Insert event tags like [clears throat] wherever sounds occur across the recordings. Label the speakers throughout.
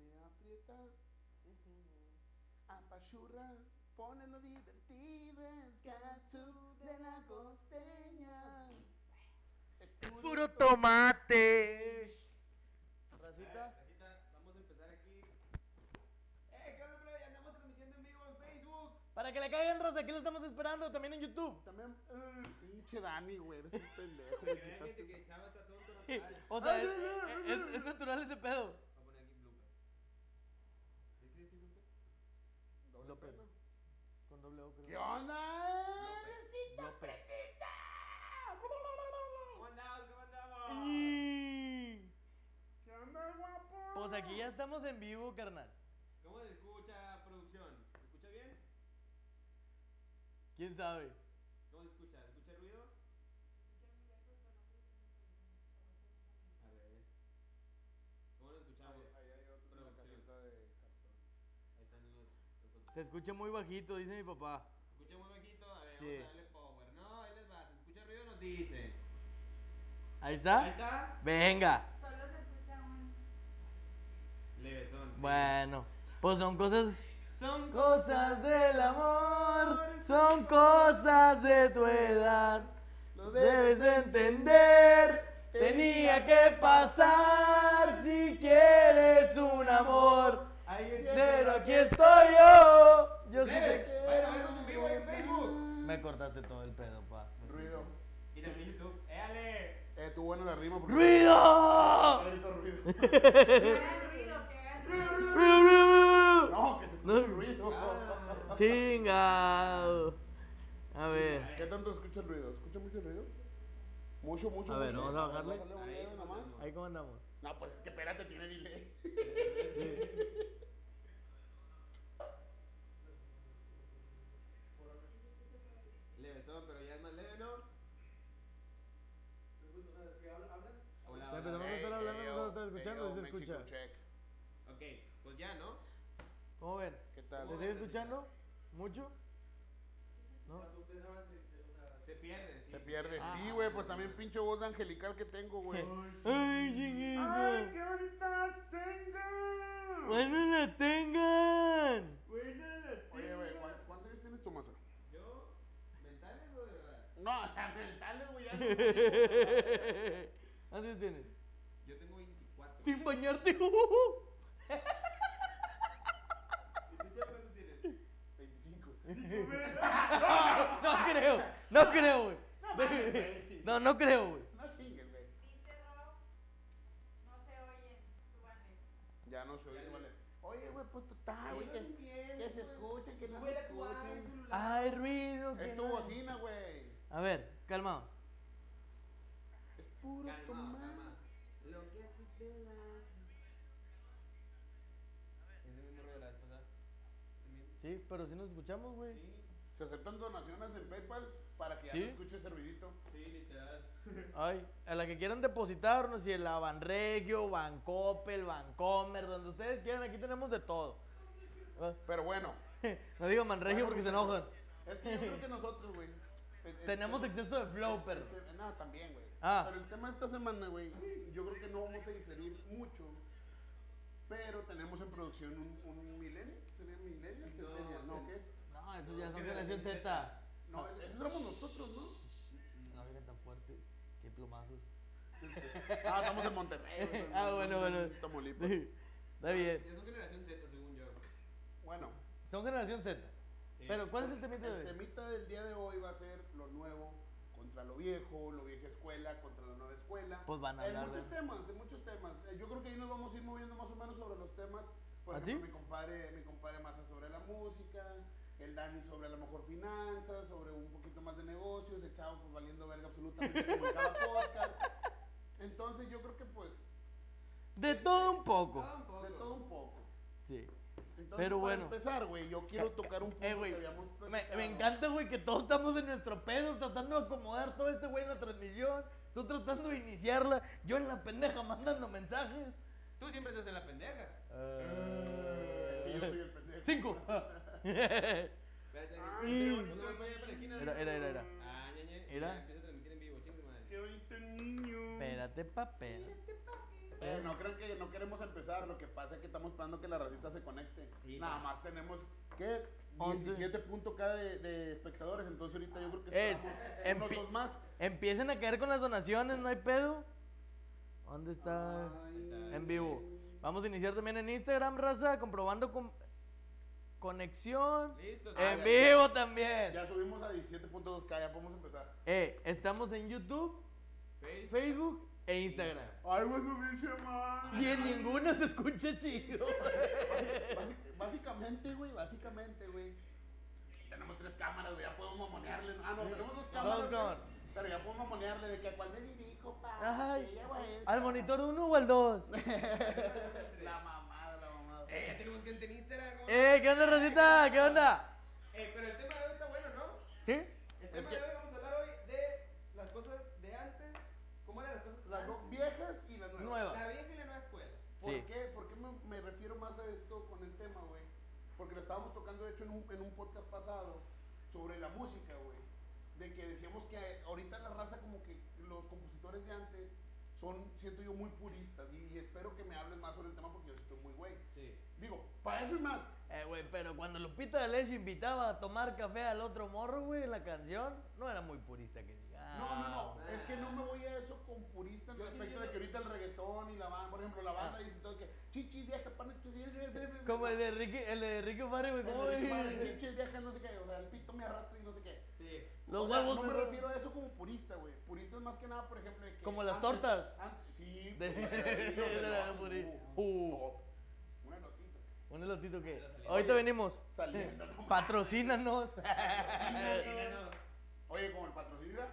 Speaker 1: bicicleta, apachurra, ponelo divertido, es catsup de la costeña.
Speaker 2: Puro tomate.
Speaker 3: Racita. Racita, vamos a empezar aquí. ¡Eh, qué onda, bro! Ya andamos transmitiendo en vivo en Facebook.
Speaker 4: Para que le caigan, Rosa, aquí lo estamos esperando, también en YouTube.
Speaker 1: También, eh, pinche Dani, güey, eres un pendejo. me quitaste-
Speaker 3: Fíjate que Chava está tonto natural.
Speaker 4: O
Speaker 1: Ah,
Speaker 4: sea, es, es- es natural ese pedo.
Speaker 3: Voy a poner aquí blooper. ¿Qué quieres decir blooper?
Speaker 1: Doble
Speaker 4: López.
Speaker 1: pelo.
Speaker 4: Con doble O, creo.
Speaker 1: ¿Qué onda?
Speaker 4: López.
Speaker 3: ¿Cómo andamos? ¿Cómo andamos?
Speaker 4: Y-
Speaker 1: ¿Qué onda, guapo?
Speaker 4: Pues aquí ya estamos en vivo, carnal.
Speaker 3: ¿Cómo se escucha, producción? ¿Se escucha bien?
Speaker 4: ¿Quién sabe?
Speaker 3: ¿Cómo se escucha? ¿Se escucha ruido? A ver. ¿Cómo lo escuchamos?
Speaker 1: Ahí hay otro en la
Speaker 3: Producción.
Speaker 1: caseta de cartón.
Speaker 3: Ahí están los. los otros.
Speaker 4: Se escucha muy bajito, dice mi papá.
Speaker 3: ¿Se escucha muy bajito? A ver,
Speaker 4: Sí.
Speaker 3: vamos a darle power. No, ahí les va. Si escucha ruido, nos dice.
Speaker 4: Ahí
Speaker 3: Ahí
Speaker 4: está.
Speaker 3: está.
Speaker 4: Venga.
Speaker 5: Solo se escucha un.
Speaker 3: Levesón. sí.
Speaker 4: Bueno, pues son cosas.
Speaker 3: Son
Speaker 4: Cosas del amor, son cosas de tu edad.
Speaker 1: Lo
Speaker 4: Debes entender, tenía que pasar si quieres un amor.
Speaker 3: Ahí está.
Speaker 4: Pero aquí estoy yo. Yo sí
Speaker 3: Debes.
Speaker 4: te-
Speaker 3: Vayan a vernos en vivo ahí en Facebook.
Speaker 4: Me cortaste todo el pedo, pa.
Speaker 1: Ruido.
Speaker 3: Y también en YouTube. ¡Éale!
Speaker 1: Eh, tú bueno la rima porque...
Speaker 4: ¡Ruido!
Speaker 1: Ahorita ruido.
Speaker 5: Que hagan ruido, que hagan ruido.
Speaker 4: ¡Ruido, ruido!
Speaker 1: No, que se escuche
Speaker 4: No.
Speaker 1: el ruido.
Speaker 3: Ah.
Speaker 4: Chingado. A ver.
Speaker 1: ¿Qué tanto escucha el ruido? ¿Escucha mucho el ruido? Mucho, mucho.
Speaker 4: A ver,
Speaker 1: mucho.
Speaker 4: vamos a bajarle.
Speaker 1: bájale,
Speaker 3: Ahí,
Speaker 1: bájale, nomás.
Speaker 3: no.
Speaker 4: Ahí cómo andamos.
Speaker 1: No, pues es que espérate, tiene delay. [laughs]
Speaker 3: Levesón, pero ya es más leve, ¿no? Hola,
Speaker 4: Ya
Speaker 3: hola.
Speaker 4: empezamos. a estar hablando, no se está escuchando, se escucha.
Speaker 3: Ok, pues ya, ¿no?
Speaker 4: ¿Cómo ven?
Speaker 1: ¿Qué tal?
Speaker 4: ¿Se sigue escuchando? ¿Mucho? ¿No?
Speaker 3: Se pierde, sí.
Speaker 1: Se pierde.
Speaker 4: Ah.
Speaker 1: Sí, güey, pues también pinche voz de angelical que tengo,
Speaker 4: [laughs]
Speaker 1: güey.
Speaker 4: ¡Ay, chinguito!
Speaker 1: ahorita tengo!
Speaker 4: ¡Cuando la tengan! [laughs]
Speaker 1: Oye, güey, ¿cu- ¿cuántos años tienes tu masa?
Speaker 3: ¿Yo? ¿Mentales o de verdad?
Speaker 1: No, mentales, güey, ya no.
Speaker 4: ¿Cuántos tienes?
Speaker 3: Yo tengo 24.
Speaker 4: ¡Sin bañarte! [laughs]
Speaker 3: ¿Y tú ya cuánto tienes?
Speaker 1: 25.
Speaker 4: No creo, no creo, güey. No, no creo, güey.
Speaker 1: No chingues, güey.
Speaker 5: Dice Rob, no se oyen, súbanle.
Speaker 1: Ya no se oye, vale. Oye, güey, pues total, güey.
Speaker 3: Ellos
Speaker 1: Que,
Speaker 3: entienden,
Speaker 1: que se
Speaker 3: pues.
Speaker 1: escuche, que no
Speaker 3: Sube
Speaker 1: se
Speaker 3: la cuadra, el
Speaker 1: escuche. Ah,
Speaker 3: celular.
Speaker 4: ¡Ay, ruido! que
Speaker 1: Es tu
Speaker 4: no-
Speaker 1: bocina, güey.
Speaker 4: A ver, calmaos.
Speaker 1: Es puro
Speaker 3: Calma, calma.
Speaker 1: tomate.
Speaker 3: Lo que haces de la... Es el mismo rollo de la vez pasada. También.
Speaker 4: Sí, pero si nos escuchamos, güey.
Speaker 3: Sí,
Speaker 1: Se aceptan donaciones en PayPal para que ya
Speaker 4: ¿Sí?
Speaker 1: no escuche ese ruidito.
Speaker 3: sí, literal.
Speaker 4: Ay, a la que quieran depositarnos, si la Banregio, Bancoppel, Bancomer, donde ustedes quieran, aquí tenemos de todo. [laughs] Ah,
Speaker 1: Pero bueno.
Speaker 4: No digo Manregio
Speaker 1: bueno,
Speaker 4: porque se
Speaker 1: muchachos,
Speaker 4: enojan.
Speaker 1: Es que yo creo que nosotros, güey. el- el-
Speaker 4: Tenemos
Speaker 1: el-
Speaker 4: exceso de flow,
Speaker 1: el-
Speaker 4: perro.
Speaker 1: el- No, también, güey.
Speaker 4: Ah.
Speaker 1: Pero el tema de esta semana, güey, yo creo que no vamos a diferir mucho. Pero tenemos en producción un, un milenio. ¿Sería milenio?
Speaker 3: No,
Speaker 1: Centennial, No,
Speaker 3: cen-
Speaker 1: ¿qué es?
Speaker 4: No, eso ya
Speaker 3: No,
Speaker 4: son
Speaker 3: que
Speaker 4: generación
Speaker 3: generación
Speaker 4: Z.
Speaker 1: No, es- esos éramos nosotros, ¿no? [laughs]
Speaker 4: No vengan tan fuerte. Qué plomazos.
Speaker 1: Ah, estamos en Monterrey. güey,
Speaker 4: [laughs] Ah,
Speaker 1: no,
Speaker 4: bueno,
Speaker 1: no,
Speaker 4: bueno.
Speaker 1: en Tamaulipas.
Speaker 4: Está bien.
Speaker 3: Es una generación Z, según yo.
Speaker 1: Bueno,
Speaker 4: Son generación Z.
Speaker 3: Sí.
Speaker 4: Pero, ¿cuál es el
Speaker 1: el
Speaker 4: temita de hoy?
Speaker 1: temita del día de hoy va a ser lo nuevo contra lo viejo, lo vieja escuela contra la nueva escuela.
Speaker 4: Pues van a
Speaker 1: En
Speaker 4: hablar,
Speaker 1: muchos
Speaker 4: ¿verdad?
Speaker 1: temas, en muchos temas. Eh, Yo creo que ahí nos vamos a ir moviendo más o menos sobre los temas. Por
Speaker 4: ¿Ah, sí?
Speaker 1: ejemplo, mi compadre, mi compadre Maza sobre la música, el Dani sobre a lo mejor finanzas, sobre un poquito más de negocios, el Chavo pues valiendo verga absolutamente como en cada podcast. Entonces yo creo que pues
Speaker 4: De todo un poco.
Speaker 3: Tampoco.
Speaker 1: de todo un poco.
Speaker 4: Sí.
Speaker 1: Entonces,
Speaker 4: Pero
Speaker 1: para
Speaker 4: bueno.
Speaker 1: empezar, güey, yo quiero tocar un punto
Speaker 4: Eh, güey.
Speaker 1: que habíamos
Speaker 4: Me,
Speaker 1: platicado.
Speaker 4: me encanta, güey, que todos estamos en nuestro pedo tratando de acomodar todo este güey en la transmisión. Tú tratando de iniciarla. Yo en la pendeja mandando mensajes.
Speaker 3: Tú siempre estás en la pendeja.
Speaker 1: Eh, Es que yo soy el pendejo.
Speaker 4: Cinco. [laughs]
Speaker 3: Espérate,
Speaker 1: Ah,
Speaker 3: aquí.
Speaker 1: mira,
Speaker 3: Ponte
Speaker 1: bonito.
Speaker 3: más para allá, para la esquina.
Speaker 4: Era, era, era, era.
Speaker 3: Ah, ñañe.
Speaker 4: Era.
Speaker 3: Ya Empieza a transmitir en vivo, chingue su madre.
Speaker 1: Qué bonito niño.
Speaker 4: Espérate, papel.
Speaker 3: Espérate, papi.
Speaker 1: Eh, no crean que no queremos empezar, lo que pasa es que estamos esperando que la racita se conecte.
Speaker 3: Sí,
Speaker 1: Nada
Speaker 3: no.
Speaker 1: más tenemos que
Speaker 4: 11.
Speaker 1: 17.k de, de espectadores, entonces ahorita yo creo que
Speaker 4: Eh,
Speaker 1: estamos
Speaker 4: en
Speaker 1: unos
Speaker 4: pi-
Speaker 1: dos más.
Speaker 4: Empiecen a caer con las donaciones, no hay pedo. ¿Dónde está?
Speaker 1: Ay,
Speaker 4: en vivo. Vamos a iniciar también en Instagram, raza, comprobando con... conexión.
Speaker 3: Listo.
Speaker 1: Ah,
Speaker 4: en
Speaker 1: ya,
Speaker 4: vivo también.
Speaker 1: Ya subimos a 17.2k, ya podemos empezar.
Speaker 4: Eh, estamos en YouTube,
Speaker 3: Facebook.
Speaker 4: Facebook e Instagram.
Speaker 1: Ay, güey, su pinche madre.
Speaker 4: Y en ninguna se escucha chido.
Speaker 1: Básic- Básicamente, güey, básicamente, güey. Tenemos tres cámaras, güey, ya podemos mamonearle. Ah, no, tenemos dos cámaras.
Speaker 4: cámaras.
Speaker 1: güey, Pero ya podemos mamonearle de que a cuál me dirijo, pa.
Speaker 4: Ajá,
Speaker 1: que llevo esta.
Speaker 4: ¿Al monitor 1 o al [laughs] 2?
Speaker 1: La mamada, la mamada.
Speaker 3: Eh, ya tenemos gente en Instagram. ¿cómo?
Speaker 4: Eh, ¿qué onda, Rosita? ¿Qué onda?
Speaker 3: Eh, pero el tema de hoy está bueno, ¿no?
Speaker 4: ¿Sí?
Speaker 3: El tema
Speaker 1: que-
Speaker 3: de hoy vamos a hablar hoy de las cosas de antes. ¿Cómo eran las cosas?
Speaker 1: Las
Speaker 3: antes?
Speaker 1: dos viejas y las nuevas.
Speaker 4: Nueva.
Speaker 3: La vieja y la nueva escuela.
Speaker 1: ¿Por
Speaker 4: Sí.
Speaker 1: qué? ¿Por qué me, me refiero más a esto con el tema, güey? Porque lo estábamos tocando, de hecho, en un, en un podcast pasado sobre la música, güey. De que decíamos que ahorita la raza, como que los compositores de antes son, siento yo, muy puristas. Y, y espero que me hables más sobre el tema porque yo sí estoy muy güey.
Speaker 3: Sí.
Speaker 1: Digo, para eso y más.
Speaker 4: Eh, güey, pero cuando Lupita D'Alessio invitaba a tomar café al otro morro, güey, en la canción, no era muy purista que diga.
Speaker 1: No, no, no.
Speaker 3: Ah.
Speaker 1: Es que no me voy a eso con purista en
Speaker 3: Yo sí
Speaker 1: respecto de
Speaker 3: entiendo.
Speaker 1: que ahorita el reggaetón y la banda, por ejemplo, la banda
Speaker 4: Ah.
Speaker 1: dice todo que chichis viejas, pan, chichis viejas.
Speaker 4: Como el de Ricky, el de Ricky Farri, güey. ¿cómo
Speaker 1: El
Speaker 4: güey?
Speaker 1: padre, chichis viejas, no sé qué. O sea, el pito me arrastra y no sé qué.
Speaker 3: Sí.
Speaker 4: Los
Speaker 1: O sea,
Speaker 4: huevos
Speaker 1: no me
Speaker 4: de-
Speaker 1: refiero a eso como purista, güey. Purista es más que nada, por ejemplo, de que
Speaker 4: Como las
Speaker 1: antes-
Speaker 4: tortas.
Speaker 1: antes- sí.
Speaker 4: De- [laughs]
Speaker 1: pues, maravilloso,
Speaker 4: de la
Speaker 1: ¿no?
Speaker 4: puri-
Speaker 1: Uh,
Speaker 4: Uh.
Speaker 1: top. Una notita.
Speaker 4: Un elotito que.
Speaker 3: Saliendo.
Speaker 4: Ahorita
Speaker 1: Oye,
Speaker 4: venimos. [laughs]
Speaker 1: saliendo, no mames. [laughs]
Speaker 4: Patrocínanos.
Speaker 3: Mira, no.
Speaker 1: Oye, como el patrocinio, mira,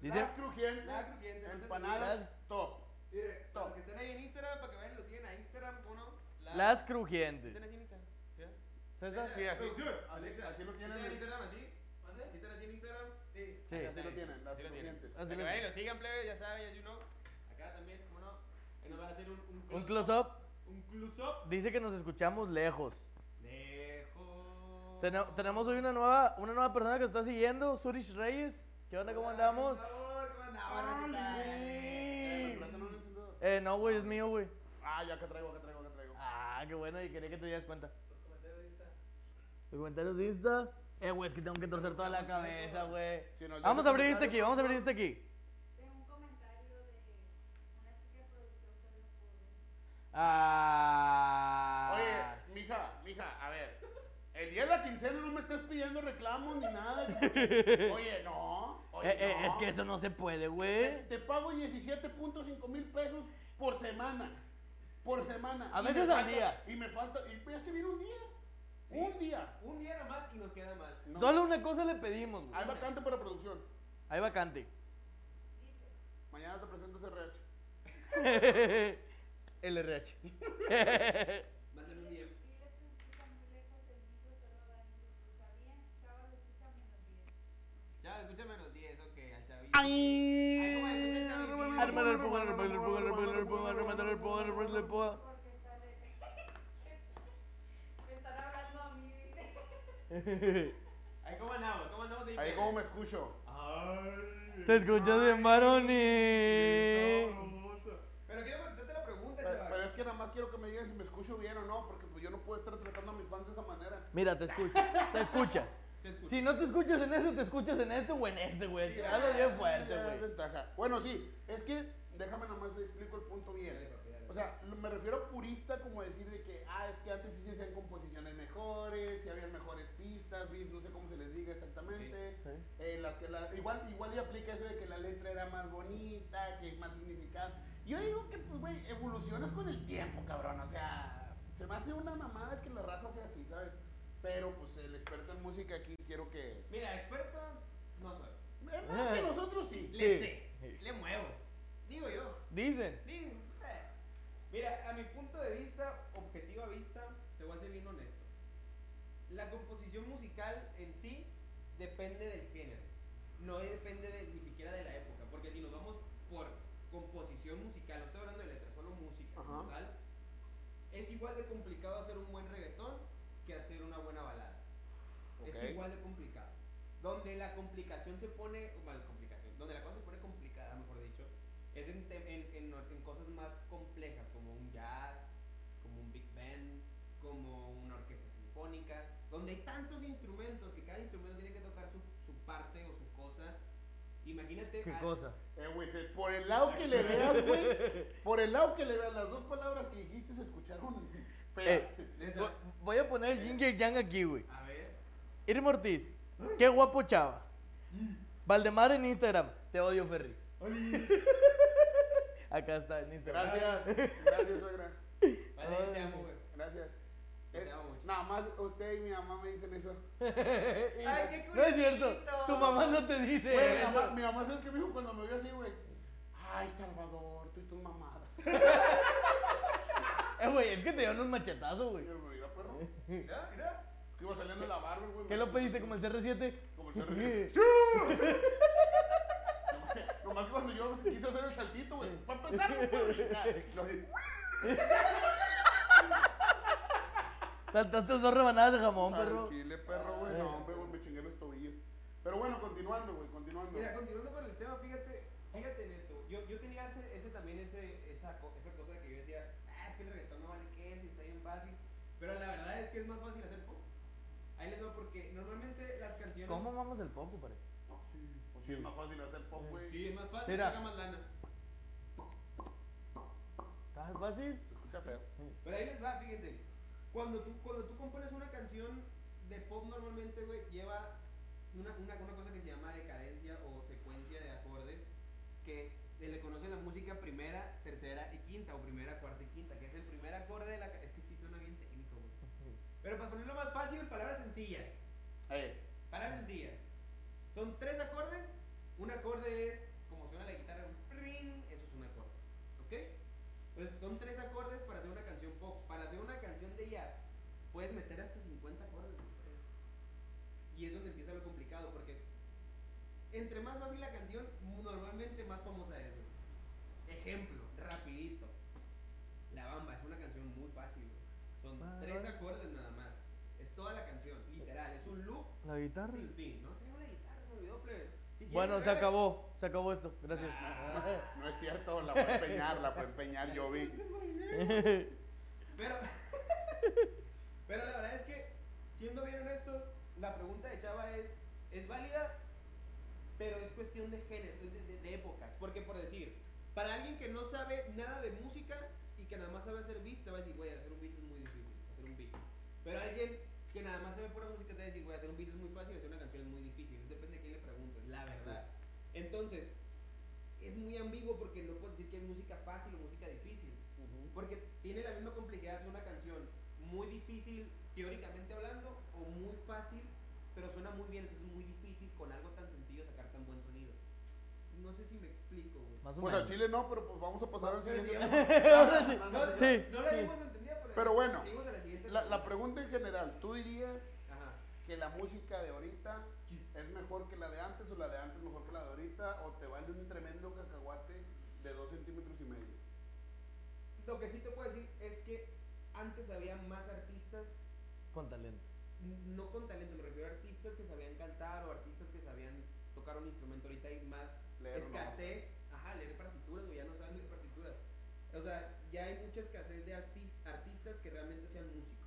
Speaker 4: Dice-
Speaker 1: las crujientes,
Speaker 3: Las crujientes,
Speaker 1: empanadas, top.
Speaker 3: Mire,
Speaker 1: No.
Speaker 3: para los que estén ahí en Instagram, para que vayan y lo sigan a Instagram, ¿cómo no?
Speaker 4: Las crujientes.
Speaker 3: ¿Están así en Instagram? ¿Sí?
Speaker 4: ¿César?
Speaker 1: Sí, así,
Speaker 3: Sí.
Speaker 1: así, así lo tienen,
Speaker 3: ¿Están en
Speaker 1: así
Speaker 3: Instagram así? ¿Sí ¿Están así en Instagram? Sí.
Speaker 4: Sí.
Speaker 1: así lo tienen, las
Speaker 3: Así lo tienen.
Speaker 1: crujientes.
Speaker 4: Así
Speaker 3: Para que
Speaker 4: lo-
Speaker 3: vayan y lo sigan, plebe, ya saben, ya you know. Acá también, ¿cómo no? Ahí nos van a hacer un,
Speaker 4: Un close-up.
Speaker 3: Un close-up.
Speaker 4: Dice que nos escuchamos lejos.
Speaker 3: Lejos.
Speaker 4: Tene- tenemos hoy una nueva, una nueva persona que nos está siguiendo, Surish Reyes. ¿Qué onda? ¿Cómo andamos?
Speaker 3: Por favor, ¿Cómo andamos?
Speaker 1: Eh, ¿me
Speaker 3: Dale.
Speaker 1: prestan un encendedor?
Speaker 4: Eh, no, güey, es mío, güey.
Speaker 1: Ah, ya que traigo, acá traigo, acá traigo.
Speaker 4: Ah, qué bueno, y quería que te dieras cuenta. Los comentarios de Insta. Eh, güey, es que tengo que torcer toda la cabeza, güey.
Speaker 1: Sí, no, yo
Speaker 4: Vamos
Speaker 1: los
Speaker 4: a abrir este
Speaker 1: comentarios,
Speaker 4: aquí, vamos a abrir
Speaker 1: ¿no?
Speaker 4: este aquí.
Speaker 5: Tengo un comentario de una chica productora de los pobres.
Speaker 1: Oye,
Speaker 4: Ah.
Speaker 1: mija, mija, a ver. El día de la quincena no me estés pidiendo reclamos ni
Speaker 4: [laughs]
Speaker 1: nada. que porque- Oye, no. Oye,
Speaker 4: Eh, eh,
Speaker 1: no.
Speaker 4: es que eso no se puede,
Speaker 1: Te,
Speaker 4: güey.
Speaker 1: te pago 17.5 mil pesos por semana. Por semana.
Speaker 4: A
Speaker 1: Y me
Speaker 4: veces al
Speaker 1: falta-
Speaker 4: día.
Speaker 1: Y me falta. Y pues, es que viene un día. Un día.
Speaker 3: Un día nomás y nos queda mal.
Speaker 1: No.
Speaker 4: Solo una cosa le pedimos, güey.
Speaker 1: Hay vacante para producción.
Speaker 4: Hay [laughs] vacante.
Speaker 5: Dice,
Speaker 1: Mañana te presentas RH.
Speaker 4: El RH.
Speaker 3: Mándame un día.
Speaker 5: y les escucha muy lejos, el micro solo va en grupo. Está bien, sábado escucha menos 10.
Speaker 3: Chava, escúchame a los 10, ok, al chavito.
Speaker 4: Armar el púa, armar el púa, armar el púa, armar el púa, armar el púa.
Speaker 5: Porque está de... Me están hablando a mí, dice.
Speaker 3: Ahí, ¿cómo andamos? ¿Cómo andamos ahí?
Speaker 1: Ahí
Speaker 3: plebe?
Speaker 1: cómo me escucho.
Speaker 3: Ay.
Speaker 4: Te escuchas bien, Maroni.
Speaker 3: Sabroso. Pero quiero contestarte la pregunta,
Speaker 1: Pero, pero
Speaker 3: chaval.
Speaker 1: es que nada más quiero que me digan si me escucho bien o no, porque pues yo no puedo estar tratando a mis fans de esa manera.
Speaker 4: Mira, te escuchas, te escuchas.
Speaker 3: Te escucho.
Speaker 4: Si no te escuchas en este, te escuchas en este o en este, güey. Hazlo bien fuerte,
Speaker 1: Ya,
Speaker 4: güey.
Speaker 1: ventaja. Bueno, sí, es que déjame nomás te explico el punto bien.
Speaker 3: Dale, papi, dale.
Speaker 1: O sea, lo- me refiero a purista como decir de que, ah, es que antes sí se hacían composiciones mejores, si habían mejores pistas, beats, no sé cómo se les diga exactamente.
Speaker 4: Sí.
Speaker 1: Eh, las que la- igual, igual y aplica eso de que la letra era más bonita, que más significada. Yo digo que, pues, güey, evolucionas con el tiempo, cabrón. O sea, se me hace una mamada que la raza sea así, ¿sabes? Pero, pues, el experto en música aquí quiero que...
Speaker 3: Mira, experto no soy.
Speaker 1: Es más
Speaker 3: Eh.
Speaker 1: que nosotros sí.
Speaker 3: Le
Speaker 4: Sí.
Speaker 3: sé, le muevo. Digo yo.
Speaker 4: Dicen.
Speaker 3: Digo, eh. Mira, a mi punto de vista, objetiva vista, te voy a ser bien honesto. La composición musical en sí depende del género. No depende de- ni siquiera de la época. Porque si nos vamos por composición musical, no estoy hablando de letras, solo música como
Speaker 1: Ajá.
Speaker 3: tal, es igual de complicado hacer un buen reggaetón que hacer una buena balada.
Speaker 1: Ok.
Speaker 3: Es igual de complicado. Donde la complicación se pone, bueno, complicación, donde la cosa se pone complicada, mejor dicho, es en, te- en- en- en cosas más complejas, como un jazz, como un big band, como una orquesta sinfónica, donde hay tantos instrumentos que cada instrumento tiene que tocar su, su parte o su cosa. Imagínate.
Speaker 6: ¿Qué
Speaker 3: al-
Speaker 6: cosa?
Speaker 1: Eh, güey, se- por el lado que le veas,
Speaker 6: [laughs]
Speaker 1: güey, por el lado que le veas, las dos palabras que dijiste se escucharon [laughs] feas.
Speaker 6: Eh.
Speaker 3: neta,
Speaker 6: Voy- Voy a poner el Ginger Yang aquí, güey.
Speaker 3: A ver.
Speaker 6: Irma Ortiz, qué guapo chava. Valdemar en Instagram, te odio, Ferry. [laughs] Acá está en Instagram.
Speaker 1: Gracias,
Speaker 6: [laughs]
Speaker 1: gracias, suegra.
Speaker 3: Vale, yo te amo, güey.
Speaker 1: Gracias.
Speaker 3: Te
Speaker 1: Eh,
Speaker 3: amo mucho.
Speaker 1: nada más usted y mi mamá me dicen
Speaker 6: [laughs]
Speaker 1: eso.
Speaker 3: Ay, qué
Speaker 6: No es cierto,
Speaker 3: curiosito.
Speaker 6: tu mamá no te dice.
Speaker 1: Güey, mi,
Speaker 6: eso.
Speaker 1: mamá, mi mamá, ¿sabes qué me dijo cuando me vio así, güey? Ay, Salvador, tú y tus mamadas. [laughs]
Speaker 6: Eh, güey, es que te dieron un machetazo, güey.
Speaker 1: Y yo, mira, perro,
Speaker 3: Mira, mira.
Speaker 1: que iba saliendo de la barba, güey.
Speaker 6: ¿Qué lo pediste como el CR7?
Speaker 1: Como
Speaker 6: [laughs]
Speaker 1: el CR7. Nomás- Nomás cuando yo quise hacer el saltito, güey. Para empezar, güey, para
Speaker 6: [laughs]
Speaker 1: brincar. Lo vi,
Speaker 6: Saltaste dos rebanadas de jamón,
Speaker 1: al
Speaker 6: perro.
Speaker 1: Chile, perro, güey. No, hombre, güey, me chingué los tobillos. Pero bueno, continuando, güey, continuando.
Speaker 3: Mira, continuando con el tema, fíjate, fíjate en esto. Yo, yo tenía ese, ese también ese, esa, co- esa cosa de que yo decía, ah, es que el reggaetón no vale qué es, está bien fácil. Pero la verdad es que es más fácil hacer pop. Ahí les va porque normalmente las canciones.
Speaker 6: ¿Cómo vamos el poco, parece?
Speaker 1: No, sí, pues sí, es más fácil hacer pop, güey.
Speaker 3: Eh, Sí, es más fácil,
Speaker 6: Mira.
Speaker 3: saca más lana.
Speaker 6: ¿Está fácil?
Speaker 1: Se escucha feo.
Speaker 3: Pero ahí les va, fíjense. Cuando tú, cuando tú compones una canción de pop normalmente, güey, lleva una, una, una cosa que se llama decadencia o secuencia de acordes, que es- se le conoce en la música primera, tercera y quinta, o primera, cuarta y quinta, que es el primer acorde de la... ca- Es que sí suena bien técnico, güey. Pero para ponerlo más fácil, palabras sencillas.
Speaker 1: Eh,
Speaker 3: Palabras sencillas. Son tres acordes. Un acorde es como suena la guitarra, un ring, eso es un acorde. ¿Ok? Entonces son tres acordes para hacer una canción pop. Para hacer una canción de jazz puedes meter hasta 50 acordes. güey. Y es donde empieza lo complicado porque entre más fácil la canción, normalmente más famosa es. güey. Ejemplo, rapidito. La Bamba es una canción muy fácil. güey. Son
Speaker 6: Ah,
Speaker 3: tres
Speaker 6: vale.
Speaker 3: acordes nada más. Es toda la canción, literal. Es un loop
Speaker 6: ¿La guitarra?
Speaker 3: sin fin, ¿no? Traigo la guitarra, me olvidó, plebe. Si
Speaker 6: Bueno, se
Speaker 3: quieren, plebe. [laughs]
Speaker 6: acabó. Se acabó esto.
Speaker 4: [laughs]
Speaker 6: Gracias.
Speaker 1: no es cierto, la fue a empeñar, la fue a empeñar, yo vi.
Speaker 3: Pero, [laughs] pero la verdad es que, siendo bien honestos, la pregunta de Chava es, es válida, pero es cuestión de género, de, de- de épocas. Porque, por decir, para alguien que no sabe nada de música y que nada más sabe hacer beats, te va a decir, güey, hacer un beat es muy difícil, hacer un beat. Pero alguien que nada más sabe pura música te va a decir, güey, hacer un beat es muy fácil, hacer una canción es muy difícil. Depende de quién le preguntes, la verdad. Entonces, es muy ambiguo porque no puedes decir que es música fácil o música difícil. Porque tiene la misma complejidad hacer una canción muy difícil teóricamente hablando o muy fácil, pero suena muy bien, entonces es muy difícil con algo tan sencillo sacar tan buen sonido. No sé si me explico, güey.
Speaker 6: Más o
Speaker 1: Pues al
Speaker 6: menos.
Speaker 1: Chile no, pero pues vamos a pasar al
Speaker 3: Pero
Speaker 1: siguiente
Speaker 3: digamos-
Speaker 1: tema.
Speaker 3: No, no,
Speaker 6: Sí,
Speaker 3: no la
Speaker 6: sí.
Speaker 3: hemos entendido, pero,
Speaker 1: Pero bueno,
Speaker 3: seguimos a la, siguiente
Speaker 1: La, la pregunta en general, ¿tú dirías
Speaker 3: Ajá.
Speaker 1: que la música de ahorita es mejor que la de antes o la de antes mejor que la de ahorita o te vale un tremendo cacahuate de dos centímetros y medio?
Speaker 3: Lo que sí te puedo decir es que antes había más artistas
Speaker 6: Con talento.
Speaker 3: no con talento, me refiero a artistas que sabían cantar o artistas que sabían tocar un instrumento. Ahorita hay más
Speaker 1: Leer, ¿no?
Speaker 3: escasez, ajá, leer partituras, güey, ya no saben leer partituras. O sea, ya hay mucha escasez de artis- artistas que realmente sean músicos.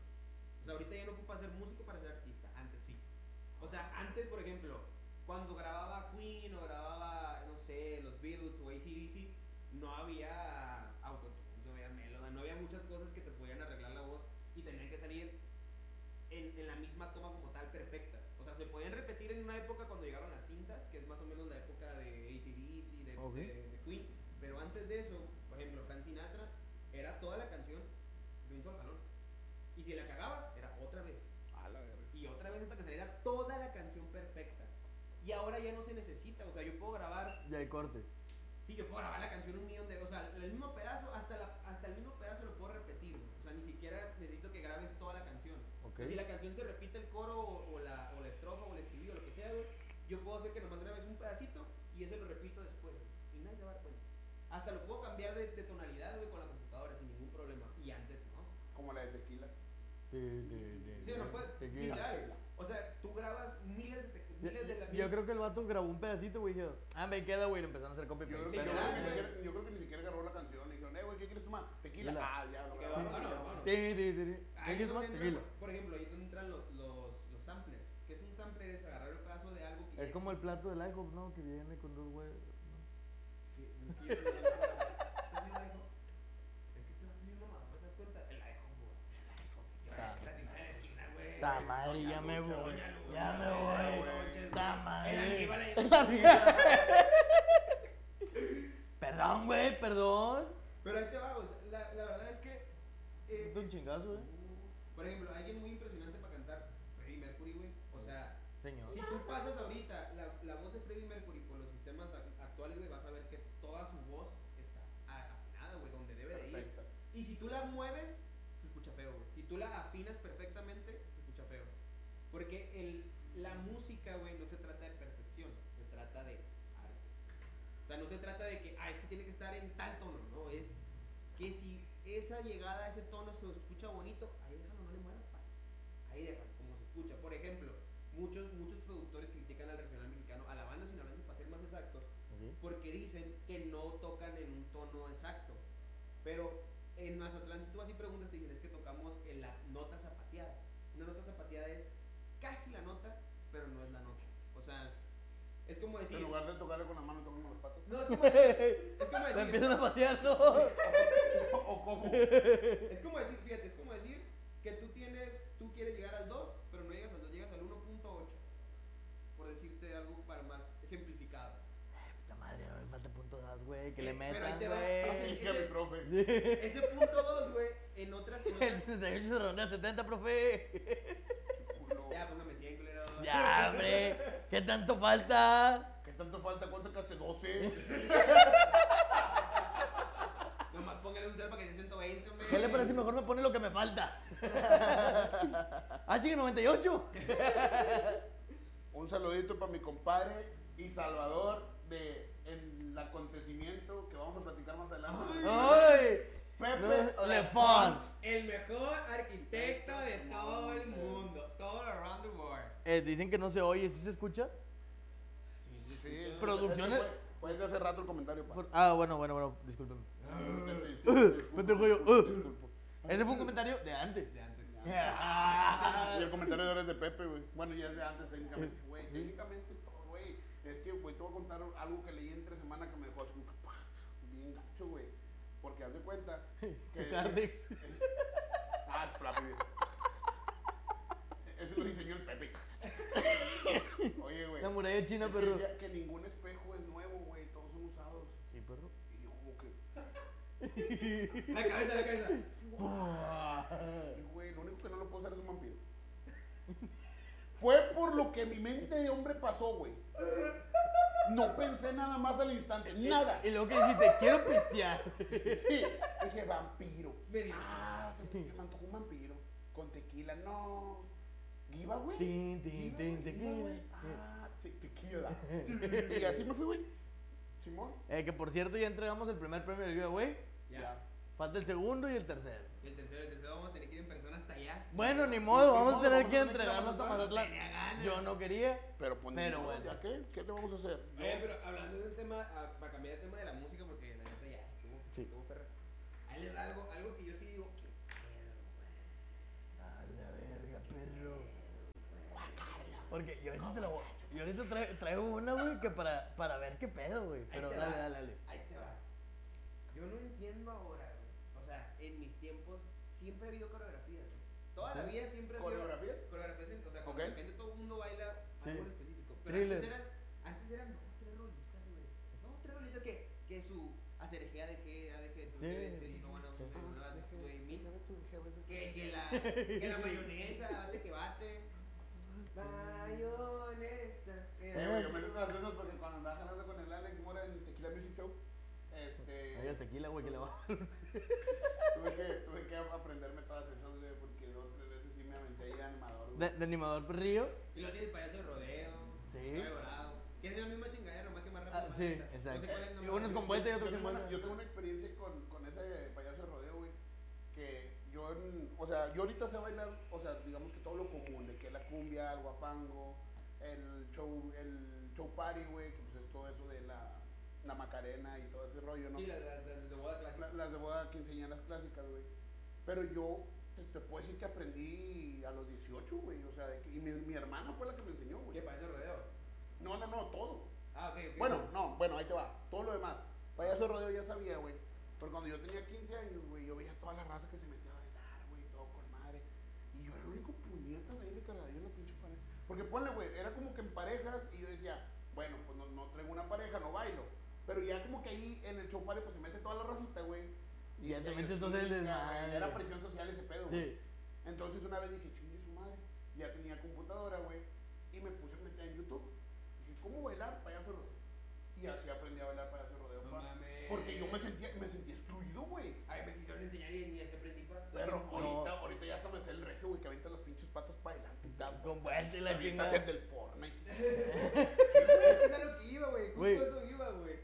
Speaker 3: O sea, ahorita ya no ocupa ser músico para ser artista, antes sí. O sea, antes, por ejemplo, cuando grababa Queen o grababa, no sé, los Beatles o ACDC, no había autotune, no había melodía, no había muchas cosas que te podían arreglar la voz y tenían que salir en, en la misma toma como tal perfectas. O sea, se podían repetir en una época cuando llegaron las cintas, que es más o menos la época de ACDC, de,
Speaker 6: Ok.
Speaker 3: de, de Queen. Pero antes de eso, por ejemplo, Frank Sinatra era toda la canción de un solo jalón. Y si la cagabas, era otra vez. Y otra vez hasta que saliera toda la canción perfecta. Y ahora ya no se necesita, o sea, yo puedo grabar,
Speaker 6: Ya hay cortes.
Speaker 3: sí, yo puedo grabar la canción un millón de o sea, el mismo pedazo, hasta, la- hasta el mismo pedazo lo puedo repetir, o sea, ni siquiera necesito que grabes toda la canción.
Speaker 6: Ok.
Speaker 3: Si la canción se repite el coro o, o la, o la estrofa o el estribillo, lo que sea, güey, yo puedo hacer que nomás grabes un pedacito y eso lo repito después, güey, y nadie se va a dar cuenta. Hasta lo puedo cambiar de, de tonalidad, güey, con la computadora sin ningún problema, y antes no.
Speaker 1: Como la de tequila.
Speaker 3: Sí, no puedes.
Speaker 6: Tequila.
Speaker 3: Literal. O sea, tú grabas miles de, miles de la-
Speaker 7: Yo creo que el vato grabó un pedacito, güey. dijo,
Speaker 4: Ah, me queda, güey, le empezaron a hacer copy
Speaker 1: Yo creo,
Speaker 4: paste.
Speaker 1: que,
Speaker 4: Pero,
Speaker 1: ni
Speaker 3: Literal,
Speaker 1: siquiera- yo creo que ni siquiera agarró la canción. Le dijeron, eh, güey, ¿qué quieres tomar? Tequila.
Speaker 7: Tequila.
Speaker 1: Ah, ya, lo
Speaker 3: Que
Speaker 1: grabaron,
Speaker 3: vámonos,
Speaker 1: ya.
Speaker 3: vámonos.
Speaker 7: "Tiri, tiri, tiri".
Speaker 3: Ahí
Speaker 7: ¿Qué
Speaker 3: es
Speaker 7: es más?
Speaker 3: donde entran,
Speaker 7: Tequila.
Speaker 3: por, por ejemplo, ahí es donde entran los, los, los samplers. ¿Qué es un sampler? Es agarrar un pedazo de algo que. ya
Speaker 7: Es como el
Speaker 3: existe.
Speaker 7: plato del IHOP, ¿no? Que viene con dos güeyes.
Speaker 3: Que- no quiero ni hablar, güey. ¿Estás viendo iPhone? Es que te vas a subir mamá, ¿no te das cuenta? El iPhone, güey. El iPhone. Yo era esa tienda de la esquina, güey.
Speaker 4: Ta madre, ya
Speaker 3: Doña
Speaker 4: me
Speaker 3: Lucha,
Speaker 4: voy,
Speaker 3: Doña Lucha,
Speaker 4: ya me
Speaker 3: güey,
Speaker 1: voy.
Speaker 3: noches,
Speaker 4: Ta
Speaker 3: güey.
Speaker 4: madre.
Speaker 3: El Aníbal
Speaker 4: [laughs]
Speaker 3: ahí-
Speaker 4: Perdón, güey, perdón.
Speaker 3: Pero ahí te va, o sea, la, la verdad es que. eh,
Speaker 4: Un chingazo, eh.
Speaker 3: por ejemplo, alguien muy impresionante para cantar, Freddie Mercury, güey. O sea,
Speaker 4: Señor.
Speaker 3: si tú pasas ahorita la, la voz de Freddie Mercury por los sistemas ac- actuales, güey, vas a ver que toda su voz está a- afinada, güey, donde debe de ir.
Speaker 1: Perfecto.
Speaker 3: Y si tú la mueves, se escucha feo, güey. Si tú la afinas perfectamente, se escucha feo. Porque el, la música, güey, no se trata de perfección, se trata de arte. O sea, no se trata de que, ah, este tiene que estar en tal tono, no, es que si esa llegada a ese tono se escucha bonito, ahí déjalo, no le muevas, pa. Ahí déjalo, como se escucha. Por ejemplo, muchos, muchos productores critican al regional mexicano, a la banda sinaloense, para ser más exactos, porque dicen que no tocan en un tono exacto. Pero en Mazatlán, si tú vas y preguntas, te dicen es que tocamos en la nota zapateada. Una nota zapateada es casi la nota, pero no es la nota. O sea, es como decir.
Speaker 1: En lugar de tocarle con la mano, tocan con los patos.
Speaker 3: No, es como decir. Es
Speaker 1: [laughs]
Speaker 3: como
Speaker 4: Me
Speaker 3: decir.
Speaker 4: empiezan a patear todos.
Speaker 1: ¿O, [laughs] o cómo?
Speaker 3: Es como decir, fíjate, es como decir que tú tienes, tú quieres llegar al 2, pero no llegas al 2, llegas al 1.8. Por decirte algo para más ejemplificado.
Speaker 4: Puta madre, no me falta punto dos, güey, que
Speaker 3: Eh,
Speaker 4: le
Speaker 3: pero ahí
Speaker 4: metan,
Speaker 3: te va,
Speaker 4: güey.
Speaker 3: ese-
Speaker 1: Dije mi profe.
Speaker 3: Ese punto 2, güey, en otras.
Speaker 1: [laughs]
Speaker 3: En
Speaker 4: [laughs] El
Speaker 3: otras
Speaker 4: 68 se ronda a 70, profe. [laughs]
Speaker 1: Culo.
Speaker 3: ya, póngame 100, culero.
Speaker 4: Ya, hombre. ¿Qué tanto falta?
Speaker 1: ¿Qué tanto falta? ¿Cuánto sacaste? 12.
Speaker 3: Nomás póngale un cero para que sea 120, hombre.
Speaker 4: ¿Qué le parece? Mejor me pone lo que me [laughs] falta. Ah, chica, [laughs] 98.
Speaker 1: Un saludito para mi compadre y Salvador de el acontecimiento que vamos a platicar más adelante.
Speaker 4: ¡Ay!
Speaker 1: Pepe
Speaker 4: Le-
Speaker 1: Lefant.
Speaker 4: Lefant.
Speaker 3: El mejor arquitecto de todo el mundo, todo around the world.
Speaker 4: Eh, dicen que no se oye, ¿sí se escucha?
Speaker 1: Sí, es-
Speaker 4: Producciones-
Speaker 1: es que fue- Fue desde hace rato el comentario, pa.
Speaker 4: Por- Ah, bueno, bueno, bueno, discúlpeme.
Speaker 1: Disculpo,
Speaker 4: Vete, güey,
Speaker 1: disculpo,
Speaker 4: uh.
Speaker 1: disculpo.
Speaker 4: Ese fue un comentario de antes.
Speaker 3: De antes.
Speaker 1: Y el comentario de ahora es de Pepe, güey. Bueno, ya es de antes técnicamente, güey. Técnicamente todo, güey. Es que, güey, te voy a contar algo que leí entre semana que me dejó así como que, pa, bien gacho, güey. Porque haz de cuenta que...
Speaker 4: [laughs] Tu Cardex.
Speaker 1: [laughs] Ah, es Flappy. Ese lo diseñó el
Speaker 4: [laughs]
Speaker 1: Pepe. Oye, güey.
Speaker 4: [laughs] La muralla china,
Speaker 1: es que
Speaker 4: perro.
Speaker 1: decía que ningún espejo es nuevo, güey. Todos son usados.
Speaker 4: Sí, perro.
Speaker 1: Y yo como que...
Speaker 3: La cabeza, la cabeza.
Speaker 1: Y, Güey, lo único que no lo puedo hacer es un vampiro. [laughs] Fue por lo que mi mente de hombre pasó, güey. No pensé nada más al instante, nada.
Speaker 4: Y luego que dijiste, quiero pistear. [laughs]
Speaker 1: Sí, dije, vampiro.
Speaker 3: Me dio.
Speaker 1: Ah, se, se me antojó un vampiro. Con tequila, no. ¿Giva, güey?
Speaker 4: Tin, tin,
Speaker 1: Giva,
Speaker 4: tin,
Speaker 1: güey,
Speaker 4: tequila.
Speaker 1: giva, güey. Ah, te-
Speaker 4: [laughs]
Speaker 1: tequila. Y así me fui, güey. Simón.
Speaker 4: Eh, que por cierto, ya entregamos el primer premio del giveaway.
Speaker 3: Ya.
Speaker 4: Falta el segundo y el tercero.
Speaker 3: Y el tercero, el tercero vamos a tener que ir en persona hasta allá.
Speaker 4: Bueno, ni modo, vamos a tener
Speaker 1: modo, vamos
Speaker 4: que
Speaker 1: a tener que
Speaker 4: entregarlo hasta
Speaker 1: aguantar.
Speaker 4: Mazatlán.
Speaker 3: Tenía ganas.
Speaker 4: Yo no quería.
Speaker 1: Pero pues,
Speaker 4: Pero
Speaker 1: no,
Speaker 4: bueno.
Speaker 1: ¿ya qué? ¿Qué le vamos a hacer?
Speaker 3: Oye, pero hablando de un tema, ah, para cambiar el tema de la música, porque la neta ya estuvo,
Speaker 4: Sí.
Speaker 3: estuvo perra. Ahí les va algo, algo que yo sí digo, qué pedo, güey.
Speaker 4: Porque yo ahorita, te la voy- yo ahorita tra- traigo una, güey, que para, para ver qué pedo, güey. Pero
Speaker 3: te
Speaker 4: dale,
Speaker 3: va.
Speaker 4: dale, dale.
Speaker 3: Ahí te va. Yo no entiendo ahora, güey. O sea, en mis tiempos siempre ha habido coreografías, güey. Toda la vida siempre ha habido
Speaker 1: ¿Coreografías?
Speaker 3: coreografías. en- O sea, como
Speaker 1: Ok.
Speaker 3: de repente todo el mundo baila
Speaker 4: Sí.
Speaker 3: algo en específico. Pero
Speaker 4: Thriller.
Speaker 3: antes eran, antes eran dos, tres rolitas, güey. Dos, tres rolitas que, que su acerejea de G, ADG,
Speaker 4: Sí.
Speaker 3: entonces no van a
Speaker 4: Sí.
Speaker 3: de mí. Que, que, la, que la mayonesa, bate que bate. Mayonesa.
Speaker 1: Eh, güey, yo me sé todas esas porque cuando andaba jalando con el Alex Mora en Tequila Music Show, este,
Speaker 4: Oiga, tequila, güey, que le va.
Speaker 1: tuve, que, tuve que aprenderme todas esas, güey, porque dos, tres veces sí me aventé ahí de animador,
Speaker 4: De,
Speaker 1: güey.
Speaker 4: de animador perrillo.
Speaker 3: Y lo tienes payaso de rodeo.
Speaker 4: Sí.
Speaker 3: cabello dorado, Que es de la misma chingadera, nomás que más rápido.
Speaker 4: Ah,
Speaker 3: más
Speaker 4: sí,
Speaker 3: lenta. No
Speaker 4: exacto.
Speaker 3: sé cuál es, nomás.
Speaker 4: Y uno es con vuelta y
Speaker 1: Yo
Speaker 4: otro sin
Speaker 1: tengo, una,
Speaker 4: vuelta.
Speaker 1: yo tengo una experiencia con, con ese payaso de rodeo, güey, que yo, en- o sea, yo ahorita sé bailar, o sea, digamos que todo lo común, de que la cumbia, el guapango, el show, el show party, güey, que pues es todo eso de la, la Macarena y todo ese rollo, ¿no?
Speaker 3: Sí, las las- las de boda clásica.
Speaker 1: La- las de boda quinceañeras clásicas, güey. Pero yo te, te puedo decir que aprendí a los 18, güey. O sea, de que- y mi, mi hermana fue la que me enseñó,
Speaker 3: ¿Qué
Speaker 1: güey.
Speaker 3: payaso rodeo?
Speaker 1: No, no, no, todo.
Speaker 3: Ah, ok, ok.
Speaker 1: Bueno, no, bueno, ahí te va. Todo lo demás. Payaso rodeo ya sabía, güey. Pero cuando yo tenía 15 años, güey, yo veía toda la raza que se metía a bailar, güey, todo con madre. Y yo era el único puñetas ahí recargadillo en la pinche pared. Porque ponle, güey, era como que en parejas y yo decía, bueno, pues no, no traigo una pareja, no bailo. Pero ya como que ahí en el show party, pues se mete toda la racita, güey.
Speaker 6: Y ya te
Speaker 1: decía yo,
Speaker 6: metes todo el
Speaker 1: "Chinga,
Speaker 6: desmadre".
Speaker 1: güey, Era presión social ese pedo, güey.
Speaker 4: Sí.
Speaker 1: Entonces una vez dije, chingue su madre, ya tenía computadora, güey, y me puse a meter en YouTube. Dije, ¿cómo bailar payaso rodeo? Y así aprendí a bailar payaso rodeo.
Speaker 3: No
Speaker 1: pa.
Speaker 3: mames.
Speaker 1: porque yo me sentía, me sentía excluido, güey.
Speaker 3: Ay, me quisieron enseñar y ni así aprendí pa-
Speaker 1: Pero
Speaker 3: No.
Speaker 1: ahorita, ahorita ya hasta me sé el regio, güey, que avienta las pinches patas para adelante y tal.
Speaker 6: Con vuelta y la
Speaker 1: Avienta
Speaker 6: chingada.
Speaker 1: hacer del Fortnite.
Speaker 3: [laughs] Pero es que es a lo que iba, güey. Justo
Speaker 4: Güey.
Speaker 3: eso iba, güey.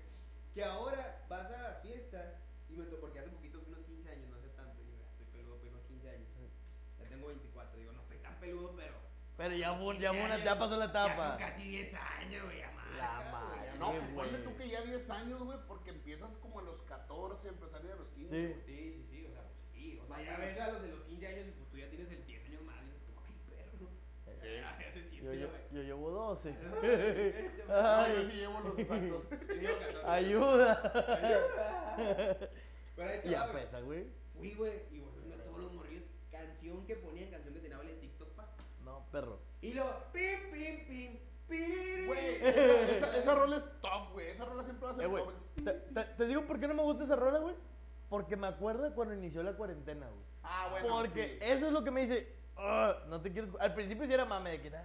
Speaker 3: Que ahora vas a las fiestas y me tocó, porque hace poquito fui unos 15 años, no hace tanto, digo, "Ah, estoy peludo, fui unos 15 años. Ya tengo 24, digo, no estoy tan peludo, pero.
Speaker 6: Pero ya fue, ya fue
Speaker 3: 15
Speaker 6: una,
Speaker 3: años,
Speaker 6: ya pasó la
Speaker 3: Ya
Speaker 6: etapa.
Speaker 3: son casi 10 años, güey, ya
Speaker 6: La
Speaker 3: marca, güey.
Speaker 6: madre.
Speaker 1: No,
Speaker 6: Qué
Speaker 1: pues, ponle tú
Speaker 6: güey.
Speaker 1: que ya 10 años, güey, porque empiezas como a los 14, empezar a los 15.
Speaker 4: Sí.
Speaker 1: güey.
Speaker 3: Sí, sí, sí, o sea, pues sí. O sea, ya ves a los de los 15 años y pues tú ya tienes el 10 años más. Y dices, tú, ay, perro. [laughs] Ya, ya se siente,
Speaker 4: Yo, yo,
Speaker 3: güey.
Speaker 4: yo llevo 12.
Speaker 1: No,
Speaker 4: [laughs] Ay.
Speaker 1: yo sí llevo los exactos.
Speaker 3: [laughs] Tenía 14.
Speaker 4: Ayuda.
Speaker 3: Ayuda. Pero ahí te va,
Speaker 4: [laughs] Ya pues.
Speaker 3: güey.
Speaker 4: pesa, güey.
Speaker 3: Fui, güey, y volviendo a todos los morrillos, canción que ponían, canción que tenían en TikTok, pa.
Speaker 4: No, perro.
Speaker 3: Y lo, pim, pim, pim, pim.
Speaker 1: Güey, esa, esa, esa rola es top, güey. Esa rola siempre va a ser
Speaker 4: Eh, güey.
Speaker 1: top.
Speaker 4: Te, te- te digo por qué no me gusta esa rola, güey. Porque me acuerdo cuando inició la cuarentena, güey.
Speaker 1: Ah, bueno,
Speaker 4: Porque
Speaker 1: sí.
Speaker 4: eso es lo que me dice. "Ah, no te quieres. Al principio sí era mame de que. "Ah,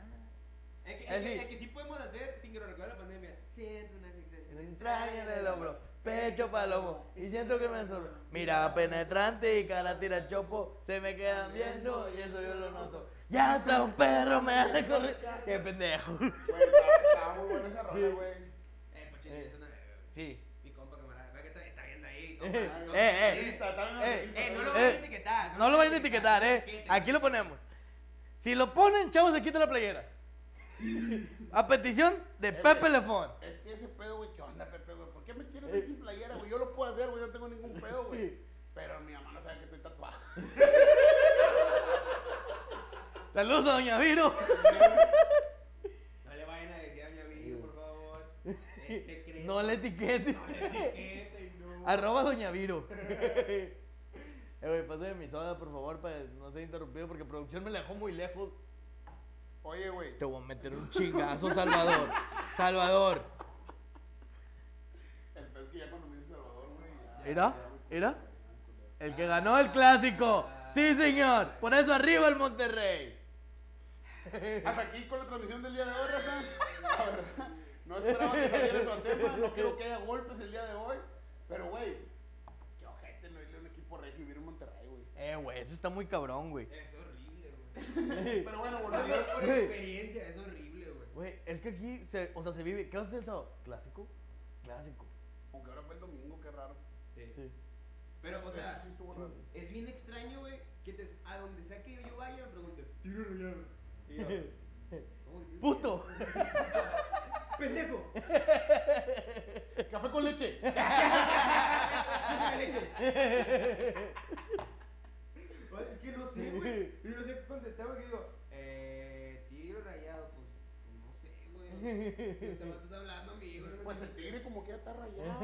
Speaker 3: El que,
Speaker 4: Es
Speaker 3: el, que,
Speaker 4: decir-
Speaker 3: el que sí podemos hacer sin que nos recuerde la pandemia. Siento una sensación
Speaker 4: Extraña en el hombro, pecho
Speaker 3: palomo
Speaker 4: palomo, y siento que me sorbo. Mira, penetrante y cara tira chopo, se me quedan viendo y eso yo lo noto. Ya está un perro, me hace correr. Qué pendejo. [laughs]
Speaker 1: Güey, estaba- estaba muy buena esa rola,
Speaker 4: Sí.
Speaker 1: güey.
Speaker 3: Eh, Pochini,
Speaker 4: Eh.
Speaker 3: es una.
Speaker 4: Sí.
Speaker 3: Mi compa camarada, ve que está, está viendo
Speaker 4: [laughs]
Speaker 3: ahí, compa.
Speaker 4: Eh,
Speaker 3: compa,
Speaker 4: eh,
Speaker 1: Ahí está, está bien
Speaker 4: eh,
Speaker 1: arreglista,
Speaker 3: Eh, no lo
Speaker 1: está
Speaker 4: eh,
Speaker 3: vayan a etiquetar.
Speaker 4: No lo vayan a etiquetar, eh.
Speaker 3: Etiqueten.
Speaker 4: Aquí lo ponemos. Si lo ponen, chavos, se quita la playera. A petición de Pepe Lefón.
Speaker 1: bien. Es que ese pedo, güey, ¿qué onda, Pepe, güey? ¿Por qué me quieres ver sin playera, güey? Yo lo puedo hacer, güey, yo no tengo ningún pedo, güey. Pero mi mamá no sabe que estoy tatuado.
Speaker 4: Saludos a Doña Viro.
Speaker 3: No le vayan a decir a mi amigo, por
Speaker 4: [laughs]
Speaker 3: favor. Eh, Es secreto. [laughs]
Speaker 4: No le etiquete.
Speaker 3: No le etiqueten, no.
Speaker 4: Arroba Doña Viro. [laughs] Eh, güey, pásame mi soda, por favor, para no ser interrumpido, porque producción me la dejó muy lejos.
Speaker 1: Oye, güey.
Speaker 4: Te voy a meter un chingazo, Salvador. Salvador.
Speaker 1: El pedo es que ya cuando me dice Salvador, güey. ya-
Speaker 4: ¿Era?
Speaker 1: ya, güey,
Speaker 4: ¿Era? El que ganó el clásico. Sí, señor. Por eso arriba el Monterrey.
Speaker 1: Hasta aquí con la transmisión del día de hoy, Raza. La verdad, no esperaba que saliera su tema. No creo que haya golpes el día de hoy. Pero, güey, qué ojete no irle a un equipo regio y vivir en Monterrey, güey.
Speaker 4: Eh, güey, eso está muy
Speaker 3: [laughs]
Speaker 4: cabrón, güey.
Speaker 3: Es horrible, güey.
Speaker 4: [laughs]
Speaker 1: Pero bueno,
Speaker 3: Lo
Speaker 1: volviendo.
Speaker 3: digo por
Speaker 4: Güey.
Speaker 3: experiencia, es horrible, güey.
Speaker 4: Güey, es que aquí, se, o sea, se vive. ¿Qué haces el sábado? Clásico. Clásico.
Speaker 1: Aunque ahora fue el domingo, qué raro.
Speaker 3: [laughs]
Speaker 4: Sí.
Speaker 3: Pero, o sea,
Speaker 1: Eso sí estuvo raro.
Speaker 3: es bien extraño, güey, que te, a donde sea que yo vaya me pregunten, tiro rayado. Y
Speaker 4: [laughs]
Speaker 3: yo, "¿Cómo que tiro
Speaker 4: Puto.
Speaker 3: rayado? [laughs] ¡Pendejo! [laughs]
Speaker 1: Café con leche.
Speaker 3: ¡Dame leche! O sea, es que no sé, güey. Yo no sé qué contestar, porque digo, eh, tiro rayado, pues, pues no sé, güey. Ahorita me estás hablando, amigo. no sé.
Speaker 1: Pues el tigre como que ya está rayado.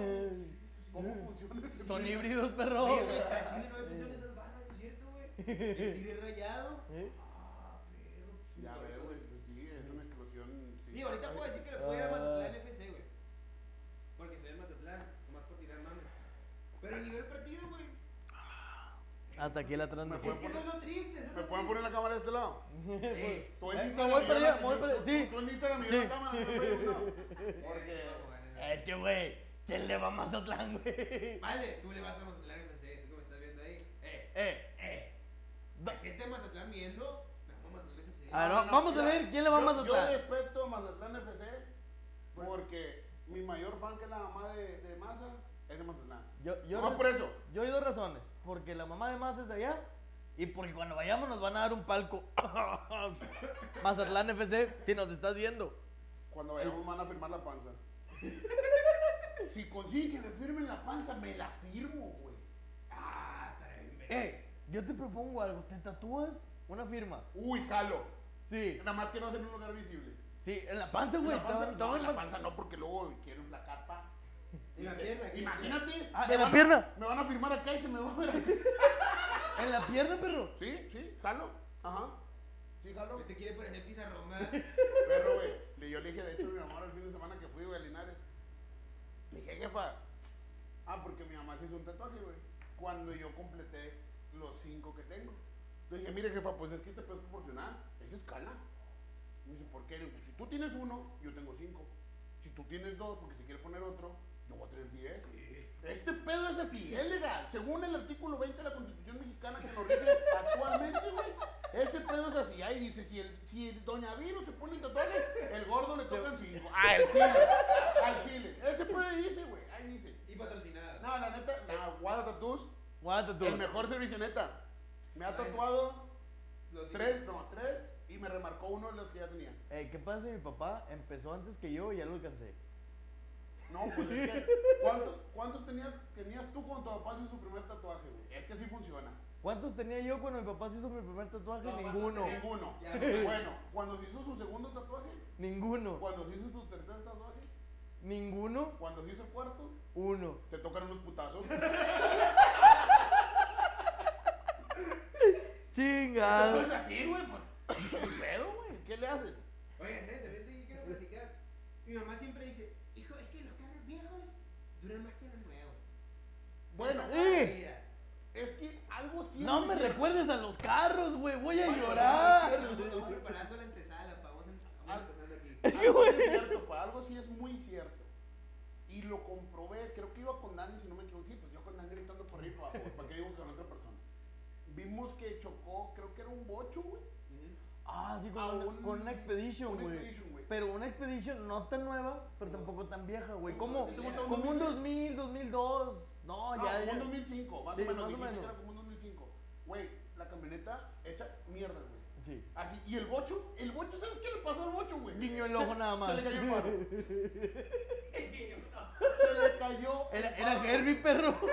Speaker 1: ¿Cómo funciona
Speaker 4: [laughs]
Speaker 1: ese
Speaker 4: Son
Speaker 1: pedo?
Speaker 4: híbridos,
Speaker 3: Oye,
Speaker 4: perro.
Speaker 3: güey, al chile no me pensado en esas barras, ¿no es cierto, güey? El tigre rayado.
Speaker 4: ¿Eh?
Speaker 3: Ah, pero.
Speaker 1: Ya ves, güey, pues sí, es una exclusión. Sí.
Speaker 3: Digo, ahorita puedo decir que le puedo ir a Mazatlán
Speaker 1: Ah.
Speaker 3: FC, güey. Porque estoy en Mazatlán, nomás por tirar mames. Pero a nivel partido, güey.
Speaker 4: Hasta aquí la
Speaker 1: Me
Speaker 4: transmisión.
Speaker 1: pueden
Speaker 3: Es que eso
Speaker 1: poner-
Speaker 3: es lo triste, eso es
Speaker 1: ¿Me
Speaker 3: lo
Speaker 1: pueden poner la cámara de este lado? Pues,
Speaker 3: triste.
Speaker 1: Tú
Speaker 4: Eh,
Speaker 1: en
Speaker 4: me
Speaker 1: Instagram.
Speaker 4: voy
Speaker 1: yo
Speaker 4: para
Speaker 1: la-
Speaker 4: allá, me voy
Speaker 1: yo-
Speaker 4: para allá,
Speaker 1: tú-
Speaker 4: sí.
Speaker 1: Tú en Instagram y yo
Speaker 4: Sí.
Speaker 1: la cámara. yo en Facebook, no.
Speaker 3: eh,
Speaker 1: Porque.
Speaker 4: Es que, güey, ¿quién le va a Mazatlán, güey?
Speaker 3: Vale, tú le vas a Mazatlán FC, tú que me estás viendo ahí. Eh,
Speaker 4: [laughs] Eh,
Speaker 3: eh.
Speaker 4: do-
Speaker 3: La gente de Mazatlán viendo, me vamos a Mazatlán FC.
Speaker 1: Ah,
Speaker 4: A ver, va- vamos a ver quién le va a
Speaker 1: yo-
Speaker 4: Mazatlán.
Speaker 1: Yo respeto a Mazatlán FC porque mi mayor fan, que es la mamá de, de Maza, es de Mazatlán.
Speaker 4: yo, yo,
Speaker 1: Nomás por eso.
Speaker 4: yo hay dos razones. Porque la mamá de más es de allá Y porque cuando vayamos nos van a dar un palco. [laughs] Mazatlán FC, si nos estás viendo.
Speaker 1: Cuando vayamos van a firmar
Speaker 4: [laughs]
Speaker 1: la panza. si consiguen que me firmen la panza, me la firmo, güey.
Speaker 3: Ah, está bien, verga.
Speaker 4: Eh, yo te propongo algo. ¿Te tatúas una firma?
Speaker 1: Uy, jalo.
Speaker 4: Sí.
Speaker 1: Nada más que no sea en un lugar visible.
Speaker 4: Sí, en la panza, Este güey.
Speaker 1: la panza,
Speaker 4: Todo-
Speaker 1: no,
Speaker 4: todo
Speaker 1: en
Speaker 4: en
Speaker 1: la
Speaker 4: pan-
Speaker 1: panza no, porque luego quieren la capa.
Speaker 3: En la pierna, aquí.
Speaker 1: Imagínate.
Speaker 4: Ah,
Speaker 1: me
Speaker 4: en la
Speaker 1: van a-
Speaker 4: pierna.
Speaker 1: Me van a firmar acá y se me va a
Speaker 4: [laughs]
Speaker 1: ver aquí.
Speaker 4: En la pierna, perro.
Speaker 1: Sí, sí, jalo. Ajá. Sí, jalo.
Speaker 3: Te Este quiere parecer pizarrón, ¿verdad?
Speaker 1: [laughs] Perro, güey. Le- Yo le dije, de hecho, a mi mamá el fin de semana que fui, güey, a Linares. Le dije, jefa. Ah, porque mi mamá se hizo un tatuaje, güey. Cuando yo completé los cinco que tengo. Le dije, mire, jefa, pues es que este pedo es proporcional. Es escala. Me dice, ¿por qué? Le digo, si tú tienes uno, yo tengo cinco. Si tú tienes dos, porque si quieres poner otro, yo voy a tener diez. Este pedo es así, es legal. Según el artículo 20 de la Constitución Mexicana que nos rige actualmente, güey. Ese pedo es así. Ahí dice, si, el, si el Doña Vino se pone en tatuaje, el gordo le tocan cinco. Ah, [laughs] el chile. Al chile. Ese pedo ahí dice, güey. Ahí dice.
Speaker 3: Y patrocinada.
Speaker 1: No, la neta, la Guada Tattoos,
Speaker 4: Guarda tatúas.
Speaker 1: el mejor servicio, neta. Me ha tatuado
Speaker 3: Los
Speaker 1: tres, no, tres, y me remarcó uno de los que ya tenía.
Speaker 4: Eh, ¿Qué pasa si mi papá empezó antes que yo y ya lo alcancé?
Speaker 1: No, pues
Speaker 3: [laughs]
Speaker 1: es que, ¿cuántos, cuántos tenías, tenías tú cuando tu papá hizo su primer tatuaje, güey? Es que así funciona.
Speaker 4: ¿Cuántos tenía yo cuando mi papá se hizo mi primer tatuaje?
Speaker 3: No,
Speaker 4: ninguno.
Speaker 1: Ninguno.
Speaker 3: Ya, güey.
Speaker 1: Bueno, cuando se hizo su segundo tatuaje,
Speaker 4: Ninguno.
Speaker 1: cuando se hizo su tercer tatuaje,
Speaker 4: Ninguno.
Speaker 1: cuando se hizo el cuarto,
Speaker 4: Uno.
Speaker 1: te tocan unos putazos.
Speaker 4: Chingado.
Speaker 3: Ah.
Speaker 1: Pero es así, güey, pues. ¿Qué pedo, güey? ¿Qué le haces?
Speaker 3: Oigan, ¿sabes? También te quiero platicar. Mi mamá siempre dice, hijo, es que los carros viejos duran más que los nuevos. Son
Speaker 1: Bueno,
Speaker 3: para toda la
Speaker 4: eh.
Speaker 3: vida.
Speaker 1: Es que algo siempre.
Speaker 4: No me
Speaker 1: se-
Speaker 4: recuerdes a los carros, güey. Voy a
Speaker 1: Ay,
Speaker 4: llorar.
Speaker 3: Estamos preparando la antesala, pa, vamos a- vamos empezando
Speaker 4: [laughs]
Speaker 3: aquí.
Speaker 1: Algo sí es cierto, pa, algo sí es muy cierto. Y lo comprobé, creo que iba con Dani, si no me equivoco. Sí, pues yo con Dani gritando por arriba, y para abajo, güey, ¿para qué digo que con otra persona? Vimos que chocó, creo que era un bocho, güey.
Speaker 4: Ah, sí, con,
Speaker 1: a
Speaker 4: una,
Speaker 1: un-
Speaker 4: con una Expedition,
Speaker 1: una
Speaker 4: güey.
Speaker 1: Expedition, güey.
Speaker 4: Pero una Expedition no tan nueva, pero tampoco tan vieja, güey. Como,
Speaker 1: ¿Te gusta un
Speaker 4: como un 2000,
Speaker 1: 2003?
Speaker 4: 2002. No,
Speaker 1: No,
Speaker 4: ya,
Speaker 1: Ah, como
Speaker 4: ya.
Speaker 1: un 2005, más
Speaker 4: Sí,
Speaker 1: o menos.
Speaker 4: más o
Speaker 1: dijiste
Speaker 4: menos.
Speaker 1: que era como un 2005. Güey, la camioneta hecha mierda, güey.
Speaker 4: Sí.
Speaker 1: Así, y el bocho, el bocho, ¿sabes qué le pasó al bocho, güey?
Speaker 4: Guiño el ojo
Speaker 1: Se-
Speaker 4: nada más.
Speaker 1: Se le cayó
Speaker 4: [laughs]
Speaker 1: el faro. se le cayó. el
Speaker 4: Era,
Speaker 1: faro.
Speaker 4: era Herbie, perro. [laughs]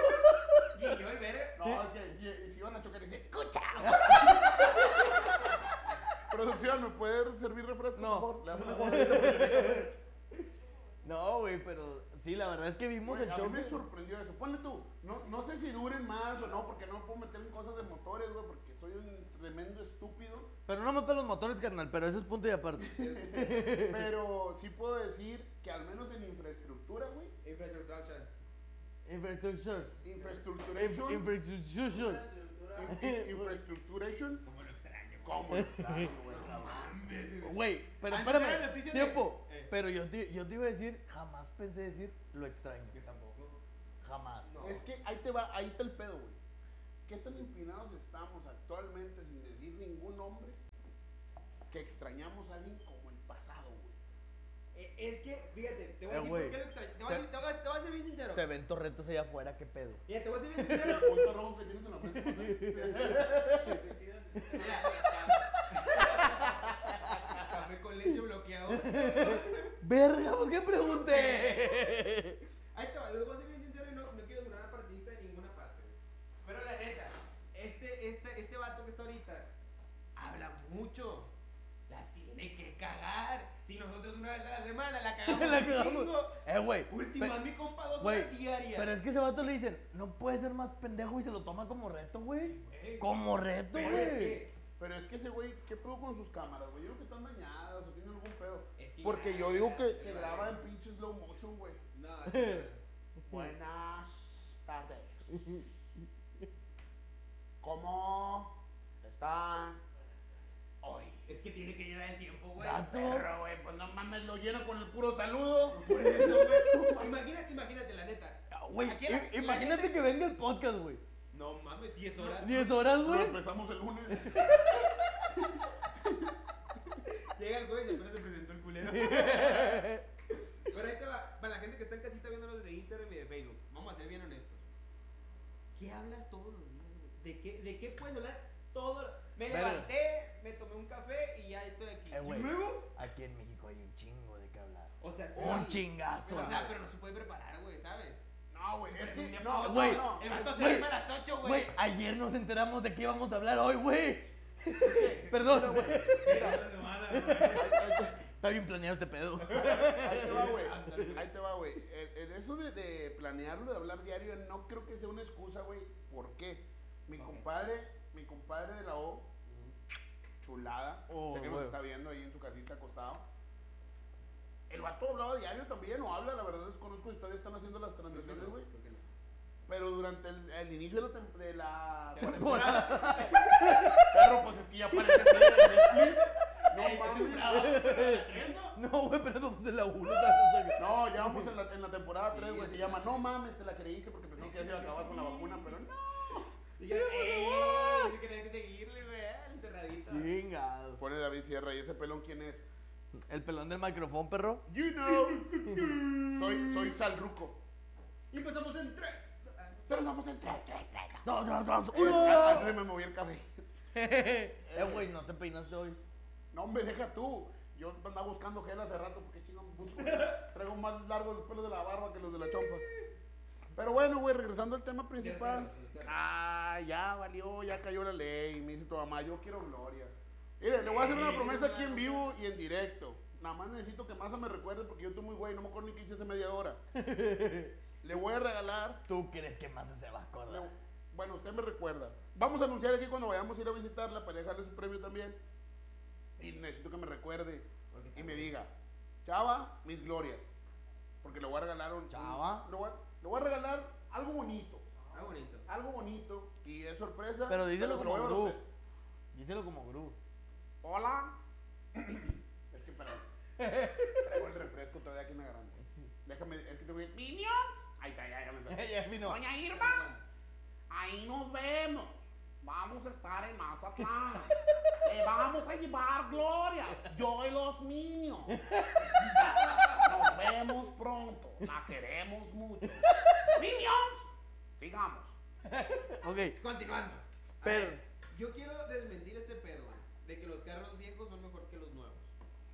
Speaker 4: Ah.
Speaker 3: Y yo, el verga.
Speaker 1: No, es que y- y si iban a chocar,
Speaker 4: [laughs]
Speaker 1: dice, ¡escucha! Producción, ¿me puede servir refresco,
Speaker 4: No.
Speaker 1: por favor? Le hace una gordita, pues,
Speaker 4: No, güey, pero sí, la verdad es que vimos
Speaker 1: güey,
Speaker 4: el
Speaker 1: a
Speaker 4: show.
Speaker 1: mí me sorprendió eso. Ponle tú. No, no sé si duren más o no, porque no puedo meter en cosas de motores, güey, porque soy un tremendo estúpido.
Speaker 4: Pero no me pelan los motores, carnal, pero eso es punto y aparte.
Speaker 1: [laughs] Pero sí puedo decir que al menos en infraestructura, güey,
Speaker 3: Infrastructure.
Speaker 4: Infrastructure.
Speaker 1: infraestructuration,
Speaker 4: Infrastructure.
Speaker 1: in- infraestructuration,
Speaker 3: Como lo extraño.
Speaker 1: ¿cómo
Speaker 3: [laughs]
Speaker 1: está, güey, cabrón?
Speaker 4: Güey, pero
Speaker 3: Antes era
Speaker 4: espérame,
Speaker 3: noticia de-
Speaker 4: tiempo.
Speaker 3: Eh.
Speaker 4: Pero yo te, yo te iba a decir, jamás pensé decir lo extraño.
Speaker 3: Yo tampoco.
Speaker 4: Jamás.
Speaker 3: No.
Speaker 1: Es que ahí te va, ahí está el pedo, güey. ¿Qué tan empinados estamos actualmente sin decir ningún nombre que extrañamos a alguien como el pasado, güey?
Speaker 3: Eh, Es que, fíjate, te voy a
Speaker 4: Eh,
Speaker 3: decir
Speaker 4: güey.
Speaker 3: por qué lo extraño. Te voy a
Speaker 4: Se-
Speaker 3: decir- te voy a- te voy a ser bien sincero.
Speaker 4: Se ven torretas allá afuera, qué pedo.
Speaker 3: Mira, te voy a ser bien
Speaker 4: [laughs]
Speaker 3: sincero.
Speaker 1: El punto rojo que tienes en la frente, pues, ¿eh? pasa.
Speaker 3: Mira. Café con leche bloqueado.
Speaker 4: Verga, pues qué pregunté.
Speaker 3: Ahí te va, lo voy a ser bien sincero y no, no quiero sonar partidista de ninguna parte. güey. Pero la neta, este, este, este vato que está ahorita habla mucho. La tiene que cagar. Si nosotros una vez a la semana la
Speaker 4: [laughs]
Speaker 3: cagamos,
Speaker 4: La
Speaker 3: un
Speaker 4: cagamos.
Speaker 3: chingo.
Speaker 4: Eh, güey.
Speaker 3: Última,
Speaker 4: pe-
Speaker 3: mi compa, dos
Speaker 4: güey,
Speaker 3: horas diarias.
Speaker 4: Pero es que ese vato le dicen, no puede ser más pendejo y se lo toma como reto, güey.
Speaker 3: Güey,
Speaker 4: Como reto,
Speaker 3: pero es
Speaker 4: güey.
Speaker 3: que,
Speaker 1: Pero es que ese güey, ¿qué pedo con sus cámaras, güey? Yo creo que están dañadas o tienen algún pedo.
Speaker 3: es que
Speaker 1: Porque
Speaker 3: ya,
Speaker 1: yo digo
Speaker 3: ya,
Speaker 1: que,
Speaker 3: ya,
Speaker 1: que
Speaker 3: ya.
Speaker 1: graba en pinche slow motion, güey.
Speaker 3: No, es que-
Speaker 1: Buenas tardes. ¿Cómo están hoy?
Speaker 3: es que tiene que llenar el tiempo, güey.
Speaker 4: Datos.
Speaker 1: Pero, güey, pues no mames, lo lleno con el puro saludo.
Speaker 3: Por eso, güey. Imagínate, imagínate, la neta.
Speaker 4: Ah, Güey,
Speaker 3: Aquí la-
Speaker 4: im-
Speaker 3: la
Speaker 4: imagínate
Speaker 3: gente-
Speaker 4: que venga el podcast, güey.
Speaker 3: No mames, 10 horas.
Speaker 4: 10 horas,
Speaker 1: Lo
Speaker 4: güey.
Speaker 1: empezamos el lunes.
Speaker 3: Llega el güey y apenas se presentó el
Speaker 4: [laughs]
Speaker 3: culero. Pero ahí te va, para la gente que está en casita viéndonos desde Instagram y de Facebook, vamos a ser bien honestos. ¿Qué hablas todos los días, güey? ¿De qué, ¿De qué puedes hablar todo. Me
Speaker 4: Verga.
Speaker 3: levanté, me tomé un café y ya estoy aquí.
Speaker 4: Eh, güey.
Speaker 3: ¿Y luego?
Speaker 4: Aquí en México hay un chingo de qué hablar.
Speaker 3: O sea, sí.
Speaker 4: Un chingazo.
Speaker 3: O sea,
Speaker 4: güey.
Speaker 3: pero no se puede preparar, güey, ¿sabes? Pues,
Speaker 1: No, güey, es que
Speaker 3: No,
Speaker 1: no,
Speaker 4: güey.
Speaker 1: no, no.
Speaker 3: El vato se
Speaker 4: Güey.
Speaker 3: duerme a las 8, güey.
Speaker 4: Güey, ayer nos enteramos de qué íbamos a hablar hoy, güey. Perdón, güey.
Speaker 3: [laughs]
Speaker 1: Ahí- ahí te-
Speaker 4: Está bien planeado este pedo. [laughs]
Speaker 1: Ahí te va, güey.
Speaker 3: Hasta el-
Speaker 1: Ahí te va, güey. El- el- Eso de, de planearlo, de hablar diario, no creo que sea una excusa, güey. ¿Por qué? Mi compadre, mi compadre de la O, chulada,
Speaker 4: Oh,
Speaker 1: sé que nos
Speaker 4: güey.
Speaker 1: está viendo ahí en su casita acostado. El vato hablaba diario también, o habla, la verdad desconozco si todavía están haciendo las transmisiones, güey. Pero durante el, el inicio de la, tem- de la
Speaker 4: Temporada.
Speaker 1: Perro, pues es que ya parece ser de Netflix. No mames.
Speaker 4: [laughs] No, güey, pero vamos de la 1. No,
Speaker 1: No, ya vamos en la, en la temporada
Speaker 3: Sí,
Speaker 1: 3, güey.
Speaker 3: es
Speaker 1: Se
Speaker 3: que-
Speaker 1: llama No mames, te la creíste porque pensamos que ya se iba a acabar con la vacuna, pero no.
Speaker 3: Dijeron, ¡eh! Dice que tenía que seguirle, güey, al encerradito.
Speaker 4: chingado.
Speaker 1: Pone David Sierra y ese pelón, ¿quién es?
Speaker 4: El pelón del micrófono, perro.
Speaker 1: [laughs] You know. soy, soy Salruco.
Speaker 3: Y empezamos en 3.
Speaker 1: Pero vamos en 3, 3, 3.
Speaker 4: No, no, no.
Speaker 1: Antes se me movió el cabello.
Speaker 4: Eh, güey, no te peinaste hoy.
Speaker 1: No, hombre, deja tú. Yo andaba buscando gel hace rato porque chingón
Speaker 3: [laughs]
Speaker 1: busco. güey. Traigo más largos los pelos de la barba que los de la chompa. Pero bueno, güey, regresando al tema principal. Ah, ya valió, ya cayó la ley. Me dice tu mamá, yo quiero glorias. Mire, le voy a hacer una
Speaker 3: Sí,
Speaker 1: promesa aquí en
Speaker 3: claro.
Speaker 1: vivo y en directo. Nada más necesito que Masa me recuerde porque yo estoy muy güey, no me acuerdo ni qué hice hace media
Speaker 3: [laughs]
Speaker 1: hora. le voy a regalar.
Speaker 4: ¿Tú crees que más se va a acordar?
Speaker 1: le- bueno, usted me recuerda. Vamos a anunciar aquí cuando vayamos a ir a visitarla para dejarle su premio también. Y necesito que me recuerde y me diga, Chava, mis glorias. Porque le voy a regalar un.
Speaker 4: Chava.
Speaker 1: Le voy a- le voy a regalar algo bonito
Speaker 3: Ah, bonito.
Speaker 1: algo bonito y es sorpresa.
Speaker 4: Pero díselo
Speaker 1: se lo
Speaker 4: como
Speaker 1: voy a
Speaker 4: gurú.
Speaker 1: dar a usted.
Speaker 4: Díselo como gurú.
Speaker 1: Hola. [clears throat] es que perdón. Traigo el refresco todavía aquí me agarran. Déjame, es que te voy a. ¡Niños! Ahí está, ya, ya me
Speaker 4: [laughs]
Speaker 1: está.
Speaker 4: Ya vino.
Speaker 1: Doña Irma, ahí nos vemos. Vamos a estar
Speaker 4: [laughs]
Speaker 1: en Mazatlán. Le vamos a llevar glorias. Yo y los niños. Nos vemos pronto. La queremos mucho. Niños, sigamos.
Speaker 4: Ok,
Speaker 3: Continuando. A
Speaker 4: Pero-
Speaker 3: ver, yo quiero desmentir este pedo, güey, de que los carros viejos son mejor que los nuevos.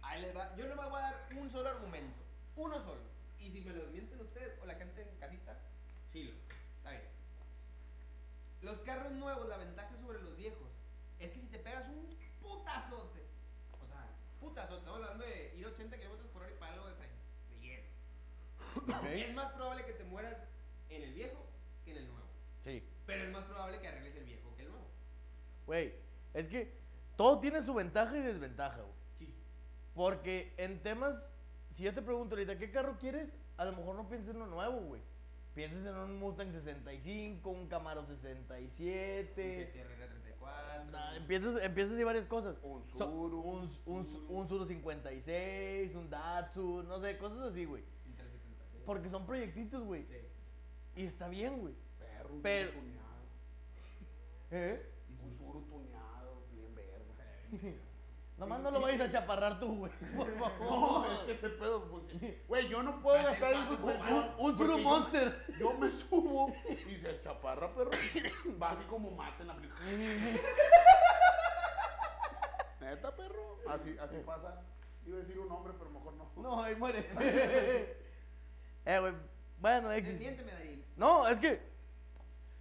Speaker 3: Ahí les va. Yo no me voy a dar un solo argumento. Uno solo. Y si me lo desmienten ustedes o la gente en casita, chilo. Está bien. Los carros nuevos, la ventaja sobre los viejos es que si te pegas un putazote, o sea, putazote, estamos hablando de ir 80 kilómetros por hora y palo de frente, de hielo. Es más probable que te mueras en el viejo que en el nuevo.
Speaker 4: sí.
Speaker 3: Pero es más probable que arregles el viejo que el nuevo.
Speaker 4: Güey, es que todo tiene su ventaja y desventaja, güey.
Speaker 3: Sí.
Speaker 4: Porque en temas, si yo te pregunto ahorita, ¿qué carro quieres? A lo mejor no pienses en uno nuevo, güey. Pienses en un Mustang 65, un Camaro 67.
Speaker 3: TRR 34.
Speaker 4: na- Ah, Empiezas, empiezas y varias cosas.
Speaker 1: Un
Speaker 4: So-
Speaker 1: Subaru,
Speaker 4: un, un, un Suru 56, un Datsun, no sé, cosas así, güey.
Speaker 3: un 376.
Speaker 4: Porque son proyectitos, güey.
Speaker 3: Sí.
Speaker 4: Y está bien, güey.
Speaker 1: Perro, un
Speaker 4: Pero-
Speaker 1: Subaru tuneado.
Speaker 4: ¿Eh?
Speaker 1: Un suru tuneado, bien verga.
Speaker 4: Nomás no lo vayas a chaparrar tú, güey. Por
Speaker 1: [laughs]
Speaker 4: favor.
Speaker 1: No, es que ese pedo funciona. Güey, yo no puedo
Speaker 3: Va a ser
Speaker 1: gastar en
Speaker 3: pago,
Speaker 1: suspensión.
Speaker 4: un- un
Speaker 1: porque
Speaker 4: Subaru
Speaker 1: yo-
Speaker 4: Monster.
Speaker 1: Yo, me subo y se escaparra, perro. Va así como mate en la película. Neta, perro. Así, así pasa. Iba a decir un hombre, pero mejor no.
Speaker 4: No, ahí muere. [laughs] eh, güey. Bueno, X.
Speaker 3: Desmiénteme, Darín.
Speaker 4: No, es que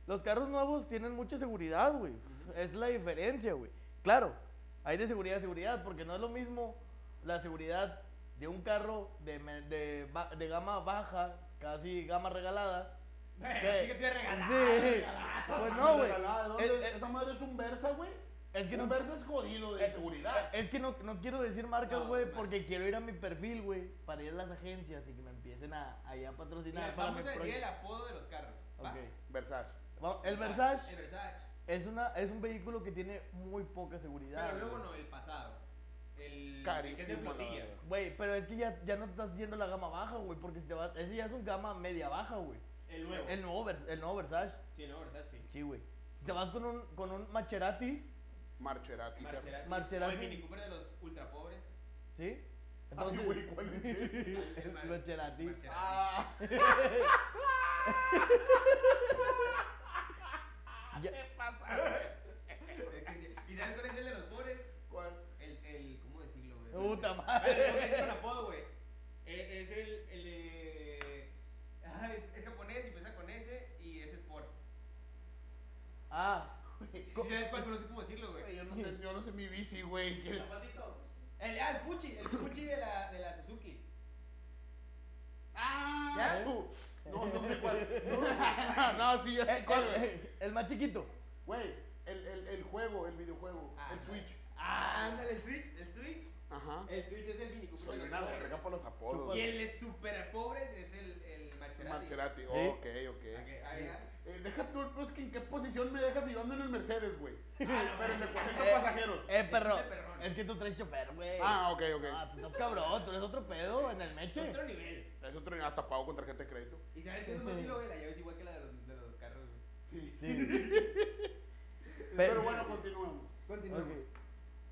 Speaker 4: los carros nuevos tienen mucha seguridad, güey. Es la diferencia, güey. Claro, hay de seguridad a seguridad, porque no es lo mismo la seguridad de un carro de, me- de ba- de gama baja, casi gama regalada.
Speaker 3: Así que te regalado.
Speaker 4: Sí. Pues no, güey.
Speaker 1: Regalada, ¿de dónde?
Speaker 4: Es, es-
Speaker 1: Esa madre es un Versa, güey.
Speaker 4: es que
Speaker 1: un
Speaker 4: no,
Speaker 1: Versa es jodido de
Speaker 4: eh,
Speaker 1: seguridad.
Speaker 4: es que no, no quiero decir marcas,
Speaker 3: No,
Speaker 4: güey,
Speaker 3: no.
Speaker 4: porque quiero ir a mi perfil, güey, para ir a las agencias y que me empiecen a, ahí a patrocinar.
Speaker 3: Mira,
Speaker 4: para
Speaker 3: vamos
Speaker 4: mis
Speaker 3: a decir el
Speaker 4: proyectos.
Speaker 3: apodo de los carros. ¿va?
Speaker 4: Ok.
Speaker 1: Versace.
Speaker 4: Vamos- El Versace.
Speaker 3: El Versace.
Speaker 4: Es, una, es un vehículo que tiene muy poca seguridad.
Speaker 3: Pero luego
Speaker 4: güey.
Speaker 3: no, el pasado. El.
Speaker 1: Carísimo,
Speaker 3: el que es de
Speaker 1: la
Speaker 3: flotilla.
Speaker 1: verdad.
Speaker 4: Güey, pero es que ya, ya no te estás yendo a la gama baja, güey, porque si te vas, ese ya es un gama media baja, güey.
Speaker 3: El nuevo.
Speaker 4: El nuevo, Vers- el nuevo Versace,
Speaker 3: Sí, el nuevo Versace, sí.
Speaker 4: sí, güey. Si te vas con un, con un Maserati,
Speaker 1: Marcherati. perro.
Speaker 3: Marcherati.
Speaker 4: Marcherati.
Speaker 3: O el Mini Cooper de los ultra pobres.
Speaker 4: ¿sí?
Speaker 1: Ay, güey, ¿cuál
Speaker 4: [laughs]
Speaker 1: es ese?
Speaker 4: el
Speaker 3: Mar-
Speaker 4: Maserati.
Speaker 3: Marcherati.
Speaker 1: Ah,
Speaker 4: ya-
Speaker 3: Es que sí. Vale,
Speaker 4: Puta
Speaker 3: no,
Speaker 4: madre.
Speaker 3: es con apodo, güey. Eh, Es, el. el eh, ah, es, es japonés y empieza con S y es Sport.
Speaker 4: Ah,
Speaker 3: Si sabes cuál, pero no sé cómo decirlo, güey.
Speaker 1: Güey, Yo no sé, yo no sé mi bici, güey. que-
Speaker 3: El, ah, el Fuchi, el Fuchi de la, de la Suzuki.
Speaker 1: ¡Ah!
Speaker 3: ¿Ya?
Speaker 1: tú. No, no sé
Speaker 4: [laughs]
Speaker 1: cuál. [laughs] No, no, sí, ya sé
Speaker 4: el,
Speaker 1: cuál, güey.
Speaker 4: el- eh, el más chiquito.
Speaker 1: Güey, el, el, el juego, el videojuego,
Speaker 3: Ah,
Speaker 1: el Switch.
Speaker 3: Ah, ándale, el Switch, el Switch.
Speaker 1: Ajá.
Speaker 3: El Switch es el Mini Cooper.
Speaker 1: Soy
Speaker 3: del
Speaker 1: una
Speaker 3: pobre.
Speaker 1: verga por los apodos.
Speaker 3: Y el de super pobres es el, el Maserati.
Speaker 1: Maserati, oh,
Speaker 4: Sí.
Speaker 1: ok, ok.
Speaker 3: Ah, que- ah, ya.
Speaker 1: Eh, deja tú, pues, que en qué posición me dejas si yo ando en el Mercedes, güey.
Speaker 3: Ah,
Speaker 1: Ah, Pero el de 40
Speaker 4: Eh,
Speaker 1: pasajeros.
Speaker 4: Eh, perro.
Speaker 3: Es ese perrón.
Speaker 4: Es que tú traes chofer, güey.
Speaker 1: Ah, ok, ok.
Speaker 4: Ah, tú estás cabrón, tú eres otro pedo en el meche.
Speaker 3: Otro nivel.
Speaker 1: Es otro hasta pago con tarjeta de crédito.
Speaker 3: Y sabes que es más chilo, güey, la llave es igual que la de los, de los carros, güey.
Speaker 1: Sí.
Speaker 4: Sí.
Speaker 1: Pero,
Speaker 4: Pero-
Speaker 1: bueno, continuamos.
Speaker 3: Continuamos.
Speaker 4: Ok.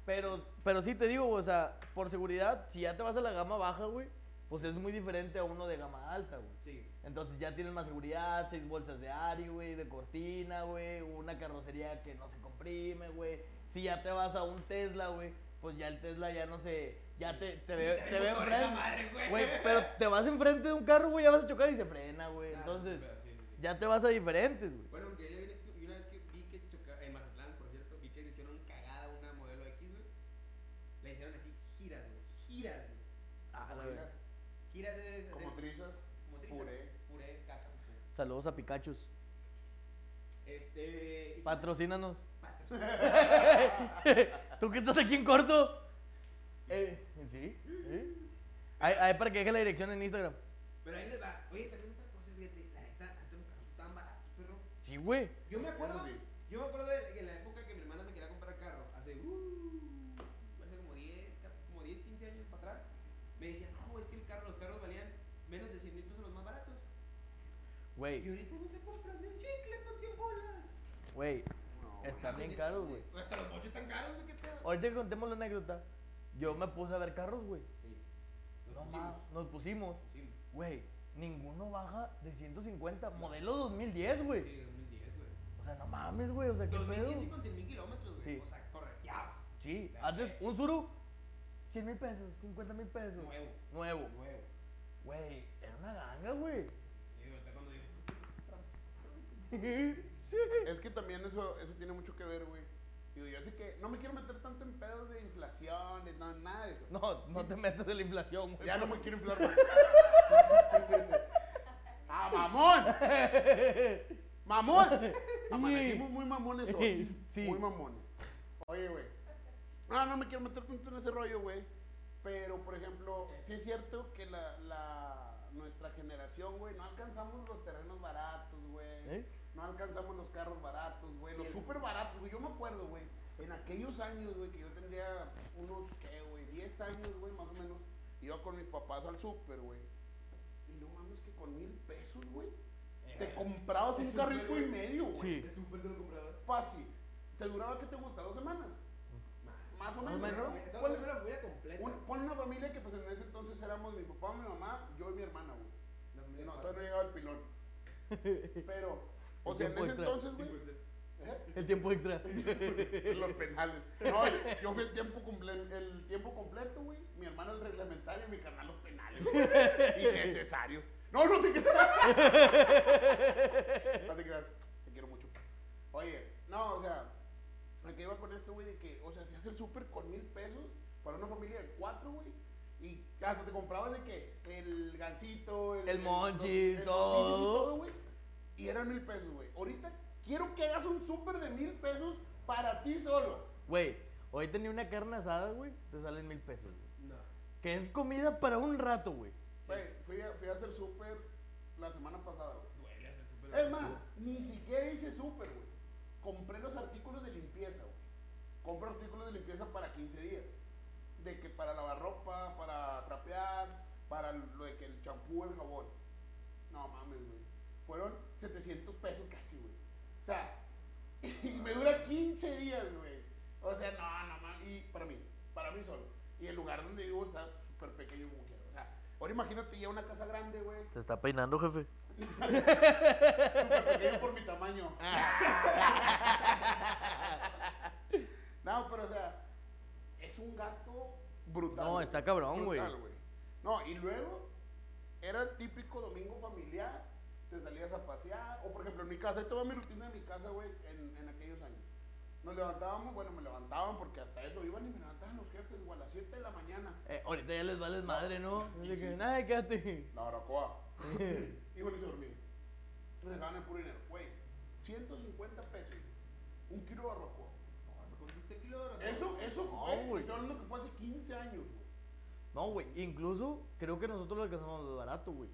Speaker 4: Pero, pero sí te digo, o sea, por seguridad, si ya te vas a la gama baja, güey, pues es muy diferente a uno de gama alta, güey.
Speaker 3: Sí.
Speaker 4: Entonces ya tienes más seguridad, seis bolsas de Ari, güey, de cortina, güey, una carrocería que no se comprime, güey. Si ya te vas a un Tesla, güey, pues ya el Tesla ya no se... Ya te, te ve, te ve
Speaker 3: Con esa
Speaker 4: enfrente.
Speaker 3: madre, güey.
Speaker 4: Güey, pero te vas enfrente de un carro, güey, ya vas a chocar y se frena,
Speaker 3: Ah,
Speaker 4: güey.
Speaker 3: sí,
Speaker 4: Entonces,
Speaker 3: pero sí, sí, sí.
Speaker 4: ya te vas a diferentes, güey.
Speaker 3: Bueno, aunque yo vi una- vi una vez que vi que choca- en Mazatlán, por cierto, vi que le hicieron cagada a una modelo X, güey. Le hicieron así giras, güey. Giras, güey.
Speaker 4: Ah, la verga.
Speaker 3: Giras de. de-
Speaker 1: Como
Speaker 3: de-
Speaker 1: trizas.
Speaker 3: como triza.
Speaker 1: puré.
Speaker 3: Puré, caca. puré.
Speaker 4: Saludos a Pikachus. [laughs]
Speaker 3: Este. y- [laughs]
Speaker 4: Patrocínanos.
Speaker 3: Patrocinio.
Speaker 4: ¿Tú que estás aquí en corto? Eh, ¿Sí? ¿Eh? Ahí, ahí para que deje la dirección en Instagram.
Speaker 3: Pero ahí les va. Oye, también otra cosa, fíjate. La neta, antes los carros estaban baratos, perro.
Speaker 4: Sí, güey.
Speaker 3: Yo me acuerdo.
Speaker 1: Eso sí.
Speaker 3: Yo me acuerdo de que en la época que mi hermana se quería comprar carro, hace, uh, hace como 10, cap- como 10, 15 años para atrás, me decían, no, es que el carro, los carros valían menos de 100 mil pesos los más baratos. Y
Speaker 4: Güey,
Speaker 3: ahorita no te compras ni un chicle con 100 bolas.
Speaker 4: güey.
Speaker 1: No,
Speaker 4: Están bien
Speaker 3: Imagínate,
Speaker 4: caros, güey.
Speaker 3: Hasta los boches están caros, güey, qué pedo.
Speaker 4: Ahorita que contemos la anécdota. Yo me puse a ver carros, güey.
Speaker 3: Sí.
Speaker 4: No más. Nos pusimos,
Speaker 3: Sí,
Speaker 4: güey. Ninguno baja de 150. Modelo 2010, güey.
Speaker 3: sí, 2010, güey.
Speaker 4: O sea, no mames, güey. O sea, qué
Speaker 3: 2010 y
Speaker 4: pedo.
Speaker 3: con 100 mil kilómetros, güey.
Speaker 4: Sí.
Speaker 3: O sea, correteado.
Speaker 4: Sí, antes un Zuru, 100 mil pesos, 50 mil pesos.
Speaker 3: Nuevo.
Speaker 4: Nuevo.
Speaker 3: Nuevo.
Speaker 4: Güey, era una ganga,
Speaker 1: [laughs]
Speaker 4: güey.
Speaker 3: Y digo, está cuando digo,
Speaker 4: Sí.
Speaker 1: Es que también eso, eso tiene mucho que ver, güey. Digo, yo sé que no me quiero meter tanto en pedos de inflación, de no, nada de eso.
Speaker 4: No, no te metas en la inflación, güey.
Speaker 1: Ya no me quiero inflar
Speaker 4: [laughs]
Speaker 1: más. ¡Ah, mamón! ¡Mamón! Amanecimos muy mamones hoy.
Speaker 4: Sí.
Speaker 1: Muy mamones. Oye, güey. No, no me quiero meter tanto en ese rollo, güey. Pero, por ejemplo, sí es cierto que la, la- nuestra generación, güey, no alcanzamos los terrenos baratos, güey.
Speaker 4: ¿Eh?
Speaker 1: No alcanzamos los carros baratos, güey. Los
Speaker 3: Bien.
Speaker 1: súper baratos, güey. Yo me acuerdo, güey. En aquellos años, güey, que yo tendría unos, ¿qué, güey? 10 años, güey, más o menos. Iba con mis papás al súper, güey. Y no mames que con mil pesos, güey.
Speaker 4: Eh.
Speaker 1: Te comprabas un carrito y medio, güey.
Speaker 4: Sí.
Speaker 3: súper te lo comprabas.
Speaker 1: Fácil. ¿Te duraba qué te gusta? ¿Dos semanas? Más o
Speaker 4: Más o
Speaker 1: menos.
Speaker 4: menos.
Speaker 1: ¿no?
Speaker 3: Estaba
Speaker 1: Ponle-
Speaker 3: comprando la comida completa.
Speaker 1: un- ponle una familia que pues en ese entonces éramos mi papá, mi mamá, yo y mi hermana, güey.
Speaker 3: La comida
Speaker 1: No,
Speaker 3: completa.
Speaker 1: todavía no llegaba el pilón. Pero, o sea, en
Speaker 4: tiempo
Speaker 1: ese
Speaker 4: extra.
Speaker 1: entonces, güey. ¿eh?
Speaker 4: El tiempo extra.
Speaker 1: los penales. No, yo- yo fui el tiempo, comple- el tiempo completo, güey. Mi hermano el reglamentario y mi carnal los penales. güey. Innecesario. No, no te creas. No te creas. Te quiero mucho. Oye, no, o sea, lo que iba con esto, güey, de que, o sea, si hace el súper con mil pesos para una familia de cuatro, güey. Y hasta te comprabas de que el gancito, el,
Speaker 4: El monchis,
Speaker 1: el- el- sí, sí, sí,
Speaker 4: todo.
Speaker 1: todo, güey. Y eran mil pesos, güey. Ahorita quiero que hagas un súper de mil pesos para ti solo.
Speaker 4: Güey, hoy tenía una carne asada, güey. Te salen mil pesos, güey.
Speaker 3: No.
Speaker 4: Que es comida para un rato, güey.
Speaker 1: Güey, fui a, fui a hacer súper la semana pasada, güey.
Speaker 3: Duele hacer súper.
Speaker 1: Es más, ni siquiera hice súper, güey. Compré los artículos de limpieza, güey. Compro artículos de limpieza para 15 días. De que para lavar ropa, para trapear, para lo de que el champú, el jabón. No mames, güey. Fueron 700 pesos casi, güey. O sea, [laughs] y me dura 15 días, güey. O sea, no, no mames. Y para mí, para mí solo. Y el lugar donde vivo está súper pequeño como quiera. O sea, ahora imagínate ya una casa grande, güey.
Speaker 4: Se está peinando, jefe.
Speaker 1: Súper pequeño por mi
Speaker 4: [laughs]
Speaker 1: tamaño. No, pero o sea, es un gasto brutal.
Speaker 4: No,
Speaker 1: güey.
Speaker 4: está cabrón, güey.
Speaker 1: Brutal, No, y luego era el típico domingo familiar, te salías a pasear, o por ejemplo en mi casa, ahí te va mi rutina de mi casa, güey, en, en aquellos años. Nos levantábamos, bueno, me levantaban porque hasta eso iban y me levantaban los jefes, güey, a las 7 de la mañana.
Speaker 4: Eh, ahorita ya les vales madre, ¿no?
Speaker 1: Y
Speaker 4: Así que,
Speaker 1: sí.
Speaker 4: "Ay, quédate".
Speaker 1: La [laughs] baracoa. y bueno, se dormía. Me dejaban el puro dinero, güey. 150 pesos, un kilo de barbacoa.
Speaker 3: ¿Consiste kilo de barbacoa?
Speaker 1: Eso, eso
Speaker 4: No,
Speaker 1: fue,
Speaker 4: güey.
Speaker 1: estoy hablando que fue hace 15 años, güey.
Speaker 4: No, güey, incluso creo que nosotros lo alcanzamos más barato, güey.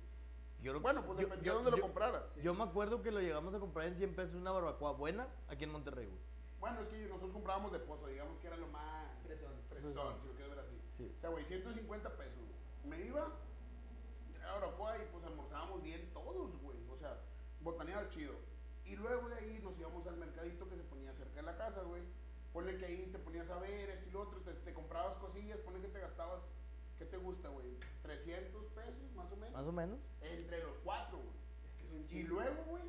Speaker 4: Yo creo-
Speaker 1: Bueno, pues
Speaker 4: yo-
Speaker 1: depende
Speaker 4: yo-
Speaker 1: de dónde lo
Speaker 4: yo-
Speaker 1: compraras.
Speaker 4: Yo me acuerdo que lo llegamos a comprar en 100 pesos una barbacoa buena aquí en Monterrey, güey.
Speaker 1: Bueno, es que nosotros comprábamos de pozo, digamos que era lo más
Speaker 3: Fresón.
Speaker 1: fresón, si lo quieres ver así.
Speaker 4: Sí.
Speaker 1: O sea, güey, 150 pesos. güey. Me iba, era Araucoa y pues almorzábamos bien todos, güey. O sea, botaneado chido. Y luego de ahí nos íbamos al mercadito que se ponía cerca de la casa, güey. Ponle que ahí te ponías a ver esto y lo otro, te, te comprabas cosillas, ponle que te gastabas, ¿qué te gusta, güey? 300 pesos, más o menos.
Speaker 4: Más o menos.
Speaker 1: Entre los cuatro, güey.
Speaker 3: Es un
Speaker 1: Y
Speaker 3: chingo.
Speaker 1: luego, güey,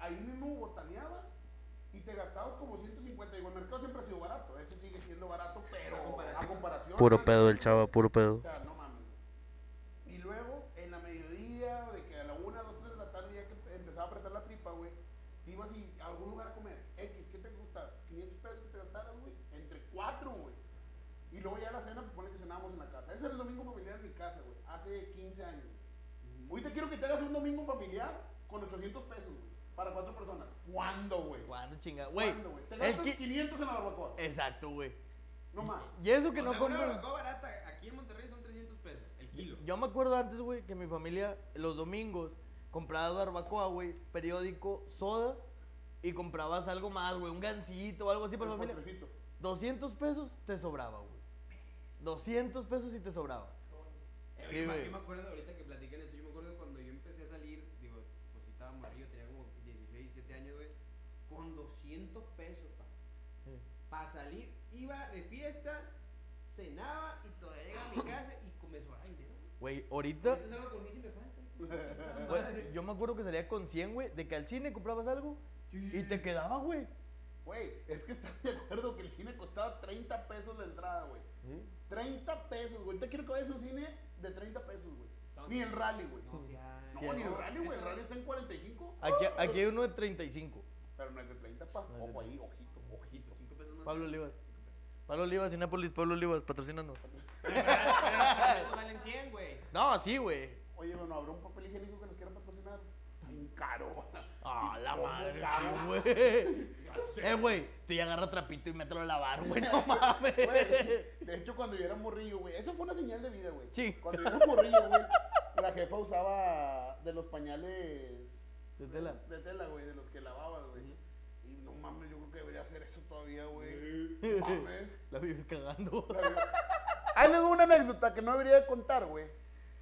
Speaker 1: ahí mismo botaneabas y te gastabas como 150. Digo, el mercado siempre ha sido barato. Eso sigue siendo barato, pero
Speaker 3: A comparación.
Speaker 1: a comparación.
Speaker 2: Puro
Speaker 1: ¿no?
Speaker 2: pedo del chava, puro pedo.
Speaker 1: O sea, no mames. güey. Y luego, en la mediodía, de que a la una, dos, tres de la tarde, ya que te empezaba a apretar la tripa, güey, te ibas y a algún lugar a comer. X, ¿qué te gusta? 500 pesos que te gastaras, güey. Entre cuatro, güey. Y luego ya la cena, pues pone que cenábamos en la casa. Ese era el domingo familiar en mi casa, güey. Hace 15 años. Hoy te quiero que te hagas un domingo familiar con 800 pesos, güey, Para cuatro personas. ¿Cuándo, güey?
Speaker 4: Cuándo chinga, güey.
Speaker 1: ¿Cuándo, güey? Te
Speaker 4: el Eh,
Speaker 1: gastas
Speaker 4: ki-
Speaker 1: 500 en la barbacoa.
Speaker 4: Exacto, güey.
Speaker 1: No más.
Speaker 4: Y eso que
Speaker 3: O
Speaker 4: no
Speaker 3: sea, una
Speaker 4: compro.
Speaker 3: barbacoa barata aquí en Monterrey son 300 pesos, el kilo.
Speaker 4: Yo me acuerdo antes, güey, que mi familia los domingos compraba barbacoa, güey, periódico, soda y comprabas algo más, güey, un gansito o algo así para la
Speaker 1: Un
Speaker 4: familia.
Speaker 1: postrecito.
Speaker 4: [laughs] 200 pesos te sobraba, güey. 200 pesos y te sobraba.
Speaker 3: Eh,
Speaker 4: Sí,
Speaker 3: yo, me-
Speaker 4: güey.
Speaker 3: yo me acuerdo ahorita que platican eso, yo me acuerdo cuando yo empecé a salir, digo, pues sí estaba morrillo, tenía como 16, 17 años, güey, con 200 pesos, pa.
Speaker 4: Sí.
Speaker 3: Para salir, iba de fiesta, cenaba y todavía llegaba a mi casa y comenzó a dinero. güey.
Speaker 4: Güey, ahorita,
Speaker 3: Ahorita salgo con mil y me falta.
Speaker 1: Pues,
Speaker 4: güey, yo me acuerdo que salía con 100, güey, de que al cine comprabas algo y te quedaba, güey.
Speaker 1: Güey, es que estás de acuerdo que el cine costaba 30 pesos la entrada, güey. 30 pesos, güey. Te quiero que vayas a un cine de 30 pesos, güey. Ni el rally, güey.
Speaker 3: No, sí, ay.
Speaker 1: No, ni el rally, güey. El rally está en 45.
Speaker 4: Aquí, aquí hay uno de 35.
Speaker 1: Pero no es de 30, pa.
Speaker 4: No es de
Speaker 1: Ojo ahí, ojito, ojito.
Speaker 3: Cinco pesos más.
Speaker 4: Pablo Olivas. Pablo Olivas, Sinápolis, Pablo Olivas, patrocínanos.
Speaker 3: Nos valen 100, güey.
Speaker 4: No, sí, güey.
Speaker 1: Oye, bueno, ¿habrá un papel higiénico que nos quieran patrocinar? Tan caro.
Speaker 4: Ah, la
Speaker 1: ¿Cómo
Speaker 4: madre, sí,
Speaker 1: cago?
Speaker 4: güey.
Speaker 1: Ya
Speaker 4: Eh,
Speaker 1: sé,
Speaker 4: güey, tú ya agarra trapito y mételo a lavar, güey,
Speaker 1: [laughs]
Speaker 4: no mames.
Speaker 1: güey. De hecho, cuando yo era morrillo, güey. Eso fue una señal de vida, güey.
Speaker 4: Sí.
Speaker 1: Cuando yo era morrillo, güey. La jefa usaba de los pañales.
Speaker 4: De tela.
Speaker 1: De tela, güey, de los que lavabas, güey. Y no mames, yo creo que debería hacer eso todavía, güey. No mames.
Speaker 4: La vives cagando.
Speaker 1: [laughs] Ahí les doy una anécdota que no debería de contar, güey.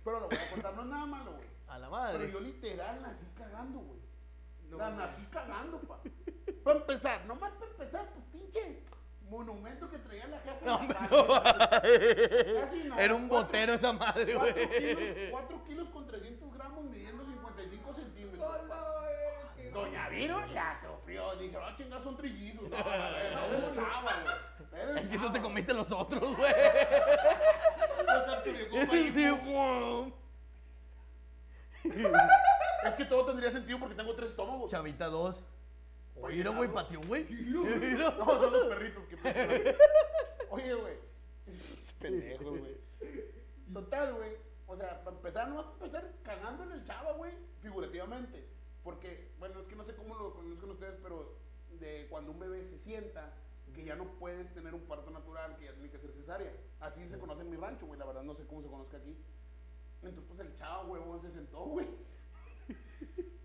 Speaker 1: Pero lo voy a contar, no es nada malo, güey.
Speaker 4: A la
Speaker 1: Pero
Speaker 4: madre.
Speaker 1: yo literal nací cagando, güey.
Speaker 3: No,
Speaker 1: la
Speaker 3: mames.
Speaker 1: nací cagando, pa. Para empezar, nomás para empezar, pues pinche monumento que traía la jefa. en la
Speaker 4: hombre,
Speaker 1: panza,
Speaker 4: no.
Speaker 1: güey. Casi nada,
Speaker 4: Era un
Speaker 1: cuatro-
Speaker 4: botero esa madre,
Speaker 1: cuatro
Speaker 4: güey.
Speaker 1: kilos- Cuatro kilos con 300 gramos midiendo 55 centímetros. pa.
Speaker 3: Hola, güey, qué-
Speaker 1: Doña Viro la sufrió. Dije, ah, chingas, son trillizos. No, a ver,
Speaker 4: [laughs]
Speaker 1: no, un chava, güey. Era un
Speaker 4: Es que tú
Speaker 1: chava.
Speaker 4: te
Speaker 1: [laughs]
Speaker 4: comiste los otros, güey. [laughs]
Speaker 1: Pues,
Speaker 4: Sí, güey.
Speaker 1: Es que todo tendría sentido porque tengo tres estómagos.
Speaker 4: Chavita 2.
Speaker 1: Oye,
Speaker 4: Mira, güey,
Speaker 1: Lalo.
Speaker 4: pateó, güey.
Speaker 1: [laughs] No,
Speaker 4: Mira.
Speaker 1: son los perritos que Oye, güey. Pendejo, güey. Total, güey. O sea, para empezar, no vas a empezar cagando en el chava, güey. Figurativamente. Porque, bueno, es que no sé cómo lo conozcan ustedes, pero de cuando un bebé se sienta, que ya no puedes tener un parto natural, que ya tiene que ser cesárea. Así se conoce en mi rancho, güey. La verdad, no sé cómo se conozca aquí. Entonces, pues el chava, güey, se sentó, güey.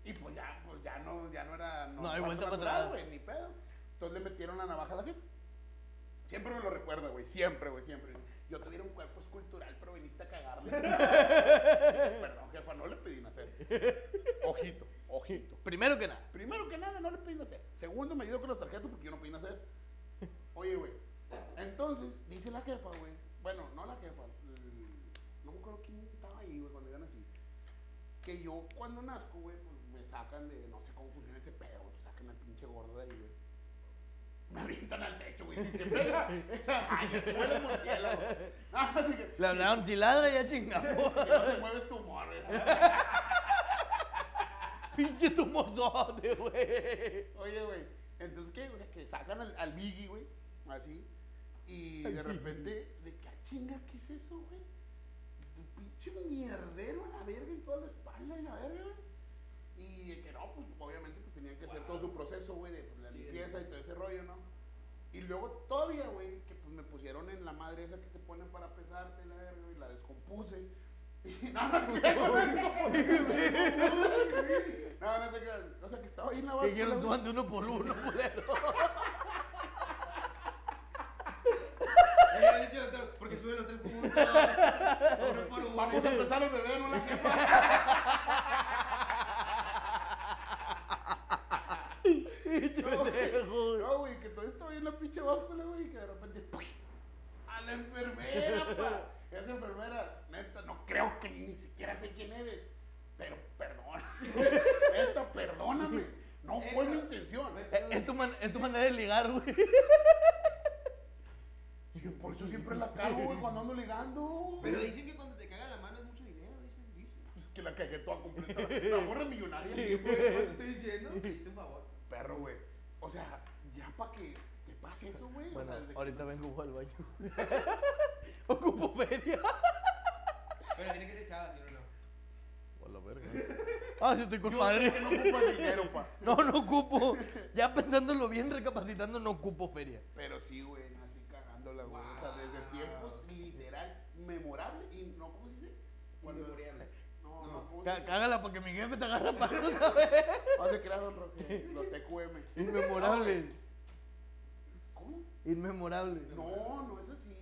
Speaker 1: Y pues ya, pues ya no, ya no era.
Speaker 4: No hay
Speaker 1: parto
Speaker 4: vuelta para
Speaker 1: natural,
Speaker 4: atrás.
Speaker 1: güey, ni pedo. Entonces le metieron la navaja a la jefa. Siempre me lo recuerda, güey. Siempre, güey, siempre. Yo tuviera un cuerpo escultural, pero viniste
Speaker 4: [laughs]
Speaker 1: a cagarle. Perdón, jefa, no le pedí nacer. Ojito, ojito.
Speaker 4: Primero que nada.
Speaker 1: Primero que nada, no le pedí nacer. Segundo, me ayudó con las tarjetas porque yo no pedí nacer. Oye, güey. Entonces, dice la jefa, güey. Bueno, no la jefa. mm, No me acuerdo quién estaba ahí, güey, cuando iban así. Que yo cuando nazco, güey, pues me sacan de. No sé cómo funciona ese pedo, güey. Pues sacan al pinche gordo de ahí, güey. me avientan al techo, güey. Si se pega, [laughs] esa maña se mueve el murciélago. [laughs] Ah, dije,
Speaker 4: Le hablaron, si ladra ya chingamos.
Speaker 1: que no se mueve es tumor, güey.
Speaker 4: Pinche tumorzote, güey.
Speaker 1: Oye, güey, entonces, ¿qué? O sea, que sacan al, al Biggie, güey, así, y de repente, de que, "Ah, chinga, ¿qué es eso, güey? Tu pinche mierdero a la verga y toda la espalda y la verga, güey. Y de que no, pues obviamente pues, tenían que hacer todo su proceso, güey, de pues, la
Speaker 3: Sí, de
Speaker 1: limpieza y todo ese rollo, ¿no? Y luego todavía, güey, que pues me pusieron en la madre esa que te ponen para pesarte, la verga, y la descompuse. Y nada, no, no, no te creas. O sea, que estaba ahí en la
Speaker 4: Que
Speaker 1: base.
Speaker 4: quieren suban de uno por uno, culero.
Speaker 3: Le había dicho al doctor, porque sube los tres por uno. Uno por uno.
Speaker 1: Vamos a empezar el bebé, no
Speaker 4: [laughs]
Speaker 1: la jefa.
Speaker 4: Pinche pendejo, güey.
Speaker 1: No, güey, que todo esto ahí en la pinche báscula, güey, que de repente. ¡puy! ¡A
Speaker 4: [laughs]
Speaker 1: la enfermera, pa! Esa enfermera, neta, no creo que ni siquiera sé quién eres. Pero
Speaker 4: [laughs]
Speaker 1: perdón. neta, perdóname. No fue mi intención.
Speaker 4: Eh, Es tu, man- es tu manera de ligar, güey.
Speaker 1: Dije, Por eso siempre la cago, güey, cuando ando ligando.
Speaker 3: Pero dicen que cuando te caga la mano es mucho dinero, dicen, dicen.
Speaker 1: Pues que la cagué toda completa. La morra millonaria.
Speaker 4: Sí,
Speaker 1: güey.
Speaker 3: ¿Qué te estoy diciendo? Pediste un favor.
Speaker 1: Perro, güey. O sea, ya para que te pase eso, güey. o
Speaker 4: Bueno,
Speaker 1: sea, desde que-
Speaker 4: ahorita vengo al baño. [laughs] Ocupo feria.
Speaker 3: Pero tiene que ser chava, ¿sí o no?
Speaker 4: A la verga. Ah, sí, estoy con
Speaker 1: Yo
Speaker 4: madre.
Speaker 1: sé que no ocupas dinero, pa.
Speaker 4: No, no ocupo. Ya pensándolo bien, recapacitando, no ocupo feria.
Speaker 1: Pero sí, güey, nací cagándola, güey. O sea, desde tiempos literal, memorable y no, ¿cómo se dice? Cuando-
Speaker 3: Inmemoriable.
Speaker 1: No,
Speaker 3: No.
Speaker 1: no, ¿cómo se
Speaker 4: Cá-
Speaker 1: dice?
Speaker 4: Cágala porque mi jefe te agarra para una vez.
Speaker 1: Vas a crear Don Roque, los TQM.
Speaker 4: [laughs] Inmemorable.
Speaker 1: ¿Cómo?
Speaker 4: Ah, Inmemorable. [laughs]
Speaker 1: No, no es así.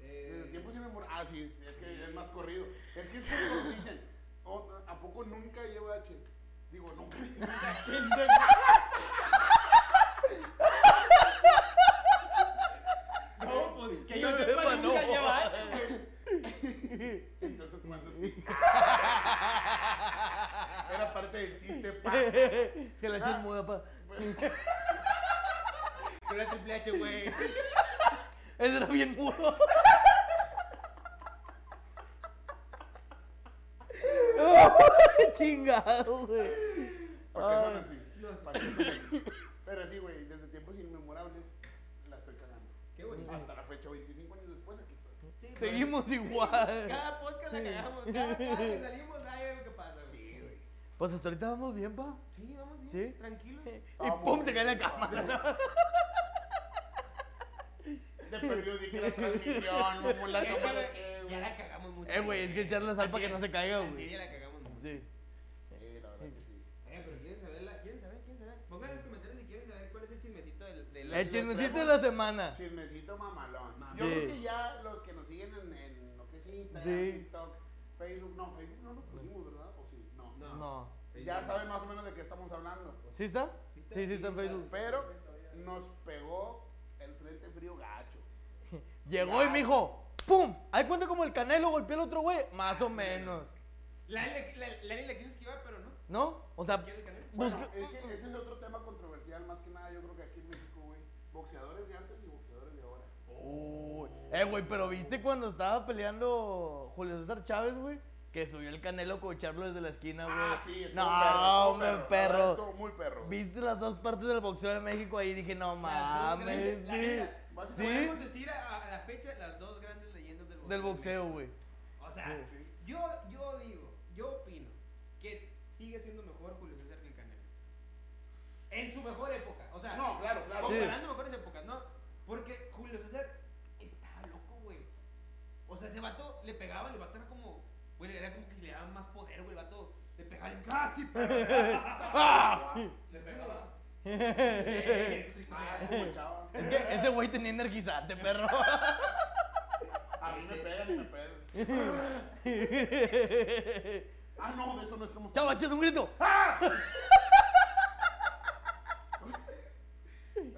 Speaker 1: Desde
Speaker 3: Eh,
Speaker 1: tiempos inmemorables. Ah, sí, es, es que es más corrido. Es que es como dicen, "Oh, ¿a poco nunca lleva H? Digo, nunca. [laughs]
Speaker 3: No, pues que
Speaker 4: No
Speaker 3: yo
Speaker 4: sepa,
Speaker 3: sepa
Speaker 4: no.
Speaker 3: nunca lleva hacha, güey.
Speaker 4: [laughs]
Speaker 1: Entonces, cuando sí. Era parte del chiste,
Speaker 4: [laughs]
Speaker 1: pa. Pues,
Speaker 4: Que la echas muda, pa.
Speaker 3: Con la triple H, güey.
Speaker 4: Ese era bien mudo. [laughs] Chingado, güey.
Speaker 1: ¿Para qué son
Speaker 4: Ay.
Speaker 1: así? ¿Pa' qué son así? Pero sí, güey, desde tiempos inmemorables la estoy cagando.
Speaker 3: Qué bonito.
Speaker 1: Hasta la fecha, 25 años después, aquí estoy.
Speaker 4: Seguimos igual.
Speaker 3: Cada podcast la cagamos. Cada, cada que salimos, nadie ve lo que pasa, güey. Sí, güey.
Speaker 4: Pues hasta ahorita vamos bien, pa.
Speaker 3: Sí, vamos bien.
Speaker 4: Sí.
Speaker 3: Tranquilo.
Speaker 4: Y pum, se cae la cámara.
Speaker 1: [laughs] Te perdió, dije la transmisión, mamón, la
Speaker 3: Es que,
Speaker 1: cámara
Speaker 3: güey,
Speaker 1: que, güey.
Speaker 3: ya la cagamos mucho.
Speaker 4: Eh, güey, es que echar la sal para que no se caiga,
Speaker 3: Antier
Speaker 4: güey.
Speaker 3: Ya la cagamos mucho.
Speaker 4: Sí.
Speaker 1: Sí, la verdad que sí.
Speaker 3: Eh, pero quieren saberla. ¿Quieren saber? ¿Quieren saber? Pongan en los comentarios si quieren saber cuál es el chismecito del. del
Speaker 4: El chismecito de la semana.
Speaker 1: Chismecito mamalón.
Speaker 3: Mamalón.
Speaker 1: Yo creo
Speaker 4: Sí.
Speaker 1: que ya los que nos siguen en, en lo que es Instagram,
Speaker 4: Sí.
Speaker 1: TikTok, Facebook, no, Facebook no lo pusimos, ¿verdad? ¿O sí? No.
Speaker 3: No.
Speaker 4: No.
Speaker 1: Ya saben más o menos de qué estamos hablando. pues.
Speaker 4: ¿Sí está? Sí, sí está en Facebook.
Speaker 1: Pero nos pegó el frente frío gacho.
Speaker 4: Llegó y me dijo, ¡pum! Ahí cuenta como el canelo golpeó al otro güey. Más o menos.
Speaker 3: Lani la, la, Lani la quiso esquivar, pero no.
Speaker 4: ¿No? O sea,
Speaker 3: ¿Quiere el canal?
Speaker 1: Bueno,
Speaker 4: busca-
Speaker 1: es que ese es otro tema controversial, más que nada yo creo que aquí en México, güey. Boxeadores de antes y boxeadores de ahora.
Speaker 4: Uy. Eh, güey, pero viste cuando estaba peleando Julio César Chávez, güey, que subió el canelo con echarlo desde la esquina, güey.
Speaker 1: Ah, sí, estuvo
Speaker 4: No,
Speaker 1: perro,
Speaker 4: hombre,
Speaker 1: estuvo La verdad,
Speaker 4: perro.
Speaker 1: estuvo muy perro.
Speaker 4: Viste las dos partes del boxeo de México ahí dije, no
Speaker 3: Las dos
Speaker 4: mames,
Speaker 3: grandes- la
Speaker 4: sí.
Speaker 3: neta,
Speaker 1: Vas a
Speaker 4: Sí.
Speaker 1: poner-
Speaker 3: Podemos decir a, a la fecha las dos grandes leyendas del boxeo.
Speaker 4: Del boxeo, güey.
Speaker 3: O sea, yo, yo digo, yo opino que sigue siendo mejor Julio César que el Canelo. En su mejor época. O sea,
Speaker 1: No, claro, claro.
Speaker 4: Sí.
Speaker 3: comparando mejores épocas, ¿no? Porque Julio César estaba loco, güey. O sea, ese vato le pegaba, el vato era como, güey, era como que le daban más poder, güey, el vato le pegaba en casi,
Speaker 4: [laughs] ¡Ah!
Speaker 3: Se pegaba.
Speaker 1: Ah, como
Speaker 4: [laughs]
Speaker 1: chava.
Speaker 4: Es que ese güey tenía energizante,
Speaker 1: [laughs]
Speaker 4: perro. [laughs]
Speaker 1: A mí me pegan y me pegan. Ah, no, de eso no estamos.
Speaker 4: Chava, échate un grito.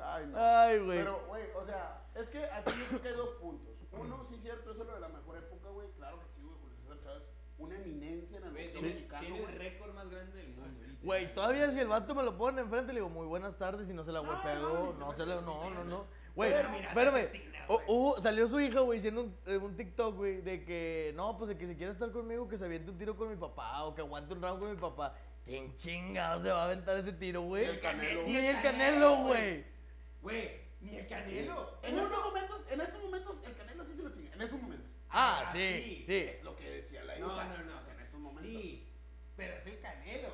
Speaker 1: Ay, no.
Speaker 4: Ay, güey.
Speaker 1: Pero, güey, o sea, es que aquí yo creo que hay dos puntos. Uno, sí, cierto, eso es lo de la mejor época, güey. Claro que sí, güey, Julio César Chávez. Una eminencia en el boxeo
Speaker 3: Tiene
Speaker 1: mexicano,
Speaker 3: tiene el
Speaker 1: güey.
Speaker 3: récord más grande del mundo.
Speaker 4: Güey, todavía si el vato me lo pone enfrente, le digo, muy buenas tardes, y no se la golpeó, no se la, no, no, no. Güey,
Speaker 3: Terminante
Speaker 4: espérame,
Speaker 3: asesina,
Speaker 4: hu-
Speaker 3: güey.
Speaker 4: hubo- salió su hija, güey, haciendo un, eh, un TikTok, güey, de que, no, pues de que si quiere estar conmigo, que se aviente un tiro con mi papá, o que aguante un round con mi papá. ¿Quién chingado se va a aventar ese tiro, güey?
Speaker 1: Ni el Canelo.
Speaker 4: Ni el Canelo, güey.
Speaker 3: Güey, ni el canelo.
Speaker 1: En estos momentos, en estos momentos, el Canelo sí se lo chinga. En estos momentos.
Speaker 4: Ah,
Speaker 3: Ah,
Speaker 4: sí,
Speaker 3: sí.
Speaker 4: sí.
Speaker 1: Es lo que decía la hija.
Speaker 3: No, no, no.
Speaker 1: En estos momentos.
Speaker 3: Sí, pero es el canelo.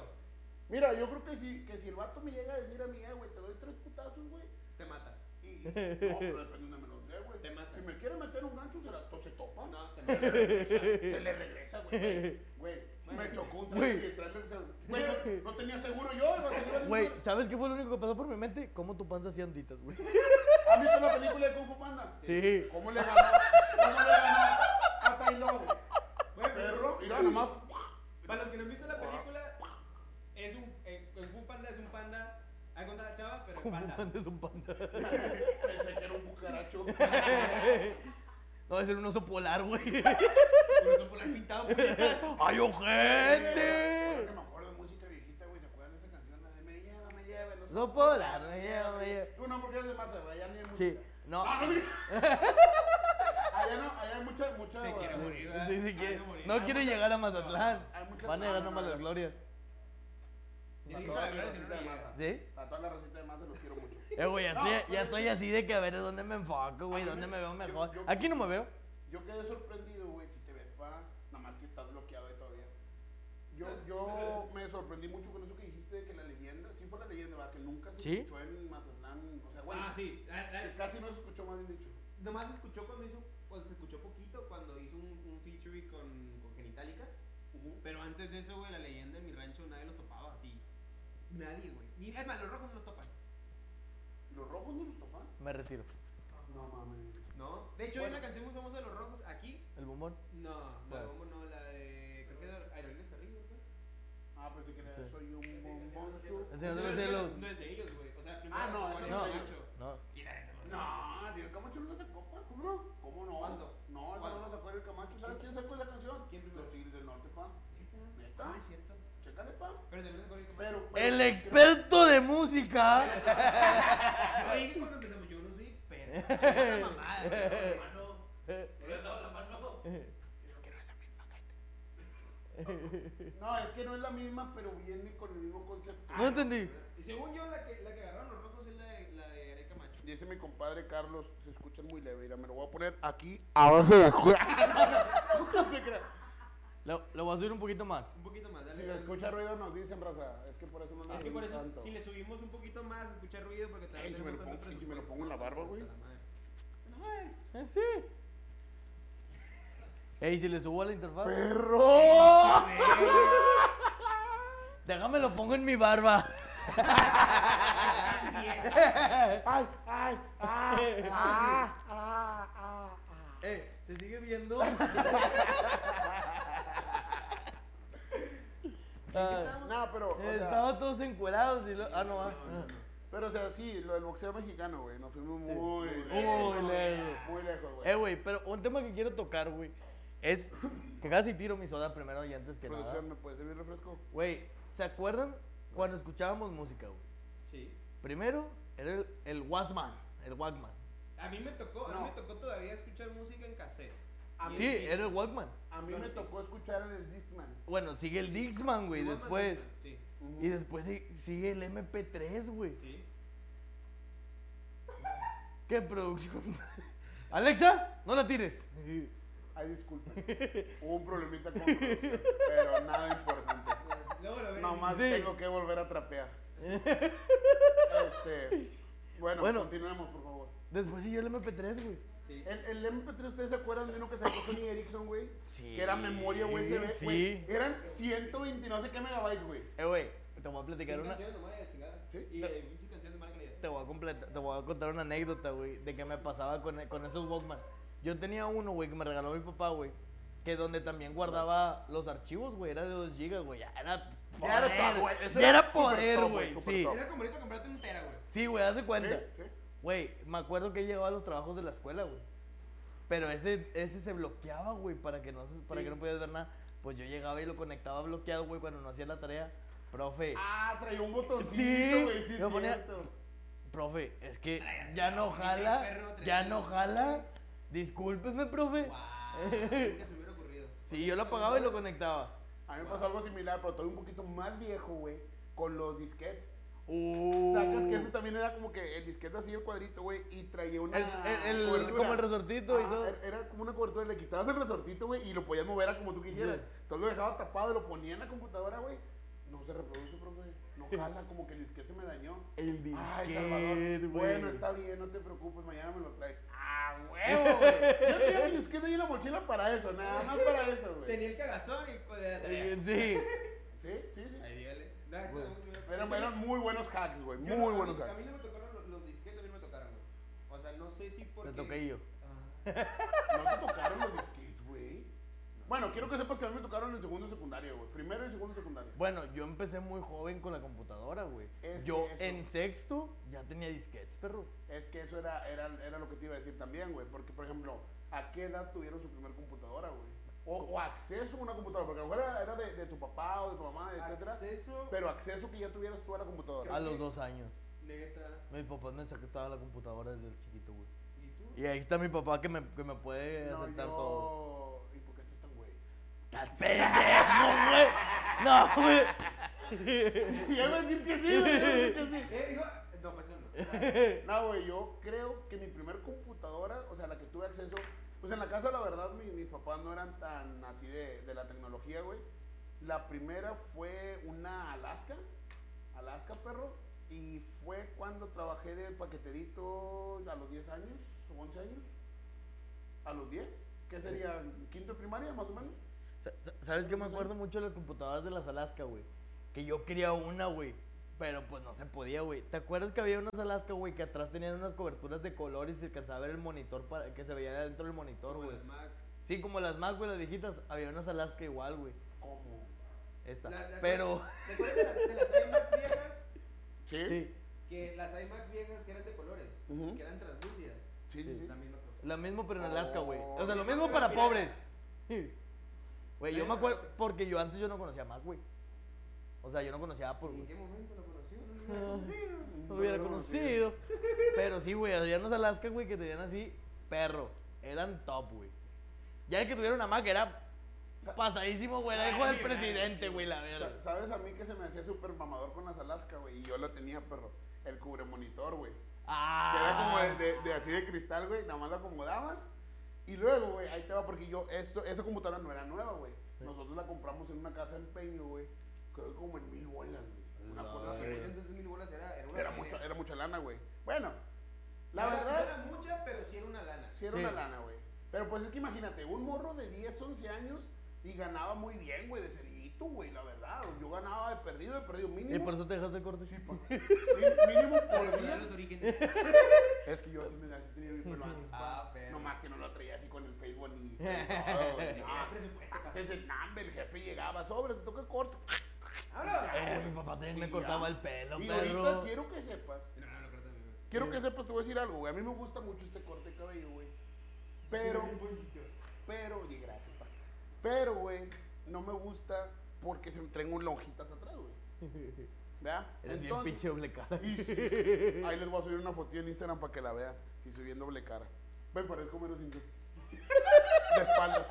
Speaker 1: Mira, yo creo que si, que si el vato me llega a decir a mí, "Eh, güey, te doy tres putazos, güey.
Speaker 3: Te mata.
Speaker 1: Y, no,
Speaker 3: [laughs]
Speaker 1: pero depende de me los dé, güey.
Speaker 3: Te mata.
Speaker 1: Si me quiere meter un gancho, se, la, to- se topa.
Speaker 3: No, te
Speaker 1: Se le
Speaker 3: mata.
Speaker 1: regresa, [laughs] se le regresa, güey. Güey, me chocó un
Speaker 4: Güey.
Speaker 1: trailer y el trailer se... Güey, no, no tenía seguro yo. No tenía
Speaker 4: Güey,
Speaker 1: seguro.
Speaker 4: ¿sabes qué fue lo único que pasó por mi mente? ¿Cómo tu panza hacía onditas, güey?
Speaker 1: ¿Has visto la película de Kung Fu Panda?
Speaker 4: Sí.
Speaker 1: ¿Cómo le ganó? ¿Cómo le ganó a Taylor?
Speaker 3: Güey,
Speaker 1: Perro, mira nomás.
Speaker 3: Para los que no han visto la película, es un. eh, Kung Fu Panda es un panda. Hay contada chava, pero es panda.
Speaker 4: Panda es [laughs] un panda.
Speaker 1: Pensé que era
Speaker 3: [laughs]
Speaker 1: un cucaracho.
Speaker 4: No, va a ser un oso polar, [laughs] güey.
Speaker 3: Por eso por la pintado, puñeta.
Speaker 4: ¡Ay,
Speaker 1: Ahora que
Speaker 4: ojete!
Speaker 1: me acuerdo de música viejita, güey, ¿se acuerdan de esa canción? La de me lleva, me lleva. los-
Speaker 4: No puedo hablar, me lleva, me lleva.
Speaker 1: Tú no, porque eres de masa, güey, allá ni hay música.
Speaker 4: Sí, no.
Speaker 1: Ah, no, mira.
Speaker 4: [laughs]
Speaker 1: allá no, allá hay mucha, mucha.
Speaker 3: Se quiere
Speaker 1: güey.
Speaker 3: morir, ¿verdad?
Speaker 4: Sí, sí
Speaker 3: Ah,
Speaker 4: que-
Speaker 3: no morir.
Speaker 4: no quiero llegar a Mazatlán.
Speaker 1: Hay muchas-
Speaker 4: Van a llegar
Speaker 1: no, no,
Speaker 4: nomás
Speaker 1: no.
Speaker 4: las glorias.
Speaker 1: [laughs] A
Speaker 3: Tiene que
Speaker 1: toda la
Speaker 3: hablar, si no, Ah,
Speaker 1: racita de
Speaker 3: no
Speaker 1: masa.
Speaker 4: ¿Sí?
Speaker 1: A toda la receta de masa los quiero mucho.
Speaker 4: Eh, güey, ya,
Speaker 1: No,
Speaker 4: estoy,
Speaker 1: pero
Speaker 4: ya
Speaker 1: es
Speaker 4: estoy
Speaker 1: que-
Speaker 4: así de que a ver dónde me enfoco, güey,
Speaker 1: A mí
Speaker 4: dónde
Speaker 1: me-
Speaker 4: me veo
Speaker 1: yo-
Speaker 4: mejor.
Speaker 1: yo-
Speaker 4: Aquí no me veo.
Speaker 1: Yo quedé sorprendido, güey, si te ves pa, nada más que estás bloqueado ahí todavía. Yo, yo me sorprendí mucho con eso que dijiste de que la leyenda, sí fue la leyenda, ¿verdad? Que nunca se
Speaker 4: ¿Sí?
Speaker 1: escuchó en Mazatlán, o sea, bueno,
Speaker 3: Ah, sí. ah, ah,
Speaker 1: que casi no se escuchó más bien dicho.
Speaker 3: Nomás se escuchó cuando hizo, cuando se escuchó poquito cuando hizo un, un featuring con, con Genitalica.
Speaker 1: Ujú.
Speaker 3: Pero antes de eso, güey, la leyenda de mi rancho nadie los topaba así. Nadie, güey. Ni, es más, los rojos no los topan.
Speaker 1: Los rojos no los topan.
Speaker 4: Me retiro.
Speaker 1: No mames.
Speaker 3: No. De hecho,
Speaker 1: Bueno.
Speaker 3: hay una canción muy famosa de los rojos aquí.
Speaker 4: El bombón.
Speaker 3: No,
Speaker 4: ¿Cuál?
Speaker 3: no, ¿cómo no? La de. Creo que es de Aerolíneas Carrillo, güey.
Speaker 1: Ah, pensé que era
Speaker 4: Sí.
Speaker 1: soy un bombón.
Speaker 4: El señor
Speaker 1: su-
Speaker 4: de
Speaker 3: Pero
Speaker 4: los
Speaker 3: es que
Speaker 4: cielos.
Speaker 3: No es de ellos, güey. O sea, primero.
Speaker 1: Ah, no,
Speaker 3: fue
Speaker 1: eso
Speaker 3: el
Speaker 4: no.
Speaker 3: rancho.
Speaker 4: No.
Speaker 3: Y la neta, no.
Speaker 1: No, ni el Camacho no la sacó, pa, ¿cómo no? ¿Cómo no?
Speaker 3: ¿Cuándo?
Speaker 1: No, esa no
Speaker 3: ¿Cuándo?
Speaker 1: la sacó el Camacho. ¿Sabes quién sacó esa canción?
Speaker 3: ¿Quién primero?
Speaker 1: Los Tigres del Norte, pa. ¿Neta?
Speaker 3: Ah, es cierto.
Speaker 1: Chécale, pa.
Speaker 3: Pero también se corrió
Speaker 1: [laughs] Pero, pero-
Speaker 4: El experto de música.
Speaker 1: Ah,
Speaker 3: Yo dije cuando empezamos, yo no soy experto. Ah, Es una mamada,
Speaker 1: [laughs]
Speaker 3: güey.
Speaker 1: No, es que no es la misma, pero viene con el mismo concepto.
Speaker 4: No entendí.
Speaker 3: Y según yo, la que, la que agarraron los rojos es la de, la de Areca Macho.
Speaker 1: Dice mi compadre Carlos, se escuchan muy leve. Mira, me lo voy a poner aquí. No se crea.
Speaker 4: Lo, lo voy a subir un poquito más.
Speaker 3: Un poquito más,
Speaker 1: Si
Speaker 3: dale.
Speaker 1: se escucha ruido, nos dicen, raza. Es que por eso no nos
Speaker 3: Es que por
Speaker 1: subimos
Speaker 3: eso,
Speaker 1: tanto.
Speaker 3: si le subimos un poquito más, escucha ruido porque
Speaker 1: Ey, si me lo pongo- y si me lo pongo en la barba, güey. [laughs]
Speaker 4: Eh, sí. Ey, si le subo a la interfaz.
Speaker 1: ¡Perro!
Speaker 4: Déjame lo pongo en mi barba.
Speaker 1: [laughs] ¡Ay, ay, ay! ¡Ah, ah, ah! ah.
Speaker 4: Eh, ¿se sigue viendo? Ah,
Speaker 1: No, pero, o sea,
Speaker 4: Estaban todos encuerados y lo... Ah, no, ah.
Speaker 1: pero, o sea, sí, lo del boxeo mexicano, güey. Nos fuimos muy,
Speaker 4: Muy lejos.
Speaker 1: muy lejos, güey.
Speaker 4: Eh, güey, pero un tema que quiero tocar, güey, es que casi tiro mi soda primero y antes que nada.
Speaker 1: Producción, ¿me puede servir refresco?
Speaker 4: Güey, ¿se acuerdan cuando escuchábamos música, güey?
Speaker 3: Sí.
Speaker 4: Primero era el, el Walkman, el Walkman.
Speaker 3: A mí me tocó, a
Speaker 1: No.
Speaker 3: mí me tocó todavía escuchar música en cassette.
Speaker 1: A mí-
Speaker 4: Sí, era el Walkman.
Speaker 1: A mí me tocó escuchar en el Discman.
Speaker 4: Bueno, sigue el Dixman, güey,
Speaker 1: Pues,
Speaker 4: después.
Speaker 3: Sí,
Speaker 4: Y después si- sigue el MP3, güey.
Speaker 3: sí.
Speaker 4: ¿Qué producción? [laughs] Alexa, no la tires.
Speaker 1: Ay, disculpen.
Speaker 4: [laughs]
Speaker 1: Hubo un problemita con producción, pero nada importante.
Speaker 3: Luego lo ven.
Speaker 1: Nomás
Speaker 4: Sí.
Speaker 1: tengo que volver a trapear. Este, bueno,
Speaker 4: Bueno.
Speaker 1: continuemos, por favor.
Speaker 4: Después siguió el MP3, güey.
Speaker 3: Sí.
Speaker 1: El, el MP3, ¿ustedes se acuerdan de uno que sacó Sony Ericsson, güey?
Speaker 4: Sí.
Speaker 1: Que era memoria USB,
Speaker 4: Sí.
Speaker 1: güey. Eran 120, no sé qué megabytes, güey.
Speaker 4: Eh, güey, te voy a platicar
Speaker 3: Cinco
Speaker 4: una...
Speaker 3: canciones nomás de chingada.
Speaker 1: Sí.
Speaker 3: Y eh, pinche canción de mala calidad.
Speaker 4: Te voy, a completa- te voy a contar una anécdota, güey, de que me pasaba con, con esos Walkman. Yo tenía uno, güey, que me regaló mi papá, güey, que donde también guardaba los archivos, güey, era de 2 gigas, güey, ya era
Speaker 1: Ya era
Speaker 4: poder,
Speaker 1: top, güey, eso
Speaker 4: ya
Speaker 1: era
Speaker 4: era
Speaker 1: super
Speaker 4: poder,
Speaker 1: top, güey,
Speaker 4: güey,
Speaker 1: super
Speaker 4: sí,
Speaker 1: top.
Speaker 3: Era como ahorita comprarte un tera, güey.
Speaker 4: sí, güey, haz de cuenta.
Speaker 1: Sí, sí.
Speaker 4: Güey, me acuerdo que llegaba a los trabajos de la escuela, güey, pero ese, ese se bloqueaba, güey, para que no, se- para que no podías ver nada, pues yo llegaba y lo conectaba bloqueado, güey, cuando no hacía la tarea. Profe,
Speaker 1: Ah, traía un botoncito,
Speaker 4: Sí,
Speaker 1: güey. Sí,
Speaker 4: lo
Speaker 1: sí.
Speaker 4: ponía- profe, es que
Speaker 3: Traías
Speaker 4: ya
Speaker 3: una
Speaker 4: no
Speaker 3: bolsita de
Speaker 4: jala,
Speaker 3: perro,
Speaker 4: ya
Speaker 3: traías
Speaker 4: no
Speaker 3: una-
Speaker 4: jala. Discúlpeme, profe.
Speaker 1: [laughs]
Speaker 3: Guau, nunca se me hubiera ocurrido.
Speaker 4: Sí, yo lo apagaba y lo conectaba.
Speaker 1: A mí me pasó algo similar, pero todavía un poquito más viejo, güey, con los disquetes.
Speaker 4: Uh.
Speaker 1: Sacas que eso también era como que el disquete así, el cuadrito, güey, y traía una. Ah,
Speaker 4: El- el- el-
Speaker 1: cobertura.
Speaker 4: como el resortito y
Speaker 1: Ajá,
Speaker 4: todo.
Speaker 1: era- Era como una cobertura, le quitabas el resortito, güey, y lo podías mover a como tú quisieras.
Speaker 4: Sí.
Speaker 1: Entonces lo dejaba tapado, lo ponía en la computadora, güey. No se reproduce, profe. No jala, como que el disquete se me dañó.
Speaker 4: El
Speaker 1: Ay, Salvador.
Speaker 4: disquete,
Speaker 1: Bueno,
Speaker 4: güey.
Speaker 1: está bien, no te preocupes, mañana me lo traes. ¡Ah, huevo, güey! [laughs] Yo tenía mi disquete ahí en la mochila para eso, nada más para eso, güey.
Speaker 3: Tenía el cagazón y con la tarea.
Speaker 4: Eh, Sí.
Speaker 1: Sí, sí, sí.
Speaker 3: Ahí dígale. No, esto
Speaker 1: Bueno.
Speaker 3: no se me hubiera
Speaker 1: Eran,
Speaker 3: ocurrido.
Speaker 1: eran muy buenos hacks, güey.
Speaker 3: Yo
Speaker 1: Muy
Speaker 3: no- a mí-
Speaker 1: buenos
Speaker 3: A
Speaker 1: hacks.
Speaker 3: mí no me tocaron los, los disquetes, a mí no me tocaron, güey. O sea, no sé si [laughs] por
Speaker 4: Te toqué yo.
Speaker 1: No te tocaron los disquetes, güey. Bueno, quiero que sepas que a mí me tocaron en segundo secundario, güey. Primero y segundo secundario.
Speaker 4: Bueno, yo empecé muy joven con la computadora, güey.
Speaker 1: Es que
Speaker 4: Yo
Speaker 1: eso-
Speaker 4: en sexto ya tenía disquetes, perro.
Speaker 1: Es que eso era, era, era lo que te iba a decir también, güey. Porque, por ejemplo, ¿a qué edad tuvieron su primer computadora, güey? O, o acceso a una computadora, porque a lo mejor era, era de, de tu papá o de tu mamá, etcétera.
Speaker 3: Acceso,
Speaker 1: Pero acceso que ya tuvieras tú a la
Speaker 4: A
Speaker 1: computadora.
Speaker 4: los dos años.
Speaker 3: neta.
Speaker 4: Mi papá me sacaba la computadora desde chiquito, güey.
Speaker 3: ¿Y tú?
Speaker 4: Y ahí está mi papá que me, que me puede
Speaker 1: No,
Speaker 4: aceptar
Speaker 1: yo- [laughs]
Speaker 4: todo.
Speaker 1: ¿Y por qué estás tan [laughs] güey?
Speaker 4: ¡Estás pendejo, güey! No,
Speaker 1: Y él va a decir que sí, güey. él va a decir que sí.
Speaker 3: Eh, digo, no, pues
Speaker 1: [laughs]
Speaker 3: eso no.
Speaker 1: No, güey, yo creo que mi primer computadora, o sea, la que tuve acceso, pues en la casa, la verdad, mi- mis papás no eran tan así de, de la tecnología, güey. La primera fue una Alaska, Alaska, perro, y fue cuando trabajé de paqueterito a los 10 años, o 11 años, a los 10, que sería quinto de primaria, más o menos.
Speaker 4: Sa- sa- ¿Sabes qué me acuerdo mucho de las computadoras de las Alaska, güey? Que yo quería una, güey. Pero pues no se podía, güey. ¿Te acuerdas que había unas Alaska, güey, que atrás tenían unas coberturas de color y se alcanzaba a ver el monitor para que se veía adentro del monitor,
Speaker 3: Como
Speaker 4: güey?
Speaker 3: las pues, Mac.
Speaker 4: Sí, como las Mac, güey, las viejitas. Había unas Alaska igual, güey.
Speaker 1: ¿Cómo?
Speaker 4: Esta.
Speaker 3: La- la-
Speaker 4: pero.
Speaker 3: ¿Te acuerdas de las, de las iMacs viejas?
Speaker 1: ¿Sí? Sí,
Speaker 4: [laughs] Sí.
Speaker 3: Que las iMacs viejas que eran de colores,
Speaker 1: Ujú.
Speaker 3: que eran translúcidas.
Speaker 1: sí, sí.
Speaker 3: También lo toqué.
Speaker 4: Lo mismo, pero en Alaska, güey. O sea,
Speaker 1: Oh.
Speaker 4: lo mismo para pobres. Sí. Güey, yo me acuerdo. Porque yo antes yo no conocía Mac, güey. O sea, yo no conocía Apple,
Speaker 3: ¿En
Speaker 4: güey.
Speaker 3: qué momento lo conoció? No, no,
Speaker 1: Ah.
Speaker 3: no, sí,
Speaker 4: No hubiera
Speaker 1: No, no, sí.
Speaker 4: conocido. [laughs] Pero sí, güey, había unos Alaska, güey, que tenían así, perro. Eran top, güey. Ya el que tuvieron una Mac era pasadísimo, güey. Era hijo del presidente, güey, la
Speaker 1: Sa-
Speaker 4: verdad.
Speaker 1: ¿Sabes a mí que se me hacía súper mamador con las Alaska, güey? Y yo la tenía, perro. El cubre monitor, güey. Que era como
Speaker 4: Ah.
Speaker 1: de, de- de así de cristal, güey. Nada más lo acomodabas. Y luego, güey, ahí te va, porque yo, esto, esa computadora no era nueva, güey. Nosotros la compramos en una casa de empeño, güey. Creo que como en mil bolas, güey. Una
Speaker 4: La
Speaker 1: cosa así,
Speaker 4: verga.
Speaker 1: güey.
Speaker 3: Entonces mil bolas era, era una
Speaker 1: Era,
Speaker 3: lana.
Speaker 1: mucho, era mucha eh. lana, güey. Bueno, la
Speaker 3: No era-
Speaker 1: verdad.
Speaker 3: No era mucha, pero sí era una lana.
Speaker 1: Sí, era
Speaker 4: Sí.
Speaker 1: una lana, güey. Pero pues es que imagínate, un morro de 10, 11 años y ganaba muy bien, güey, de cerillito, güey, la verdad. Yo ganaba de perdido, de perdido mínimo.
Speaker 4: ¿Y
Speaker 1: [laughs]
Speaker 4: por eso te dejaste el corte?
Speaker 1: Sí, por- mi- mínimo por
Speaker 3: Pero
Speaker 1: día.
Speaker 3: eran los
Speaker 1: [laughs]
Speaker 3: orígenes.
Speaker 1: Es que yo así me así tenía mi pelo antes.
Speaker 3: Ah,
Speaker 1: pa.
Speaker 3: perro.
Speaker 1: no más que no lo traía así con el
Speaker 3: [laughs]
Speaker 1: face bonito. y todo, güey,
Speaker 3: Ah,
Speaker 1: no.
Speaker 3: presupuesto, cabrón.
Speaker 1: Antes el nombre, el jefe llegaba sobre, te toca corto.
Speaker 3: ¡Habla!
Speaker 1: Ah,
Speaker 4: Eh, mi papá también me
Speaker 1: Y
Speaker 4: cortaba
Speaker 1: ya.
Speaker 4: el pelo,
Speaker 1: Y ahorita
Speaker 4: perro.
Speaker 1: quiero que sepas
Speaker 3: No, no, no, córtame, güey.
Speaker 1: Quiero que sepas, te voy a decir algo, güey. A mí me gusta mucho este corte de cabello, güey. Pero, pero, y gracias, pa. Pero, güey, no me gusta porque se me traen un lonjitas atrás,
Speaker 4: [laughs]
Speaker 1: güey. ¿Verdad?
Speaker 4: Eres bien pinche doble cara.
Speaker 1: y
Speaker 4: [laughs]
Speaker 1: sí, ahí les voy a subir una fotito en Instagram para que la vean. Si soy bien doble cara. Me parezco menos indio.
Speaker 4: [laughs]
Speaker 1: De espaldas.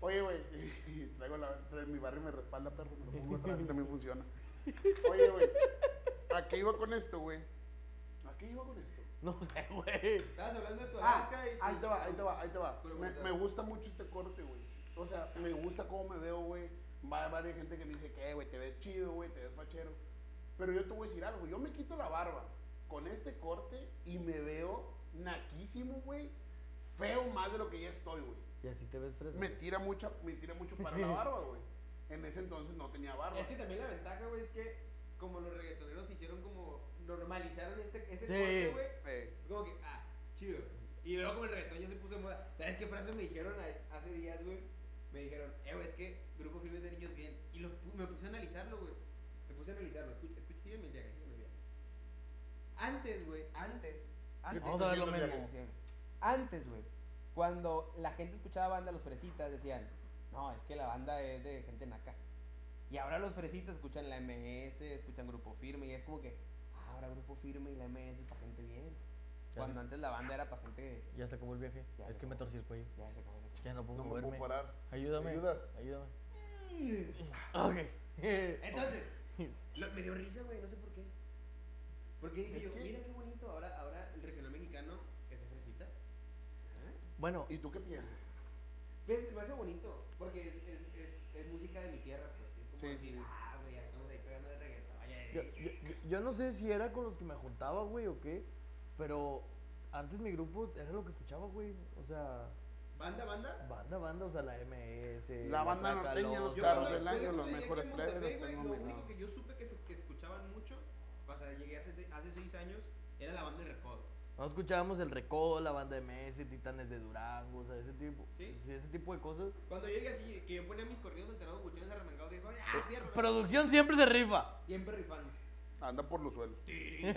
Speaker 1: Oye, güey, [laughs] traigo la, tra- mi barrio me respalda, perro, me lo pongo atrás
Speaker 4: [laughs]
Speaker 1: y también funciona. Oye, güey, ¿a qué iba con esto, güey? ¿A qué iba con esto?
Speaker 4: No sé, güey.
Speaker 3: Estabas hablando de tu
Speaker 1: Ah,
Speaker 3: Alaska y tu-
Speaker 1: ahí te va, ahí te va, ahí te va.
Speaker 3: Pero
Speaker 1: Me,
Speaker 3: bueno,
Speaker 1: me gusta mucho este corte, güey. O sea, me gusta cómo me veo, güey. Va va a haber gente que me dice que, güey, te ves chido, güey, te ves fachero. Pero yo te voy a decir algo. Yo me quito la barba con este corte y me veo naquísimo, güey. Feo más de lo que ya estoy, güey.
Speaker 4: Y así te ves tres.
Speaker 1: Me tira, mucha, me tira mucho para
Speaker 3: [laughs]
Speaker 1: la barba, güey. En ese entonces no tenía barba.
Speaker 3: Es que también la ventaja, güey, es que como los reggaetoneros hicieron como normalizaron este, ese
Speaker 4: Sí.
Speaker 3: corte, güey,
Speaker 1: Eh,
Speaker 3: como que, ah, chido. Y luego como el reggaetón ya se puso de moda. ¿Sabes qué frase me dijeron a- hace días, güey? Me dijeron, eh, güey, es que grupo firme es de niños bien. Y lo pu- me puse a analizarlo, güey. Me puse a analizarlo. Escucha, escucha, sígueme el viaje, sígueme el viaje. Antes, güey, antes. antes
Speaker 4: Vamos a ver lo
Speaker 1: Estoy haciendo
Speaker 4: mismo.
Speaker 3: antes, güey, cuando la gente escuchaba banda Los Fresitas, decían, no, es que la banda es de gente naca. Y ahora los fresitas escuchan la MS, escuchan Grupo Firme y es como que, ah, ahora Grupo Firme y la MS para gente bien.
Speaker 4: Ya
Speaker 3: Cuando
Speaker 4: sé.
Speaker 3: antes la banda era para gente.
Speaker 4: Ya se acabó el viaje.
Speaker 3: Ya
Speaker 4: es
Speaker 3: se
Speaker 4: que me
Speaker 3: acabó.
Speaker 4: torcí el cuello.
Speaker 3: Ya se acabó.
Speaker 4: Ya no puedo
Speaker 1: No me puedo
Speaker 4: moverme.
Speaker 1: parar.
Speaker 4: Ayúdame.
Speaker 1: ¿Me ayudas?
Speaker 4: Ayúdame.
Speaker 1: [laughs]
Speaker 3: Entonces, lo- me dio risa, güey, no sé por qué. Porque dije
Speaker 1: Es
Speaker 3: yo,
Speaker 1: que-
Speaker 3: mira qué bonito, ahora, ahora el regional mexicano es de fresita. Ah.
Speaker 1: ¿Eh?
Speaker 4: Bueno,
Speaker 1: ¿Y tú qué piensas?
Speaker 3: Pues, me hace bonito, porque es, es- es- es música de mi tierra, pues. Es como
Speaker 1: Sí,
Speaker 3: decir,
Speaker 1: sí.
Speaker 3: ah, güey, ya estamos ahí pegando de reggaetón. Vaya,
Speaker 4: yo,
Speaker 3: eh".
Speaker 4: yo- yo- yo no sé si era con los que me juntaba, güey, o qué. Pero antes mi grupo era lo que escuchaba, güey. O sea,
Speaker 3: ¿Banda, banda?
Speaker 4: banda, banda, o sea, la MS.
Speaker 1: La banda norteña, los
Speaker 4: Tracalosa,
Speaker 3: Yo
Speaker 1: carros
Speaker 3: cuando-
Speaker 1: del
Speaker 3: yo
Speaker 1: año,
Speaker 3: cuando
Speaker 1: los
Speaker 3: llegué
Speaker 1: mejores
Speaker 3: a
Speaker 1: players,
Speaker 3: Monterrey,
Speaker 1: los
Speaker 3: güey,
Speaker 1: tengo
Speaker 3: Lo
Speaker 1: nominados.
Speaker 3: único que yo supe que, se- que escuchaban mucho, o sea, llegué hace, se- hace seis años, era la banda de recodo.
Speaker 4: No escuchábamos el Recodo, la banda MS, Titanes de Durango, o sea, ese tipo.
Speaker 3: ¿Sí?
Speaker 4: ese tipo de cosas.
Speaker 3: Cuando llegué así, que yo ponía mis corridos alternados, buchones arremangados, dije, ah, fierro.
Speaker 4: Producción siempre se rifa.
Speaker 3: Siempre rifándose.
Speaker 1: Anda por los suelos.
Speaker 3: Tin,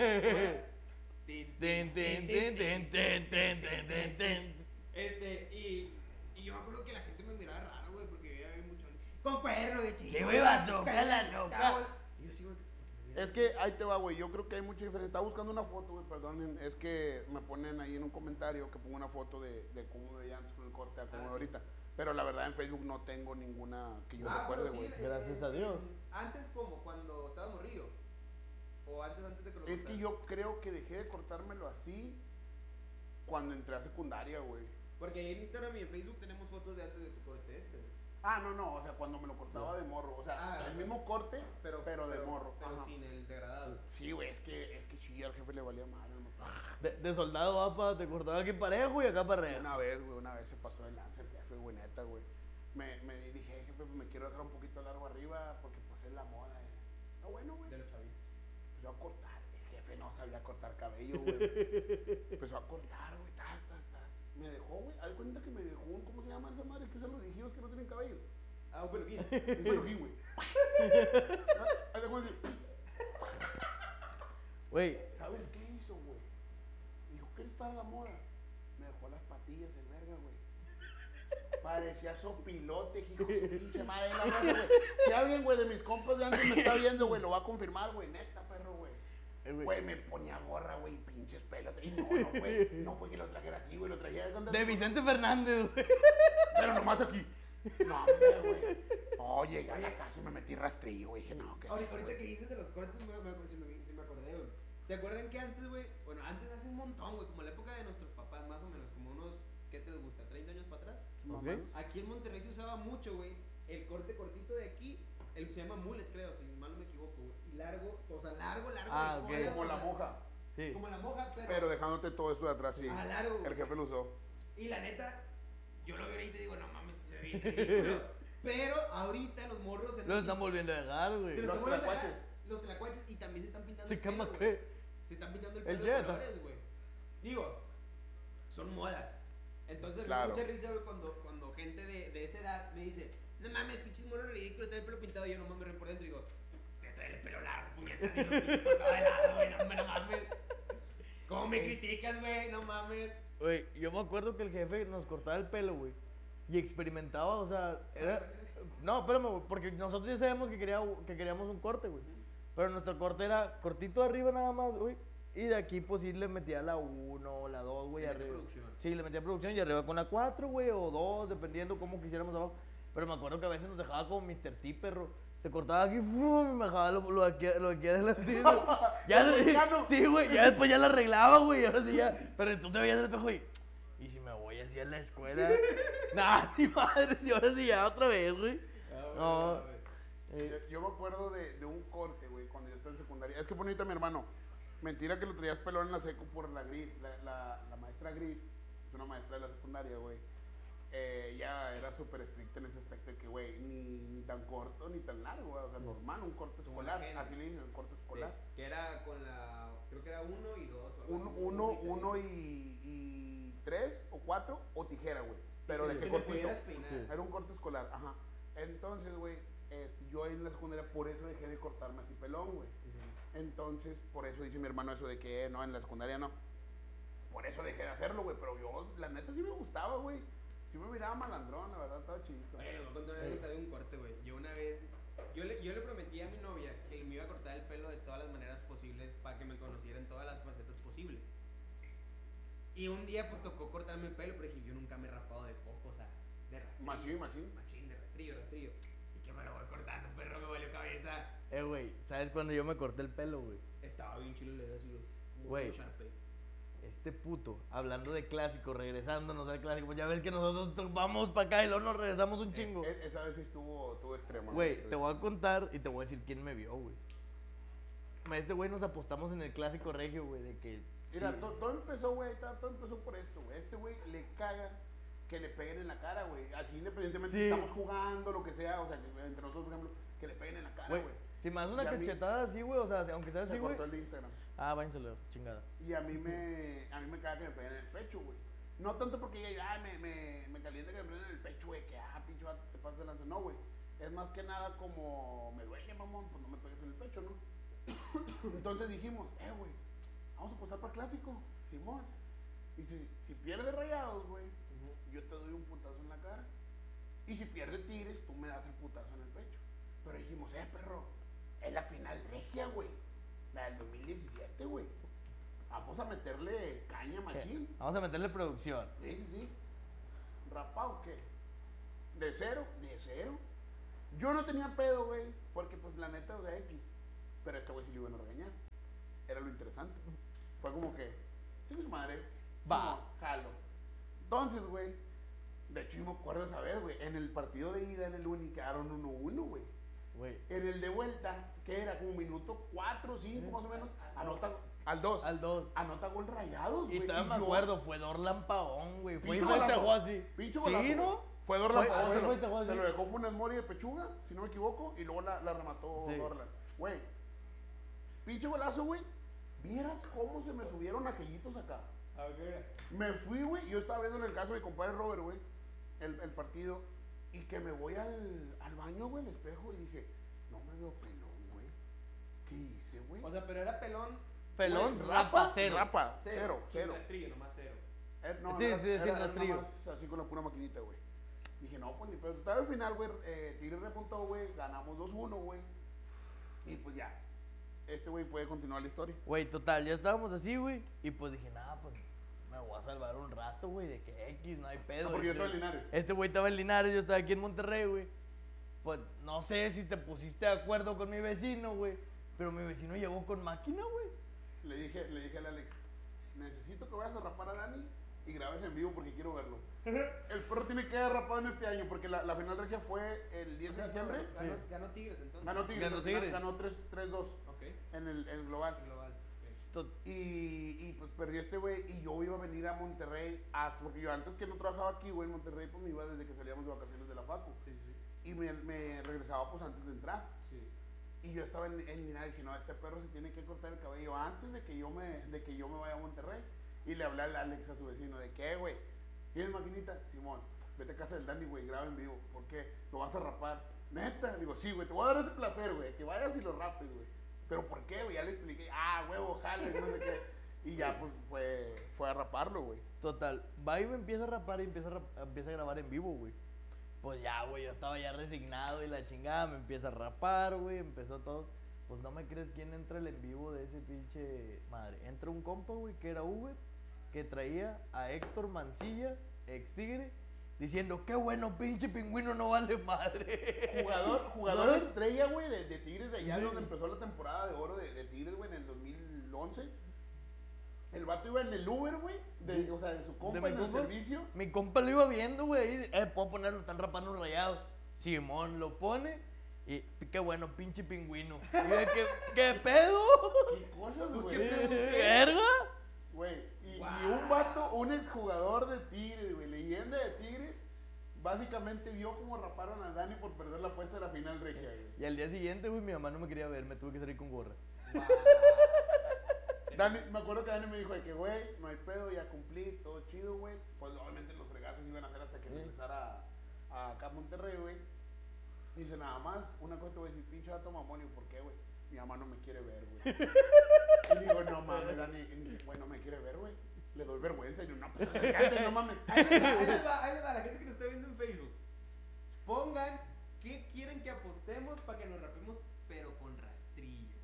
Speaker 4: Tin, tin, tin, tin, tin, tin, tin, tin, tin.
Speaker 3: Este, y, y yo me acuerdo que la gente me miraba raro, güey, porque yo ya vi mucho. Con perro de chico.
Speaker 4: Que güey, bazooka, la loca.
Speaker 3: Y yo sigo.
Speaker 1: Es que ahí te va, güey. Yo creo que hay mucha diferencia. Estaba buscando una foto, güey, perdonen. Es que me ponen ahí en un comentario que pongo una foto de, de cómo me veía antes con el corte a cómo
Speaker 3: Ah,
Speaker 1: veo
Speaker 3: sí.
Speaker 1: ahorita. Pero la verdad en Facebook no tengo ninguna que yo
Speaker 3: Ah,
Speaker 1: recuerde,
Speaker 3: pero sí,
Speaker 1: güey.
Speaker 3: eh,
Speaker 4: Gracias a Dios.
Speaker 3: Antes, como cuando estaba morrido. O antes, antes de que lo
Speaker 1: Es que
Speaker 3: cortaran.
Speaker 1: yo creo que dejé de cortármelo así cuando entré a secundaria, güey.
Speaker 3: Porque ahí en Instagram y en Facebook tenemos fotos de antes de tu corte este, güey.
Speaker 1: Ah, no, no, o sea, cuando me lo cortaba de morro. O sea,
Speaker 3: Ah,
Speaker 1: el mismo corte, pero, de morro.
Speaker 3: Pero
Speaker 1: Ajá.
Speaker 3: sin el degradado.
Speaker 1: Sí, güey, es que, es que sí, al jefe le valía mal. ¿no?
Speaker 4: De, de soldado va pa- te cortaba aquí parejo y acá para
Speaker 1: Una vez, güey, una vez se pasó el lance el jefe, güey, neta, güey. Me, me dije, "Eh, jefe, pues me quiero dejar un poquito largo arriba porque pues es la moda. eh". No, bueno, güey.
Speaker 3: De los chavitos.
Speaker 1: Empezó a cortar. El jefe no sabía cortar cabello, güey. Empezó a cortar, güey, tas, tas, tas. Me dejó, güey. Haz de cuenta que me dejó un, ¿cómo se llama esa madre? Que usan los dirigidos que no tienen cabello.
Speaker 3: Ah, un peluquín.
Speaker 1: Un peluquín, güey. Ah, Haz de cuenta que-
Speaker 4: Güey,
Speaker 1: ¿Sabes qué hizo, güey? Dijo, ¿qué está la moda? Me dejó las patillas en verga, güey. Parecía sopilote, hijo de su pinche madre. la raza, güey. Si alguien, güey, de mis compas de antes me está viendo, güey, lo va a confirmar, güey, neta, perro, güey.
Speaker 4: eh, güey.
Speaker 1: Güey, me ponía gorra, güey, y pinches pelos. Y no, no
Speaker 3: [laughs]
Speaker 1: fue, no fue que lo trajera así, güey, lo traía de
Speaker 4: De [laughs] Vicente Fernández, güey.
Speaker 1: Pero nomás aquí. No, hombre, güey. No, llegué a la casa y me metí rastrillo, güey. Dije, no, ¿qué es
Speaker 3: Ahorita,
Speaker 1: eso,
Speaker 3: ahorita
Speaker 1: güey?
Speaker 3: que dices de los cortes, me, me, se, me, se me acordé, güey. ¿Se acuerdan que antes, güey? Bueno, antes hace un montón, güey, como la época de nuestros papás, más o menos, como unos, ¿qué te gusta? ¿30 años para atrás?
Speaker 1: Mamá,
Speaker 4: Ok.
Speaker 3: Aquí en Monterrey se usaba mucho, güey, el corte cortito de aquí, el que se llama mullet, creo, si mal no me equivoco, güey. Y largo, o sea, largo, largo.
Speaker 4: Ah,
Speaker 3: de cola,
Speaker 4: ok.
Speaker 1: Como
Speaker 3: o
Speaker 1: la
Speaker 3: sea,
Speaker 1: moja.
Speaker 4: Sí.
Speaker 3: Como la moja, pero...
Speaker 1: Pero dejándote todo esto de atrás, sí.
Speaker 3: Ah, largo, güey.
Speaker 1: El jefe lo usó.
Speaker 3: Y la neta, yo lo veo ahorita y digo, no mames, se ve bien
Speaker 4: [laughs]
Speaker 3: ridículo. pero ahorita los morros... se
Speaker 4: Lo están volviendo a dejar,
Speaker 3: Se los
Speaker 4: güey.
Speaker 1: Los
Speaker 3: están volviendo a
Speaker 1: tlacuaches.
Speaker 3: dejar, Los tlacuaches y también se están pintando
Speaker 4: Se
Speaker 3: el pelo,
Speaker 4: cama
Speaker 3: güey.
Speaker 4: qué.
Speaker 3: Se están pintando el
Speaker 4: El
Speaker 3: pelo de
Speaker 4: Jetta.
Speaker 3: colores, güey. Digo, son modas. Entonces me
Speaker 1: Claro.
Speaker 3: da mucha risa, güey, cuando, cuando gente de, de esa edad me dice, no mames, pinches moros ridículos, trae el pelo pintado. Y yo no mames, por dentro y digo, te trae el pelo largo, puñetas, y lo pintas cortado de lado, güey, no, hombre, no mames. ¿Cómo me criticas, güey? No mames.
Speaker 4: Güey, yo me acuerdo que el jefe nos cortaba el pelo, güey. Y experimentaba, o sea, era... No, espérame, güey, porque nosotros ya sabíamos que, quería, que queríamos un corte, güey. Pero nuestro corte era cortito arriba nada más, güey. Y de aquí, pues sí, le metía la 1 la 2, güey,
Speaker 3: Le metía
Speaker 4: arriba.
Speaker 3: producción.
Speaker 4: Sí, le metía producción y arriba con la 4, güey, o 2, dependiendo cómo quisiéramos abajo. Pero me acuerdo que a veces nos dejaba como Mr. T, perro. Se cortaba aquí, ¡fum! y me dejaba lo, lo de aquí, lo de aquí adelante. ya, sí, güey, ya después ya la arreglaba, güey, ahora sí ya. Pero tú te veías al espejo y, ¿y si me voy así a la escuela? nah, [laughs] ni madre, si ahora sí ya otra vez, güey.
Speaker 1: Ah,
Speaker 4: No. Eh,
Speaker 1: Yo- Yo me acuerdo de, de un corte, güey, cuando yo estaba en secundaria. Es que bonita mi hermano. Mentira que lo traías pelón en la secu por la gris, la, la- la maestra gris, es una maestra de la secundaria, güey. Eh, ella era súper estricta en ese aspecto de que, güey, ni, ni tan corto ni tan largo, güey, o sea, normal, un corte
Speaker 3: Como la
Speaker 1: escolar,
Speaker 3: gente.
Speaker 1: así le dicen, un corte escolar.
Speaker 3: Que era con la, creo que era uno y dos. o algo
Speaker 1: Uno,
Speaker 3: así,
Speaker 1: uno,
Speaker 3: y-
Speaker 1: uno y, y tres o cuatro o tijera, güey, pero de
Speaker 3: que [laughs]
Speaker 1: qué
Speaker 3: te
Speaker 1: cortito.
Speaker 3: pudieras peinar.
Speaker 4: Sí.
Speaker 1: Era un corte escolar, ajá. Entonces, güey, este, yo en la secundaria por eso dejé de cortarme así pelón, güey. Entonces, por eso dice mi hermano eso de que eh, no, en la secundaria no. Por eso dejé de hacerlo, güey. Pero yo, la neta, sí me gustaba, güey. Sí me miraba malandrón, la verdad, estaba chidito.
Speaker 3: Oye, les voy a contar una anécdota de un corte, güey. Yo una vez Yo le, yo le prometí a mi novia que me iba a cortar el pelo de todas las maneras posibles para que me conociera en todas las facetas posibles. Y un día pues tocó cortarme el pelo, pero dije, yo nunca me he rapado de poco, o sea, de rastrillo.
Speaker 1: Machín, machín.
Speaker 3: Machín, de rastrillo, rastrillo. Y que me lo voy cortando, perro, me valió cabeza.
Speaker 4: Eh, güey, ¿sabes cuando yo me corté el pelo, güey?
Speaker 3: Estaba bien chilo, le decía, como
Speaker 4: Güey.
Speaker 3: un Sharpay.
Speaker 4: Este puto, hablando de clásicos, regresándonos al clásico, pues ya ves que nosotros to- vamos para acá y luego nos regresamos un chingo.
Speaker 1: E- Esa vez sí estuvo, estuvo extremo.
Speaker 4: Güey, te voy a contar y te voy a decir quién me vio, güey. Ma, Este güey nos apostamos en el clásico regio, güey, de que.
Speaker 1: Mira,
Speaker 4: sí,
Speaker 1: to- todo empezó, güey, ta- todo empezó por esto, güey. Este güey le caga que le peguen en la cara, güey. Así independientemente si
Speaker 4: Sí.
Speaker 1: estamos jugando, lo que sea, o sea, que entre nosotros, por ejemplo, que le peguen en la cara,
Speaker 4: güey.
Speaker 1: Ah, güey.
Speaker 4: Si me das una
Speaker 1: Y a mí-
Speaker 4: cachetada así, güey, o sea, aunque sea
Speaker 1: Se
Speaker 4: así, güey.
Speaker 1: cortó el de Instagram.
Speaker 4: Ah, váyenselo, chingada.
Speaker 1: Y a mí me, a mí me caga que me peguen en el pecho, güey. No tanto porque ella, ah, me, me, me calienta que me peguen en el pecho, güey, que ah, pinche vato, te pasas de lanza. No, güey. Es más que nada como, me duele, mamón, pues no me pegues en el pecho, ¿no? Entonces dijimos, eh, güey, vamos a apostar para clásico, Simón. Y si, si pierde rayados, güey, yo te doy un putazo en la cara. Y si pierde Tigres, tú me das el putazo en el pecho. Pero dijimos, eh, perro, es la final regia, güey. La del 2017, güey. Vamos a meterle caña, machín.
Speaker 4: Eh, Vamos a meterle producción.
Speaker 1: Sí, sí, sí. ¿Rapado qué? ¿De cero? De cero. Yo no tenía pedo, güey, porque pues la neta, o sea, X. Pero este güey sí lo iban a regañar. Era lo interesante. Fue como que, tiene su madre.
Speaker 4: Va.
Speaker 1: Simón, jalo. Entonces, güey, de hecho yo me acuerdo esa vez, güey, en el partido de ida en el Uni quedaron 1-1, güey.
Speaker 4: Güey,
Speaker 1: En el de vuelta, que era como minuto 4 5 más o menos, anota al 2.
Speaker 4: Eh, al 2.
Speaker 1: Anota gol rayados, Ah, güey.
Speaker 4: Y todavía me
Speaker 1: yo-
Speaker 4: acuerdo, fue Dorlan Pavón, güey. Fue y
Speaker 1: Pinche
Speaker 4: fue este
Speaker 1: golazo.
Speaker 4: juego así.
Speaker 1: Pinche
Speaker 4: Sí,
Speaker 1: golazo,
Speaker 4: ¿no?
Speaker 1: güey. Fue Dorlan
Speaker 4: Fue-
Speaker 1: Pavón,
Speaker 4: fue-
Speaker 1: se lo-
Speaker 4: fue este juego
Speaker 1: Se
Speaker 4: así.
Speaker 1: lo dejó Funes Mori de pechuga, si no me equivoco, y luego la, la remató
Speaker 4: Sí.
Speaker 1: Dorlan. Güey, pinche golazo, güey. Vieras cómo se me subieron aquellitos acá.
Speaker 3: A ver,
Speaker 1: Me fui, güey, yo estaba viendo en el caso de mi compadre Robert, güey, el, el partido, y que me voy al, al baño, güey, al espejo, y dije, no me veo pelón, güey. ¿Qué hice, güey?
Speaker 3: o sea, pero era pelón.
Speaker 4: Pelón,
Speaker 1: Güey,
Speaker 4: rapa, cero.
Speaker 1: Rapa,
Speaker 3: Cero,
Speaker 1: cero, cero.
Speaker 3: Sin rastrillo, nomás cero.
Speaker 1: Eh, no,
Speaker 4: Sí,
Speaker 1: era-
Speaker 4: sí,
Speaker 1: era-
Speaker 4: sin
Speaker 1: era
Speaker 4: rastrillo.
Speaker 1: nomás Así con la pura maquinita, güey. Dije, no, pues ni pero Total, al final, güey, eh, Tigres repuntó, güey. Ganamos 2-1, güey. Y pues ya. Este güey puede continuar la historia.
Speaker 4: Güey, total, ya estábamos así, güey. Y pues dije, nada, pues me voy a salvar un rato, güey, de que X, no hay pedo.
Speaker 1: Ah, porque yo
Speaker 4: Este-
Speaker 1: estaba en Linares.
Speaker 4: Este güey estaba en Linares, yo estaba aquí en Monterrey, güey. Pues no sé si te pusiste de acuerdo con mi vecino, güey. Pero mi vecino llegó con máquina, güey.
Speaker 1: Le dije, le dije al Alex, necesito que vayas a rapar a Dani y grabes en vivo porque quiero
Speaker 4: [laughs]
Speaker 1: verlo. El perro tiene que haber rapado en este año porque la, la final regia fue el 10 de diciembre.
Speaker 3: Ganó, ganó Tigres entonces.
Speaker 1: Ganó Tigres.
Speaker 4: Ganó
Speaker 1: al final
Speaker 4: Tigres.
Speaker 1: Ganó 3 3-2
Speaker 3: Ok,
Speaker 1: en el, el global.
Speaker 3: global. ok.
Speaker 4: To-
Speaker 1: Y, y, pues perdió este güey y yo iba a venir a Monterrey, a- porque yo antes que no trabajaba aquí, güey, en Monterrey, pues me iba desde que salíamos de vacaciones de la facu.
Speaker 3: Sí, sí,
Speaker 1: Y me, me regresaba pues antes de entrar.
Speaker 3: sí.
Speaker 1: Y yo estaba en, en Linares y dije, no, este perro se tiene que cortar el cabello antes de que yo me, de que yo me vaya a Monterrey. Y le hablé al Alex a su vecino, de qué, güey, ¿tienes maquinita? Simón, vete a casa del Dandy, güey, graba en vivo. ¿Por qué? Lo vas a rapar. Neta, digo, sí, güey, te voy a dar ese placer, güey, que vayas y lo rapes, güey. Pero ¿por qué, güey? Ya le expliqué, ah, huevo, jale, no sé qué. Y ya, pues, fue, fue a raparlo, güey.
Speaker 4: Total, va y me empieza a rapar y empieza a, rap- empieza a grabar en vivo, güey. Pues ya, güey, yo estaba ya resignado y la chingada me empieza a rapar, güey, empezó todo. Pues no me crees quién entra el en vivo de ese pinche madre. Entra un compa, güey, que era Uber, que traía a Héctor Mancilla, ex Tigre, diciendo, qué bueno, pinche pingüino no vale madre. [laughs]
Speaker 1: Jugador, jugador
Speaker 4: ¿No?
Speaker 1: estrella, güey, de, de Tigres de allá,
Speaker 4: Sí.
Speaker 1: donde empezó la temporada de oro de, de Tigres, güey, en el 2011. El vato iba en el Uber, güey, de- o sea, de su compa,
Speaker 4: mi
Speaker 1: en el
Speaker 4: compa?
Speaker 1: servicio.
Speaker 4: Mi compa lo iba viendo, güey. ahí, Eh, puedo ponerlo, están rapando un rayado. Simón lo pone. Y qué bueno, pinche pingüino. Y yo de que, [laughs] ¿Qué pedo?
Speaker 1: ¿Qué cosas,
Speaker 3: Pues, ¿qué
Speaker 1: güey?
Speaker 3: pedo?
Speaker 4: ¿Verga?
Speaker 1: Güey, y, y
Speaker 3: Guau.
Speaker 1: un vato, un exjugador de Tigres, güey, leyenda de Tigres, básicamente vio cómo raparon a Dani por perder la apuesta de la final regia, güey.
Speaker 4: Y al día siguiente, güey, mi mamá no me quería ver, me tuve que salir con gorra.
Speaker 1: Dani, me acuerdo que Dani me dijo de que, güey, no hay pedo, ya cumplí, todo chido, güey. Pues obviamente los fregazos iban a ser hasta que regresara a, a acá a Monterrey, güey. Dice, nada más, una cosa te voy a decir, pinche vato mamón, y yo, ¿por qué, güey? Mi mamá no me quiere ver, güey. Y digo, no mames, Dani, y dice, güey, no me quiere ver, güey. Le doy vergüenza, y yo, no, pues acércate, no mames. [laughs]
Speaker 3: Ahí les va, ahí les va, ahí les va, la gente que nos está viendo en Facebook. Pongan ¿Qué quieren que apostemos para que nos rapemos, pero con rastrillo?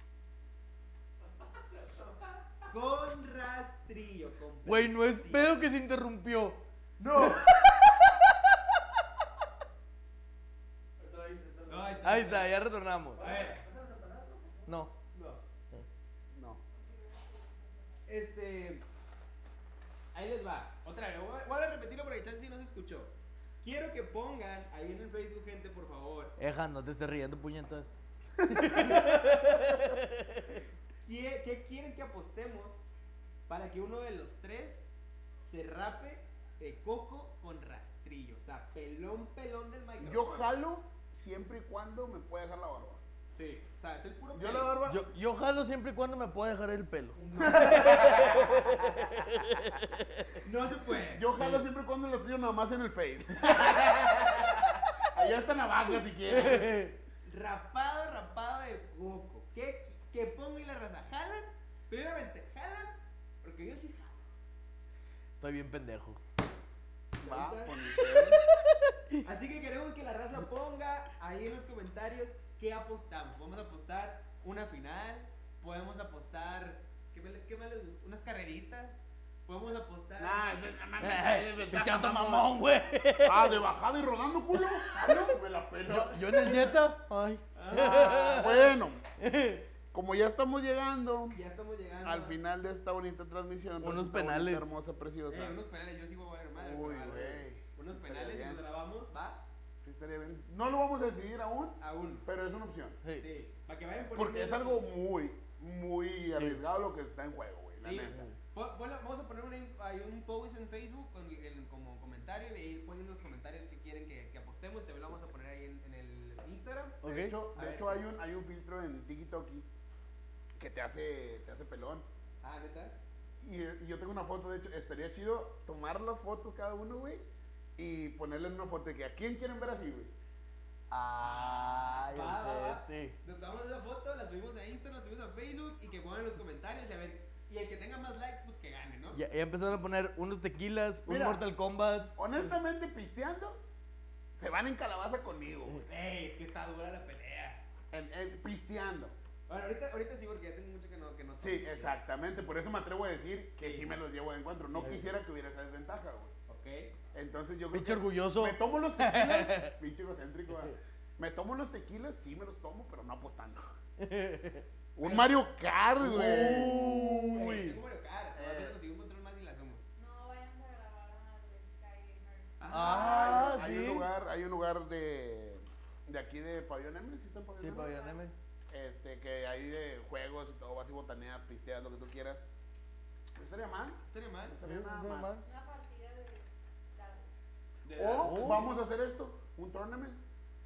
Speaker 3: Con rastrillo, con
Speaker 4: Güey, no es
Speaker 3: plástico.
Speaker 4: pedo que se interrumpió. No.
Speaker 3: No,
Speaker 4: Ahí está, ya retornamos.
Speaker 3: A ver,
Speaker 4: No.
Speaker 3: no.
Speaker 1: No.
Speaker 3: Este. Ahí les va. Otra vez. Voy a, voy a repetirlo porque chance si no se escuchó. Quiero que pongan ahí en el Facebook, gente, por favor.
Speaker 4: Eja, no te estés riendo, puñetas.
Speaker 3: ¿Qué, qué quieren que apostemos para que uno de los tres se rape de coco con rastrillo? O sea, pelón, pelón del micrófono.
Speaker 1: Yo jalo siempre y cuando me pueda dejar la barba.
Speaker 3: Sí, o sea, es el puro
Speaker 1: Yo
Speaker 3: pelo.
Speaker 1: la barba.
Speaker 4: Yo, yo jalo siempre y cuando me pueda dejar el pelo.
Speaker 3: [laughs] No se puede.
Speaker 1: [laughs] Yo jalo siempre y cuando la trillo nada más en el Face. [laughs] Allá está navaja si quieres.
Speaker 3: Rapado, rapado de coco. ¿Qué, que pongo y la raza? ¿Jalan? Primeramente, ¿jalan? Porque yo sí jalo.
Speaker 4: Estoy bien pendejo.
Speaker 1: Va,
Speaker 3: Ahorita-
Speaker 1: con el
Speaker 3: [laughs]
Speaker 1: pelo.
Speaker 3: Así que queremos que la raza ponga ahí en los comentarios qué apostamos. Vamos a apostar una final, podemos apostar. ¿Qué más, qué más les gusta? ¿Unas carreritas? Podemos apostar.
Speaker 1: Nah, no, no, no, no, no, no,
Speaker 4: Este chato
Speaker 1: no, no,
Speaker 4: mamón, güey.
Speaker 1: Ah, de bajada y rodando, culo. Jalo, me la pela.
Speaker 4: Yo en el Jetta. Ay.
Speaker 3: Ah,
Speaker 1: Bueno, como ya estamos llegando
Speaker 3: ya estamos llegando.
Speaker 1: al final de esta bonita transmisión.
Speaker 4: Unos
Speaker 1: resulta bonita,
Speaker 4: penales.
Speaker 1: hermosa, preciosa.
Speaker 3: Eh, unos penales, yo sí voy a valer madre.
Speaker 1: Uy,
Speaker 3: pero,
Speaker 1: güey.
Speaker 3: Unos
Speaker 1: Estaría
Speaker 3: penales, y
Speaker 1: bien.
Speaker 3: los grabamos, va
Speaker 1: Sí, estaría bien. No lo vamos a decidir aún,
Speaker 3: a uno.
Speaker 1: pero es una opción.
Speaker 4: Sí.
Speaker 3: Sí, para que vayan poniendo-
Speaker 1: Porque es algo muy, muy arriesgado lo que está en juego, güey. La
Speaker 3: Sí.
Speaker 1: neta.
Speaker 3: Po- ponlo- Vamos a poner un, in- ahí un post en Facebook con- en- como comentario y ahí ponen los comentarios que quieren que, que apostemos. También lo vamos a poner ahí en, en el Instagram.
Speaker 1: De
Speaker 4: Ok.
Speaker 1: hecho,
Speaker 3: A
Speaker 1: de
Speaker 3: ver.
Speaker 1: hecho hay, un, hay un filtro en TikTok que te hace, te hace pelón.
Speaker 3: Ah, neta.
Speaker 1: Y, y yo tengo una foto, de hecho, estaría chido tomar las fotos cada uno, güey, y ponerle en una foto de que a quién quieren ver así, güey.
Speaker 4: Ay,
Speaker 3: Va, va, va.
Speaker 4: ojete.
Speaker 3: Nos tomamos la foto, la subimos a Instagram, la subimos a Facebook y que pongan los comentarios y a ver. Y el que tenga más likes, pues que gane, ¿no?
Speaker 4: Ya, ya empezaron a poner unos tequilas, un
Speaker 1: Mira.
Speaker 4: Mortal Kombat.
Speaker 1: Honestamente, pisteando, se van en calabaza conmigo, güey.
Speaker 3: Ey, es que está dura la pelea.
Speaker 1: En- en- pisteando.
Speaker 3: Bueno, ahorita, ahorita sí, porque ya tengo mucho que no. Que no
Speaker 1: Sí, exactamente. Por eso me atrevo a decir que sí, me los llevo de encuentro. No
Speaker 4: Sí.
Speaker 1: quisiera que hubiera esa desventaja, güey.
Speaker 3: Ok.
Speaker 1: Entonces yo creo
Speaker 4: Pinche
Speaker 1: que
Speaker 4: orgulloso.
Speaker 1: me tomo los
Speaker 4: [laughs]
Speaker 1: tequilas. pinche egocéntrico. ¿verdad? Me tomo los tequilas, sí me los tomo, pero
Speaker 4: [laughs]
Speaker 1: no apostando. Un Mario Kart,
Speaker 4: Uh,
Speaker 1: güey.
Speaker 3: Ey,
Speaker 4: Uy.
Speaker 3: Tengo Mario Kart.
Speaker 1: Eh.
Speaker 3: Ahorita conseguí un control más y la hacemos.
Speaker 5: No vayan a grabar una de Skygamer.
Speaker 4: Ah,
Speaker 1: hay, hay
Speaker 4: sí.
Speaker 1: un lugar, hay un lugar de, de aquí de Pabellón M, ¿sí está en Pabellón
Speaker 4: Sí,
Speaker 1: M?
Speaker 4: pabellón M.
Speaker 1: Este, que hay de juegos y todo, vas y botaneas, pisteas, lo que tú quieras. No estaría mal,
Speaker 3: Estaría mal.
Speaker 1: no
Speaker 4: Sí,
Speaker 1: estaría
Speaker 4: sí,
Speaker 1: nada
Speaker 4: sí,
Speaker 1: mal.
Speaker 4: man.
Speaker 5: Una partida de dados.
Speaker 3: De
Speaker 1: O
Speaker 3: verdad.
Speaker 4: Oh.
Speaker 1: vamos a hacer esto, un tournament,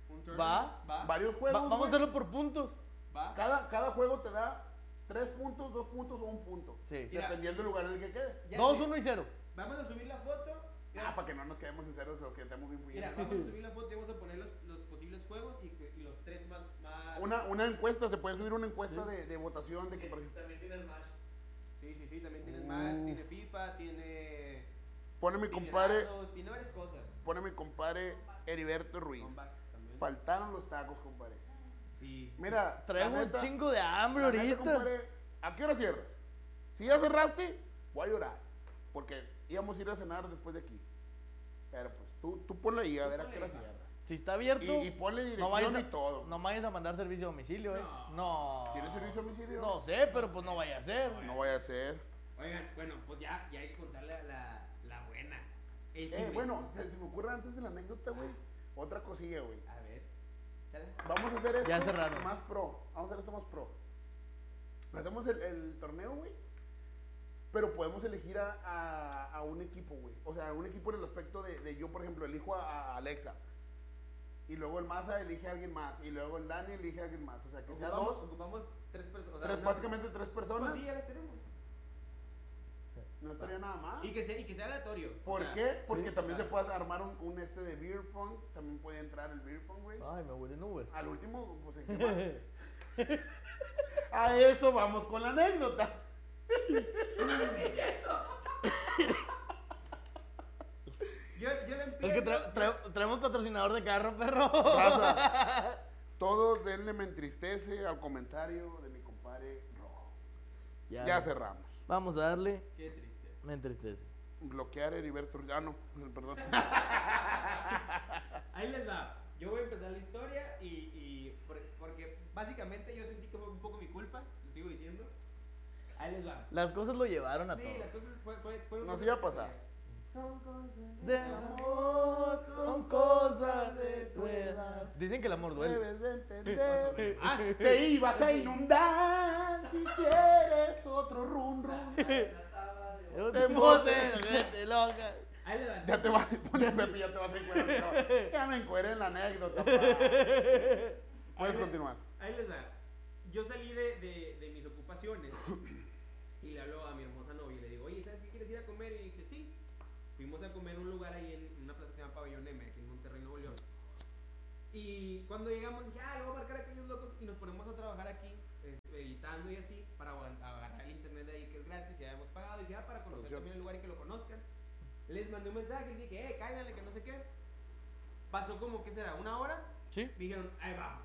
Speaker 3: Un
Speaker 4: Va.
Speaker 3: Va.
Speaker 1: varios
Speaker 4: Va-
Speaker 1: juegos.
Speaker 4: vamos a
Speaker 1: güey.
Speaker 4: hacerlo por puntos.
Speaker 3: Va.
Speaker 1: Cada, cada juego te da tres puntos, dos puntos o un punto.
Speaker 4: Sí.
Speaker 3: Mira.
Speaker 1: Dependiendo del lugar en el que quedes.
Speaker 3: Ya
Speaker 4: Dos,
Speaker 3: sé.
Speaker 4: uno y cero.
Speaker 3: Vamos a subir la foto.
Speaker 1: Ah, para que no nos quedemos sinceros, lo que estamos bien
Speaker 3: Mira,
Speaker 1: bien.
Speaker 3: vamos
Speaker 1: [laughs]
Speaker 3: a subir la foto y vamos a poner los, los posibles juegos y, y los tres más. más...
Speaker 1: Una, una encuesta, se puede subir una encuesta de, de votación de que por ejemplo, Uh.
Speaker 3: Sí, sí, sí, también tienes más. Tiene FIFA, tiene.
Speaker 1: pone mi
Speaker 3: tiene
Speaker 1: compadre,
Speaker 3: dados, Tiene varias cosas.
Speaker 1: pone mi compadre Heriberto Ruiz.
Speaker 3: Comeback también.
Speaker 1: Faltaron los tacos, compadre.
Speaker 3: Sí.
Speaker 1: Mira,
Speaker 4: Traigo
Speaker 1: la
Speaker 4: un
Speaker 1: neta,
Speaker 4: chingo de hambre
Speaker 1: la neta,
Speaker 4: ahorita.
Speaker 1: compadre, ¿A qué hora cierras? Si ya cerraste, voy a llorar. Porque íbamos a ir a cenar después de aquí. Pero pues tú, tú ponle ahí a
Speaker 3: Tú
Speaker 1: ver a
Speaker 3: ponle
Speaker 1: qué hora
Speaker 3: ahí, va.
Speaker 1: cierras.
Speaker 4: Si está abierto,
Speaker 1: Y, y ponle
Speaker 4: no,
Speaker 1: dirección
Speaker 4: vayas a,
Speaker 1: y todo.
Speaker 4: no vayas a mandar servicio a domicilio, eh. No.
Speaker 1: ¿Tienes servicio a domicilio?
Speaker 4: No sé, pero pues no vaya a ser.
Speaker 1: No vaya a ser.
Speaker 3: Oigan, bueno, pues ya, ya hay que contar la, la, la buena. El
Speaker 1: Eh,
Speaker 3: chismecito.
Speaker 1: bueno, se, se me ocurre antes de la anécdota, güey. Otra cosilla, güey.
Speaker 3: A ver. Chale.
Speaker 1: Vamos a hacer esto
Speaker 4: Ya cerraron.
Speaker 1: más pro. Vamos a hacer esto más pro. Hacemos el, el torneo, güey. Pero podemos elegir a, a- a un equipo, güey. O sea, un equipo en el aspecto de, de yo, por ejemplo, elijo a, a Alexa. Y luego el Maza elige a alguien más. Y luego el Dani elige a alguien más. O sea, que sea
Speaker 3: Ocupamos,
Speaker 1: dos,
Speaker 3: ocupamos tres personas. o sea,
Speaker 1: tres,
Speaker 3: una-
Speaker 1: básicamente tres
Speaker 3: Pues
Speaker 1: personas.
Speaker 3: sí, ya la tenemos.
Speaker 1: No estaría nada mal.
Speaker 3: Y que sea, y que sea aleatorio. o
Speaker 1: Ah. ¿Por
Speaker 3: sea,
Speaker 1: qué? Porque
Speaker 4: sí,
Speaker 1: también se
Speaker 3: claro.
Speaker 1: puede armar un, un este de beer pong. También puede entrar el beer pong, güey.
Speaker 4: Ay, me huele en Uber.
Speaker 1: Al último, pues ¿en qué más? A eso vamos con la anécdota.
Speaker 3: Yo, yo le empiezo.
Speaker 4: Es que tra- tra- traemos patrocinador de carro, perro.
Speaker 1: Raza, todos denle me entristece al comentario de mi compadre Rojo. Ya, cerramos.
Speaker 4: Vamos a darle.
Speaker 3: Qué triste.
Speaker 4: Me entristece.
Speaker 1: Bloquear a Heriberto Ri- Ah, no, [laughs]
Speaker 4: [laughs]
Speaker 1: perdón.
Speaker 3: Ahí les va. Yo voy a empezar la historia y, y por- porque básicamente yo sentí que fue un poco mi culpa, lo sigo diciendo. Ahí les va.
Speaker 4: Las cosas lo llevaron a
Speaker 3: Sí,
Speaker 4: todo.
Speaker 3: las cosas fue, fue, fue
Speaker 1: Nos
Speaker 3: cosa
Speaker 1: iba a
Speaker 3: que
Speaker 1: pasar.
Speaker 3: tenía.
Speaker 4: Del amor son cosas de tu edad. Dicen que el amor duele.
Speaker 1: Debes de entender.
Speaker 3: Ah,
Speaker 4: [laughs]
Speaker 1: Te ibas a inundar si quieres otro run
Speaker 4: [laughs]
Speaker 1: run.
Speaker 4: Te bote, gente loca.
Speaker 3: Ahí les va.
Speaker 1: Ya te vas a poner Pepe, ya te vas a encuerar. no. Ya me encueré en la anécdota.
Speaker 4: [laughs]
Speaker 1: pa. Puedes
Speaker 3: Ahí le-
Speaker 1: continuar.
Speaker 3: Ahí les va. Yo salí de, de- de mis ocupaciones y le hablo a mi hermosa novia y le digo, oye, ¿sabes qué quieres ir a comer? Y dice, sí. Fuimos a comer a un lugar ahí en una plaza que se llama Pabellón M, aquí en Monterrey, Nuevo León. Y cuando llegamos, ya, le voy a marcar a aquellos locos y nos ponemos a trabajar aquí, este, editando y así, para aguant- agarrar el internet de ahí que es gratis, ya hemos pagado, y ya para conocer
Speaker 1: Producción.
Speaker 3: también el lugar y que lo conozcan. Les mandé un mensaje y dije, eh, cáiganle, que no sé qué. Pasó como, ¿qué será? ¿Una hora?
Speaker 4: Sí.
Speaker 3: Me dijeron, ahí vamos.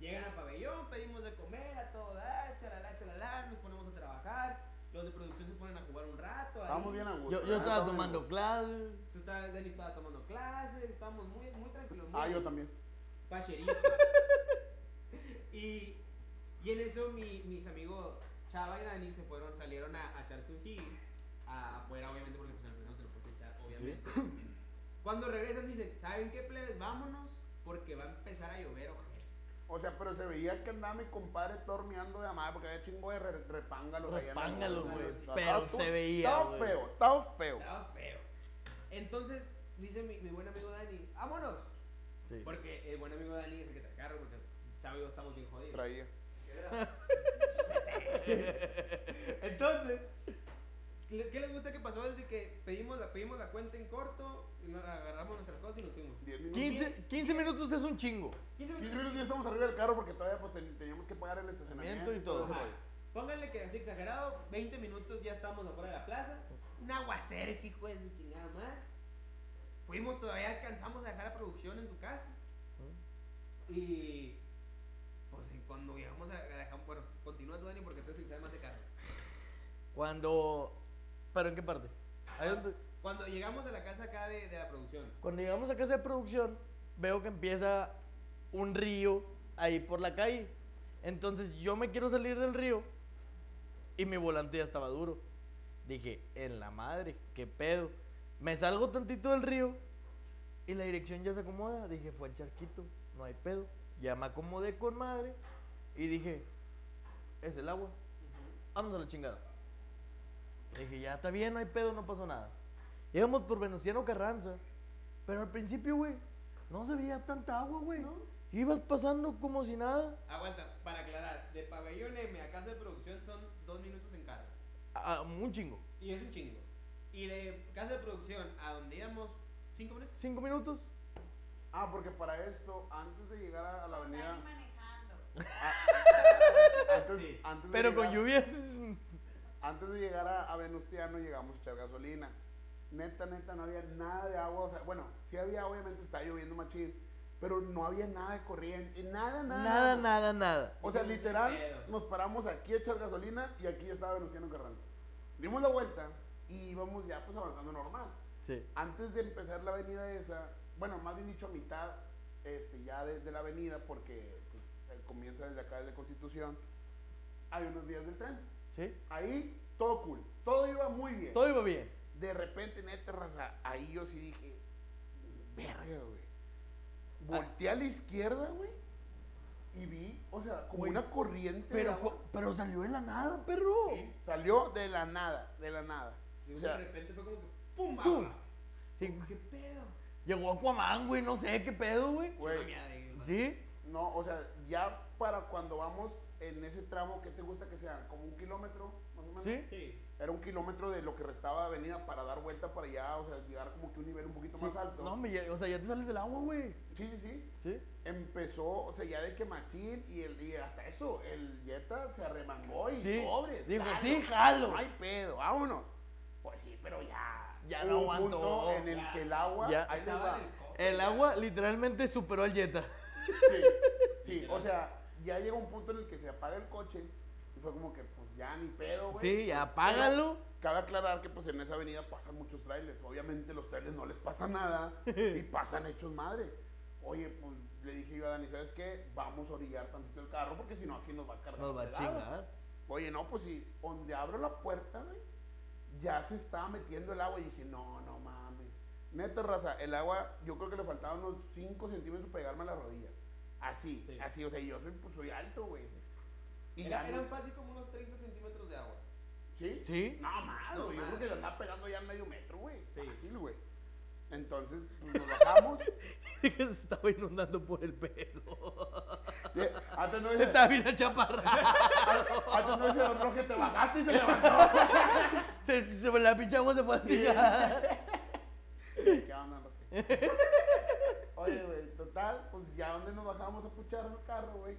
Speaker 3: Llegan al pabellón, pedimos de comer a todo dar, chalala, chalala, nos ponemos a trabajar. Los de producción se ponen a jugar un rato. ahí.
Speaker 1: Estamos bien a gusto.
Speaker 4: Yo, yo
Speaker 1: Estamos
Speaker 4: estaba
Speaker 1: bien a
Speaker 4: tomando
Speaker 1: gusto.
Speaker 4: clases.
Speaker 3: Tú estabas, Denis estaba tomando clases, estábamos muy, muy tranquilos. muy
Speaker 1: Ah, yo también. [laughs]
Speaker 3: Pacherito. y, y en eso mi- mis amigos Chava y Dani se fueron, salieron a, a echarse un sí a- afuera, obviamente, porque pues, al final no te lo puedes echar, obviamente.
Speaker 1: [laughs]
Speaker 3: Cuando regresan dicen, ¿saben qué plebes? Vámonos, porque va a empezar a llover, ojete".
Speaker 1: O sea, pero se veía que andaba mi compadre torneando de amar porque había chingo de re- repángalos ahí en la
Speaker 4: Repángalos,
Speaker 1: mano,
Speaker 3: güey,
Speaker 1: Estaba
Speaker 4: pero
Speaker 1: tú-
Speaker 4: se veía,
Speaker 1: Estaba
Speaker 4: güey.
Speaker 1: feo, estaba feo.
Speaker 3: Estaba feo. Entonces, dice mi, mi buen amigo Dani, vámonos.
Speaker 4: Sí.
Speaker 3: Porque el buen amigo Dani es el que te carro, porque Chavo y yo estamos bien jodidos.
Speaker 1: Traía.
Speaker 3: Entonces, ¿qué qué les gusta que pasó desde que pedimos la, pedimos la cuenta en corto, nos agarramos nuestras cosas y nos fuimos?
Speaker 1: 10 minutos.
Speaker 4: 15, 15 minutos es un chingo.
Speaker 3: 15
Speaker 1: 15
Speaker 3: minutos.
Speaker 1: minutos ya estamos arriba del carro porque todavía pues, ten- teníamos que pagar el estacionamiento
Speaker 4: Estacionamiento y todo.
Speaker 1: ese
Speaker 3: Ajá.
Speaker 1: rollo.
Speaker 3: Pónganle que así exagerado, 20 minutos ya estamos afuera de la plaza. Un aguacero, hijo de su chingada madre. Fuimos, todavía alcanzamos a dejar la producción en su casa. Y. Pues y cuando llegamos a, a dejar. Bueno, continúa tú, Dani, porque tú eres el que sabe más de carro.
Speaker 4: Cuando. ¿Pero en qué parte? Ahí donde-
Speaker 3: Cuando llegamos a la casa acá de, de la producción.
Speaker 4: Cuando llegamos a casa de producción, veo que empieza un río ahí por la calle. Entonces yo me quiero salir del río y mi volante ya estaba duro. Dije, en la madre, qué pedo. Me salgo tantito del río y la dirección ya se acomoda. Dije, fue el charquito, no hay pedo. Ya me acomodé con madre y dije, es el agua. Vamos a la chingada. Dije, ya está bien, no hay pedo, no pasó nada. Íbamos por Venustiano Carranza, pero al principio, güey, no se veía tanta agua, güey. Ibas pasando como si nada.
Speaker 3: Aguanta, para aclarar, de pabellón M a casa de producción son dos minutos en carro.
Speaker 4: Ah, un chingo.
Speaker 3: Y es un chingo. Y de casa de producción a donde íbamos, cinco minutos.
Speaker 4: ¿Cinco minutos?
Speaker 1: Ah, porque para esto, antes de llegar a, a la avenida.
Speaker 5: Están manejando.
Speaker 1: Antes,
Speaker 3: Sí.
Speaker 1: antes de
Speaker 4: Pero con
Speaker 1: llegar-
Speaker 4: lluvias. [laughs]
Speaker 1: Antes de llegar a, a Venustiano llegamos a echar gasolina. Neta, neta, no había nada de agua. O sea, bueno, sí había, obviamente estaba lloviendo machín, pero no había nada de corriente. Nada, nada.
Speaker 4: Nada, nada, nada.
Speaker 1: O sea, literal,
Speaker 3: Pero.
Speaker 1: nos paramos aquí a echar gasolina y aquí estaba Venustiano Carranza. Dimos la vuelta y íbamos ya pues avanzando normal.
Speaker 4: Sí.
Speaker 1: Antes de empezar la avenida esa, bueno, más bien dicho a mitad, este, ya desde la avenida, porque pues, eh, comienza desde acá, desde Constitución, hay unos días del tren.
Speaker 4: ¿Sí?
Speaker 1: Ahí todo cool, todo iba muy bien.
Speaker 4: Todo iba bien.
Speaker 1: De repente, neta raza, ahí yo sí dije, verga, güey. Volteé a la izquierda, güey, y vi, o sea, como
Speaker 4: Güey,
Speaker 1: una corriente. de
Speaker 4: Pero,
Speaker 1: agua.
Speaker 4: co- pero salió de la nada, perro.
Speaker 3: Sí.
Speaker 1: salió de la nada, de la nada.
Speaker 3: Y
Speaker 1: O
Speaker 3: de
Speaker 1: sea,
Speaker 3: repente fue como que ¡pum!
Speaker 4: ¡Pum!
Speaker 3: agua.
Speaker 4: Sí.
Speaker 3: ¿Qué pedo?
Speaker 4: Llegó Aquaman, güey, no sé qué pedo, güey.
Speaker 1: güey,
Speaker 4: ¿Sí?
Speaker 1: no, o sea, ya para cuando vamos en ese tramo, ¿qué te gusta que sea? Como un kilómetro, más o menos.
Speaker 4: ¿Sí?
Speaker 3: Sí.
Speaker 1: Era un kilómetro de lo que restaba de avenida para dar vuelta para allá, o sea, llegar como que un nivel un poquito
Speaker 4: Sí.
Speaker 1: más alto.
Speaker 4: No, hombre, ya- o sea, ya te sales del agua, güey.
Speaker 1: Sí, sí, sí.
Speaker 4: ¿Sí?
Speaker 1: empezó, o sea, ya de que machín y, el, y hasta eso, el Jetta se arremangó y
Speaker 4: Sí,
Speaker 1: pobres.
Speaker 4: dijo, "Sí, jalo".
Speaker 1: No hay pedo, vámonos. Pues sí, pero ya. Ya
Speaker 8: hubo
Speaker 1: no
Speaker 8: un
Speaker 1: aguantó.
Speaker 8: punto en el que el agua,
Speaker 4: Ya.
Speaker 8: ahí les va.
Speaker 3: Estaba en el cofre,
Speaker 4: El
Speaker 3: ya.
Speaker 4: agua literalmente superó al Jetta.
Speaker 8: Sí, sí, o sea, ya llega un punto en el que se apaga el coche y fue como que, pues ya ni pedo, güey.
Speaker 4: Sí, apágalo.
Speaker 8: Pero Cabe aclarar que pues en esa avenida pasan muchos trailers. Obviamente los trailers no les pasa nada
Speaker 4: [laughs]
Speaker 8: y pasan hechos madre. Oye, pues le dije yo a Dani, ¿sabes qué? Vamos a orillar tantito el carro porque si no aquí nos va a cargar.
Speaker 4: Nos va a
Speaker 8: de lado".
Speaker 4: chingar.
Speaker 8: Oye, no, pues sí, donde abro la puerta, güey, ya se estaba metiendo el agua y dije, no, no mames. Neta raza, el agua, yo creo que le faltaban unos 5 centímetros para llegarme a la rodilla. Así,
Speaker 3: Sí.
Speaker 8: así, o sea, yo soy, pues, soy alto, güey. Y
Speaker 3: Era-
Speaker 8: ya no-
Speaker 3: eran fácil como unos 30 centímetros de agua.
Speaker 8: ¿Sí?
Speaker 4: Sí. [laughs]
Speaker 8: No, más,
Speaker 3: No,
Speaker 8: güey. Yo
Speaker 3: más.
Speaker 8: creo que le andaba pegando ya medio metro, güey.
Speaker 3: Sí.
Speaker 8: Fácil, güey. Entonces, pues, nos bajamos.
Speaker 4: Se estaba inundando por el peso.
Speaker 8: Eh, Antes no
Speaker 4: [laughs]
Speaker 8: dice,
Speaker 4: Estaba bien achaparrado.
Speaker 8: antes no dice don Roque, [laughs] te bajaste y se levantó.
Speaker 4: [laughs]
Speaker 8: [laughs]
Speaker 4: Se, se- la pinche agua se fue a chingar.
Speaker 8: ¿Qué onda, Roque? Oye, güey, total, pues ya donde nos bajamos a puchar el carro, güey.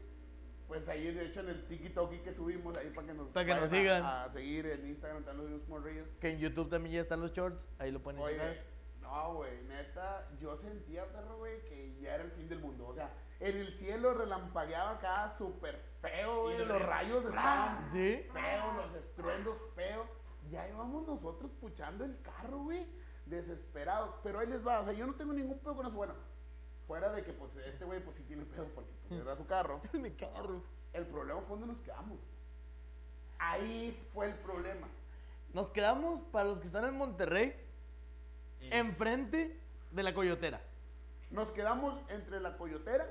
Speaker 8: Pues ahí, de hecho, en el tiki-toki que subimos, ahí para que nos,
Speaker 4: Pa' que nos
Speaker 8: vayan a-
Speaker 4: sigan.
Speaker 8: A, seguir en Instagram, están los mismos reels.
Speaker 4: Que en YouTube también ya están los shorts. Ahí lo pueden
Speaker 8: Oye,
Speaker 4: checar.
Speaker 8: no, güey, neta, yo sentía, perro, güey, que ya era el fin del mundo. O sea, en el cielo relampagueaba acá súper feo, güey.
Speaker 3: Y
Speaker 8: Los
Speaker 3: luego-
Speaker 8: rayos estaban
Speaker 4: Sí.
Speaker 8: feos, los estruendos feos. Ya íbamos nosotros puchando el carro, güey, desesperados. Pero ahí les va, o sea, yo no tengo ningún pedo con eso. Bueno, fuera de que, pues, este güey, pues sí tiene pedo porque pues, era su carro.
Speaker 4: Mi carro.
Speaker 8: El problema fue donde nos quedamos. Ahí fue el problema.
Speaker 4: Nos quedamos, para los que están en Monterrey, enfrente de la Coyotera
Speaker 8: Nos quedamos entre la coyotera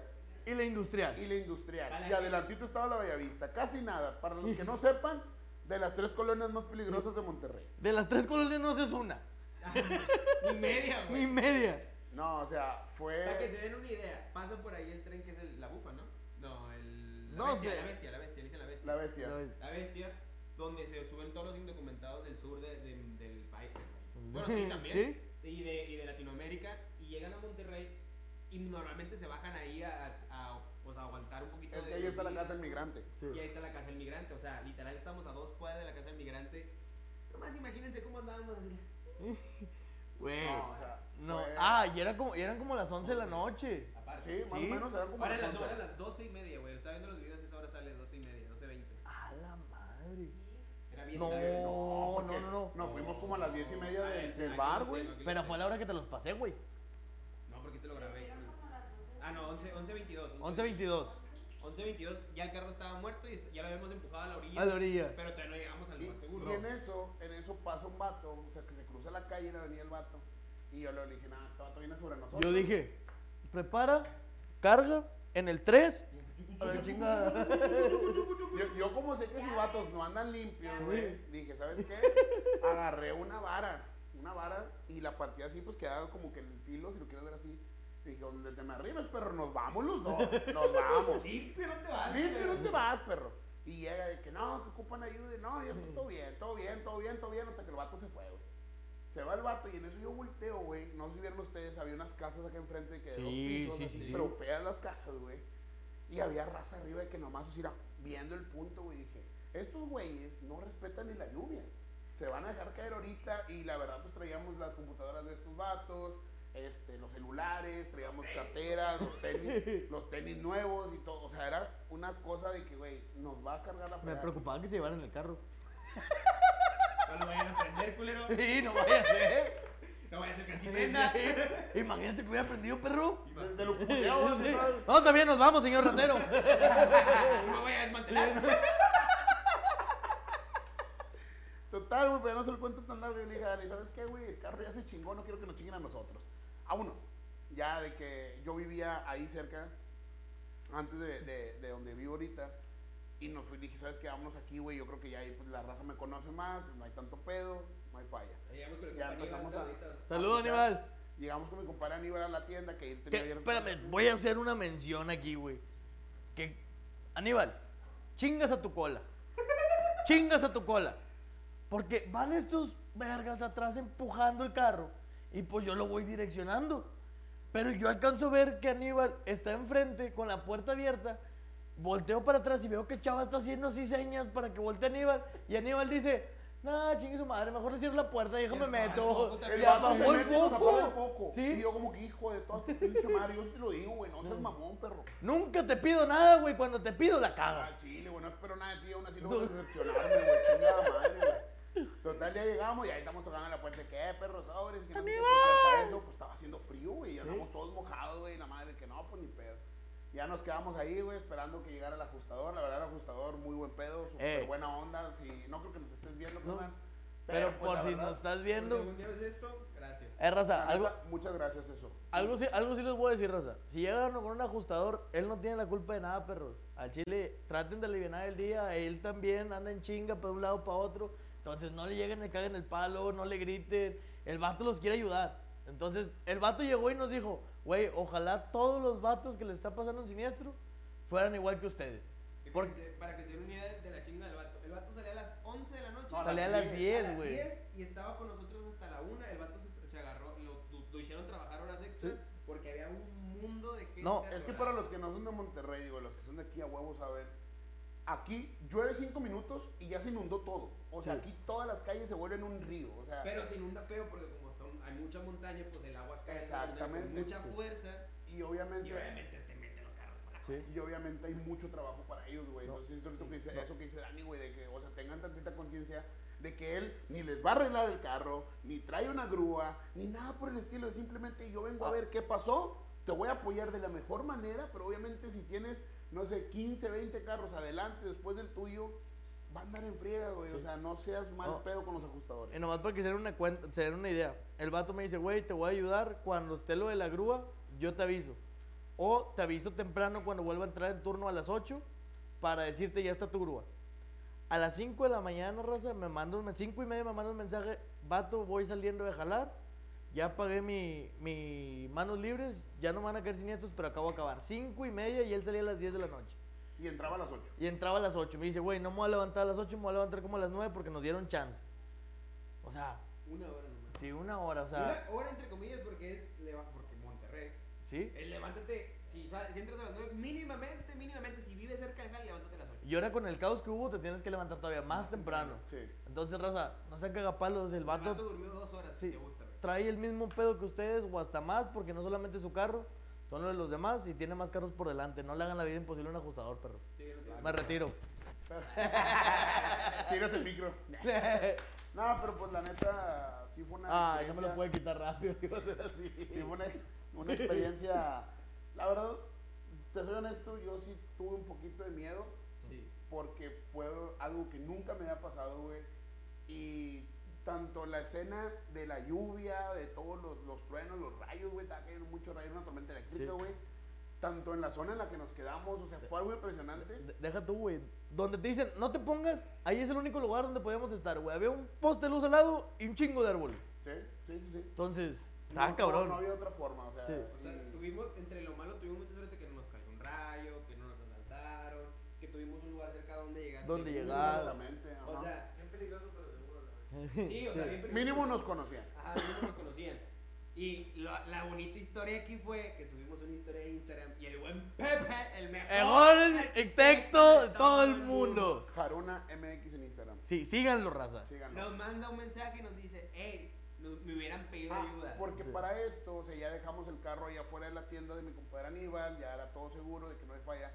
Speaker 4: y la Industrial.
Speaker 8: y la industrial.
Speaker 3: A la
Speaker 8: y adelantito estaba la Bellavista, casi nada. Para los que no sepan, de las tres colonias más peligrosas de Monterrey.
Speaker 4: De las tres colonias no es una,
Speaker 3: Ni media,
Speaker 4: ni
Speaker 3: güey.
Speaker 4: media.
Speaker 8: No, o sea,
Speaker 3: Para que se
Speaker 8: fue.
Speaker 3: den una idea, pasa por ahí el tren que es el- la bufa, ¿no? No, el. La
Speaker 4: No
Speaker 3: bestia,
Speaker 4: sé.
Speaker 3: La bestia, la bestia, le dicen la bestia.
Speaker 8: La bestia.
Speaker 4: No, es-
Speaker 3: La bestia, donde se suben todos los indocumentados del sur de- de- del país. Bueno, sí, también. Y, de, y de Latinoamérica, y llegan a Monterrey, y normalmente se bajan ahí a, a- a, pues, a aguantar un poquito
Speaker 8: Es
Speaker 3: de.
Speaker 8: que ahí está la casa del migrante.
Speaker 3: Y ahí está la casa del migrante, o sea, literal estamos a dos cuadras de la casa del migrante. Nomás imagínense cómo andábamos. así.
Speaker 4: Güey.
Speaker 8: No, o sea,
Speaker 4: No,
Speaker 8: fue-
Speaker 4: ah, y, era como, y eran como las 11 de la noche.
Speaker 3: Aparte.
Speaker 8: Sí, más
Speaker 4: Sí.
Speaker 8: o menos eran como
Speaker 3: Ahora
Speaker 8: las
Speaker 3: eran las, no,
Speaker 8: once.
Speaker 3: eran las 12 y media, güey. Estaba viendo los videos y esa hora sale 12 y media, 12 20.
Speaker 4: A la madre.
Speaker 3: Era bien
Speaker 4: No.
Speaker 3: tarde.
Speaker 4: No, no,
Speaker 8: porque
Speaker 4: no, no.
Speaker 8: Nos fuimos como a las diez y media
Speaker 3: A
Speaker 8: de-
Speaker 3: ver,
Speaker 8: del
Speaker 3: aquí
Speaker 8: bar,
Speaker 3: lo
Speaker 8: güey.
Speaker 3: tengo, aquí lo
Speaker 4: Pero fue a la
Speaker 3: tengo.
Speaker 4: hora que te los pasé, güey.
Speaker 3: No, porque te lo grabé.
Speaker 5: Eran como las dos de-
Speaker 3: Ah, no, 11, 11 22.
Speaker 4: 11.22.
Speaker 3: 11 22, ya el carro estaba muerto y ya lo habíamos empujado a la orilla.
Speaker 4: A la orilla.
Speaker 3: Pero todavía no llegamos al
Speaker 8: Y,
Speaker 3: lugar seguro.
Speaker 8: y en eso, en eso pasa un vato, o sea, que se cruza la calle y le venía el vato. Y yo le dije, nada, este vato viene sobre nosotros.
Speaker 4: Yo dije, prepara, carga, en el 3. A la chingada.
Speaker 8: Yo, yo como sé que sus vatos no andan limpios, güey, dije, ¿sabes
Speaker 4: [laughs]
Speaker 8: qué? Agarré una vara, una vara, y la partí así, pues quedaba como que el filo, si lo quieres ver así. Dije, donde me arribes, perro, nos vamos los dos, nos vamos.
Speaker 3: Limpio, no te vas.
Speaker 8: Limpio, no te vas, perro. Y llega de que no, que ocupan ayuda, y no, yo estoy todo bien, todo bien, todo bien, todo bien, hasta que el vato se fue, güey. Se va el vato y en eso yo volteo, güey. No sé si vieron ustedes, había unas casas acá enfrente que de dos
Speaker 4: Sí,
Speaker 8: pisos,
Speaker 4: sí,
Speaker 8: así,
Speaker 4: sí, sí.
Speaker 8: pero feas las casas, güey. Y había raza arriba de que nomás os irá viendo el punto, güey. Dije, estos güeyes no respetan ni la lluvia. Se van a dejar caer ahorita y la verdad pues traíamos las computadoras de estos vatos, este, los celulares, traíamos carteras, los tenis, los tenis nuevos y todo. O sea, era una cosa de que, güey, nos va a cargar la
Speaker 4: Me
Speaker 8: fregada.
Speaker 4: preocupaba que se llevaran el carro.
Speaker 3: No lo vayan a prender, culero.
Speaker 4: Sí, no vaya a ser.
Speaker 3: No vaya a ser que así venda.
Speaker 4: Imagínate que hubiera aprendido, perro.
Speaker 8: De, de lo
Speaker 1: [laughs]
Speaker 8: puteado,
Speaker 4: Sí.
Speaker 8: ¿sabes?
Speaker 4: No, también nos vamos, señor ratero.
Speaker 3: No me voy a desmantelar. [laughs]
Speaker 8: Total, güey, pero no se lo cuento tan largo. Y le dije, dale, ¿sabes qué, güey? El carro ya se chingó, no quiero que nos chinguen a nosotros. Ah, A uno. Ya de que yo vivía ahí cerca, antes de, de- de donde vivo ahorita. Y nos fui, dije, ¿sabes qué? Vámonos aquí, güey. Yo creo que ya ahí pues, la raza me conoce más, pues, no hay tanto pedo, no hay falla.
Speaker 3: Llegamos con el
Speaker 8: Ya
Speaker 3: compañero
Speaker 8: empezamos
Speaker 3: antes
Speaker 8: a-
Speaker 3: ahorita.
Speaker 4: Saludos, Aníbal.
Speaker 8: Llegamos con mi compadre Aníbal a la tienda que él
Speaker 4: Que-
Speaker 8: tenía abierto.
Speaker 4: espérame, voy a hacer una mención aquí, güey. Que, Aníbal, chingas a tu cola. chingas a tu cola. Porque van estos vergas atrás empujando el carro y pues yo lo voy direccionando. Pero yo alcanzo a ver que Aníbal está enfrente con la puerta abierta. Volteo para atrás y veo que Chava está haciendo así señas para que voltee a Aníbal. Y Aníbal dice, No, chingue su madre, mejor le cierro la puerta y déjame
Speaker 3: hermano,
Speaker 4: meto.
Speaker 3: puta,
Speaker 1: El
Speaker 4: Le
Speaker 3: vato
Speaker 1: vato se
Speaker 4: apagó el
Speaker 1: mete y nos apaga el
Speaker 4: foco.
Speaker 1: foco. Y
Speaker 4: Sí. Mm.
Speaker 1: yo como que hijo de toda tu pinche madre, yo sí lo digo, güey, no seas mamón, perro.
Speaker 4: Nunca te pido nada, güey. Cuando te pido la cagas.
Speaker 1: Ah, chile, güey, no espero nada de ti, aún así lo voy a decepcionarme, güey, chingada madre, güey. Total, ya llegamos y ahí estamos tocando a la puerta, ¿qué, perros, sobres? Que no sé qué, porque hasta eso, pues estaba haciendo frío, güey, y andamos todos mojados, güey, y la madre que no, pues ni pedo. Ya nos quedamos ahí, güey, esperando que llegara el ajustador, la verdad, el ajustador, muy buen pedo, súper
Speaker 4: Eh.
Speaker 1: buena onda, si, no creo que nos estés viendo,
Speaker 4: No.
Speaker 1: carnal,
Speaker 4: Pero
Speaker 1: pues,
Speaker 4: por
Speaker 1: la
Speaker 4: si
Speaker 1: verdad,
Speaker 4: nos estás
Speaker 3: Si
Speaker 4: viendo.
Speaker 3: algún día ves esto, gracias.
Speaker 4: Eh,
Speaker 1: la
Speaker 4: raza,
Speaker 1: neta,
Speaker 4: algo,
Speaker 1: Muchas gracias, eso.
Speaker 4: Algo sí, algo sí les voy a decir, raza. Si llegan con un ajustador, él no tiene la culpa de nada, perros. Al chile, traten de aliviar el día. Él también anda en chinga para un lado para otro. Entonces, no le lleguen, le caguen el palo, no le griten. El vato los quiere ayudar. Entonces, el vato llegó y nos dijo, güey, ojalá todos los vatos que le está pasando un siniestro fueran igual que ustedes.
Speaker 3: Que
Speaker 4: Por-
Speaker 3: se- para que se den una idea de- de la chinga del vato. El vato salía a las 11 de la noche.
Speaker 1: No, a
Speaker 4: Salía a
Speaker 1: las
Speaker 4: las
Speaker 3: A
Speaker 4: 10,
Speaker 3: las
Speaker 4: güey.
Speaker 3: 10 y estaba con nosotros hasta la 1. El vato se, se agarró, lo, lo- lo hicieron trabajar horas extras
Speaker 4: Sí.
Speaker 3: porque había un mundo de gente.
Speaker 4: No,
Speaker 1: Es que
Speaker 3: atorada.
Speaker 1: para los que no son de Monterrey, güey, los que son de aquí a huevo saben, aquí llueve cinco minutos y ya se inundó todo. O sea,
Speaker 4: Sí.
Speaker 1: aquí todas las calles se vuelven un río. O sea,
Speaker 3: Pero se inunda feo porque como son, hay mucha montaña, pues el agua cae se inunda con
Speaker 1: Exactamente,
Speaker 3: mucha
Speaker 1: sí.
Speaker 3: fuerza
Speaker 1: y obviamente
Speaker 3: y obviamente te meten los carros por la
Speaker 4: Sí.
Speaker 1: y obviamente hay mucho trabajo para ellos, güey. Entonces, eso que, dice, eso que dice Dani, güey, de que, o sea, tengan tantita conciencia de que él ni les va a arreglar el carro, ni trae una grúa, ni nada por el estilo. Simplemente yo vengo a
Speaker 4: Ah.
Speaker 1: ver qué pasó, te voy a apoyar de la mejor manera, pero obviamente si tienes, no sé, 15, 20 carros adelante después del tuyo, va a andar en friega, güey. O sea, no seas mal
Speaker 4: No.
Speaker 1: pedo con los ajustadores.
Speaker 4: Y nomás para que se den una cuenta, se den una idea. El vato me dice, güey, te voy a ayudar. Cuando esté lo de la grúa, yo te aviso. O te aviso temprano cuando vuelva a entrar en turno a las 8 para decirte ya está tu grúa. A las 5 de la mañana, raza, me manda un mensaje, 5 y media me manda un mensaje, vato, voy saliendo de jalar, ya pagué mi, mi manos libres, ya no me van a caer siniestros, pero acabo de acabar. 5 y media y él salía a las 10 de la noche.
Speaker 1: Y entraba a las 8.
Speaker 4: Y entraba a las 8. Me dice, güey, no me voy a levantar a las 8, me voy a levantar como a las 9 porque nos dieron chance. O sea,
Speaker 3: Una hora nomás.
Speaker 4: Sí, una hora, o sea.
Speaker 3: una hora entre comillas porque es leva- porque Monterrey.
Speaker 4: Sí.
Speaker 3: El levántate, si, sal- si entras a las 9, mínimamente, mínimamente, si vives cerca de Jal, levántate a las 8.
Speaker 4: Y ahora con el caos que hubo, te tienes que levantar todavía más temprano.
Speaker 1: Sí.
Speaker 4: Entonces, raza, no sean cagapalos. El
Speaker 3: El vato
Speaker 4: vato
Speaker 3: durmió dos horas,
Speaker 4: Sí.
Speaker 3: si te gusta, güey.
Speaker 4: trae el mismo pedo que ustedes, o hasta más, porque no solamente su carro, son los de los demás y tiene más carros por delante. No le hagan la vida imposible a un ajustador, perros.
Speaker 3: Sí, no te-
Speaker 4: Me
Speaker 1: [laughs]
Speaker 4: retiro.
Speaker 1: Tiras el micro. No, pero pues la neta, sí fue una.
Speaker 4: Ay, no Ah, me
Speaker 1: experiencia-
Speaker 4: lo puede quitar rápido, [laughs] iba a ser así.
Speaker 1: Sí, fue una, una experiencia. La verdad, te soy honesto, yo sí tuve un poquito de miedo
Speaker 3: Sí.
Speaker 1: porque fue algo que nunca me había pasado, güey. Y tanto la escena de la lluvia, de todos los, los truenos, los rayos, güey, estaba cayendo mucho rayo, una tormenta eléctrica,
Speaker 4: Sí.
Speaker 1: güey. Tanto en la zona en la que nos quedamos, o sea, fue algo impresionante.
Speaker 4: De- Deja tú, güey. Donde te dicen, no te pongas, ahí es el único lugar donde podíamos estar, güey. Había un poste de luz al lado y un chingo de árboles.
Speaker 1: Sí, sí, sí. sí.
Speaker 4: Entonces, está
Speaker 1: No,
Speaker 4: Ah, cabrón.
Speaker 1: No, no había otra forma, o sea.
Speaker 4: Sí.
Speaker 3: O sea,
Speaker 1: sí.
Speaker 3: tuvimos, entre lo malo, tuvimos mucha suerte que no nos cayó un rayo, que no nos asaltaron, que tuvimos un lugar cerca donde llegar.
Speaker 4: Donde
Speaker 3: seguro.
Speaker 4: llegar.
Speaker 1: Exactamente, ajá.
Speaker 3: O sea,
Speaker 2: Bien peligroso, pero seguro. la verdad.
Speaker 3: [laughs]
Speaker 4: [laughs]
Speaker 3: sí, o sea, bien peligroso.
Speaker 1: mínimo nos conocían.
Speaker 3: Ajá, mínimo nos conocían. Y lo- la bonita historia aquí fue que subimos una historia de Instagram y el buen Pepe, el mejor.
Speaker 4: El gol
Speaker 3: arquitecto
Speaker 4: arquitecto de todo el mundo.
Speaker 1: Jaruna MX en Instagram.
Speaker 4: Sí, síganlo, raza.
Speaker 1: Síganlo.
Speaker 3: Nos manda un mensaje y nos dice, hey, nos- me hubieran pedido
Speaker 1: Ah,
Speaker 3: ayuda.
Speaker 1: porque
Speaker 4: Sí.
Speaker 1: para esto, o sea, ya dejamos el carro allá afuera de la tienda de mi compadre Aníbal, ya era todo seguro de que no hay falla.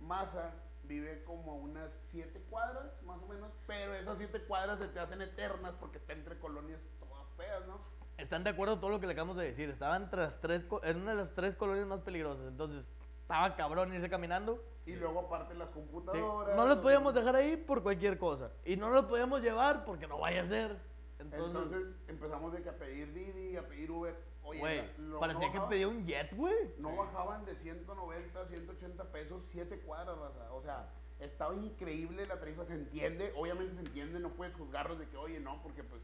Speaker 1: Masa vive como a unas siete cuadras, más o menos, pero esas siete cuadras se te hacen eternas porque está entre colonias todas feas, ¿no?
Speaker 4: ¿Están de acuerdo todo lo que le acabamos de decir? Estaban tras tres, co- en una de las tres colonias más peligrosas. Entonces, estaba cabrón irse caminando.
Speaker 1: Y luego aparte las
Speaker 4: Sí.
Speaker 1: computadoras.
Speaker 4: No los
Speaker 1: o sea,
Speaker 4: podíamos dejar ahí por cualquier cosa. Y no los podíamos llevar porque no vaya a ser. Entonces,
Speaker 1: Entonces empezamos de que a pedir Didi, a pedir Uber. Oye,
Speaker 4: güey,
Speaker 1: lo-
Speaker 4: parecía
Speaker 1: no
Speaker 4: que
Speaker 1: bajaba-
Speaker 4: pedía un jet, güey.
Speaker 1: No bajaban de 190 180 pesos, 7 cuadras, raza. O sea, estaba increíble la tarifa, se entiende, obviamente se entiende, no puedes juzgarlos de que, oye, no, porque pues,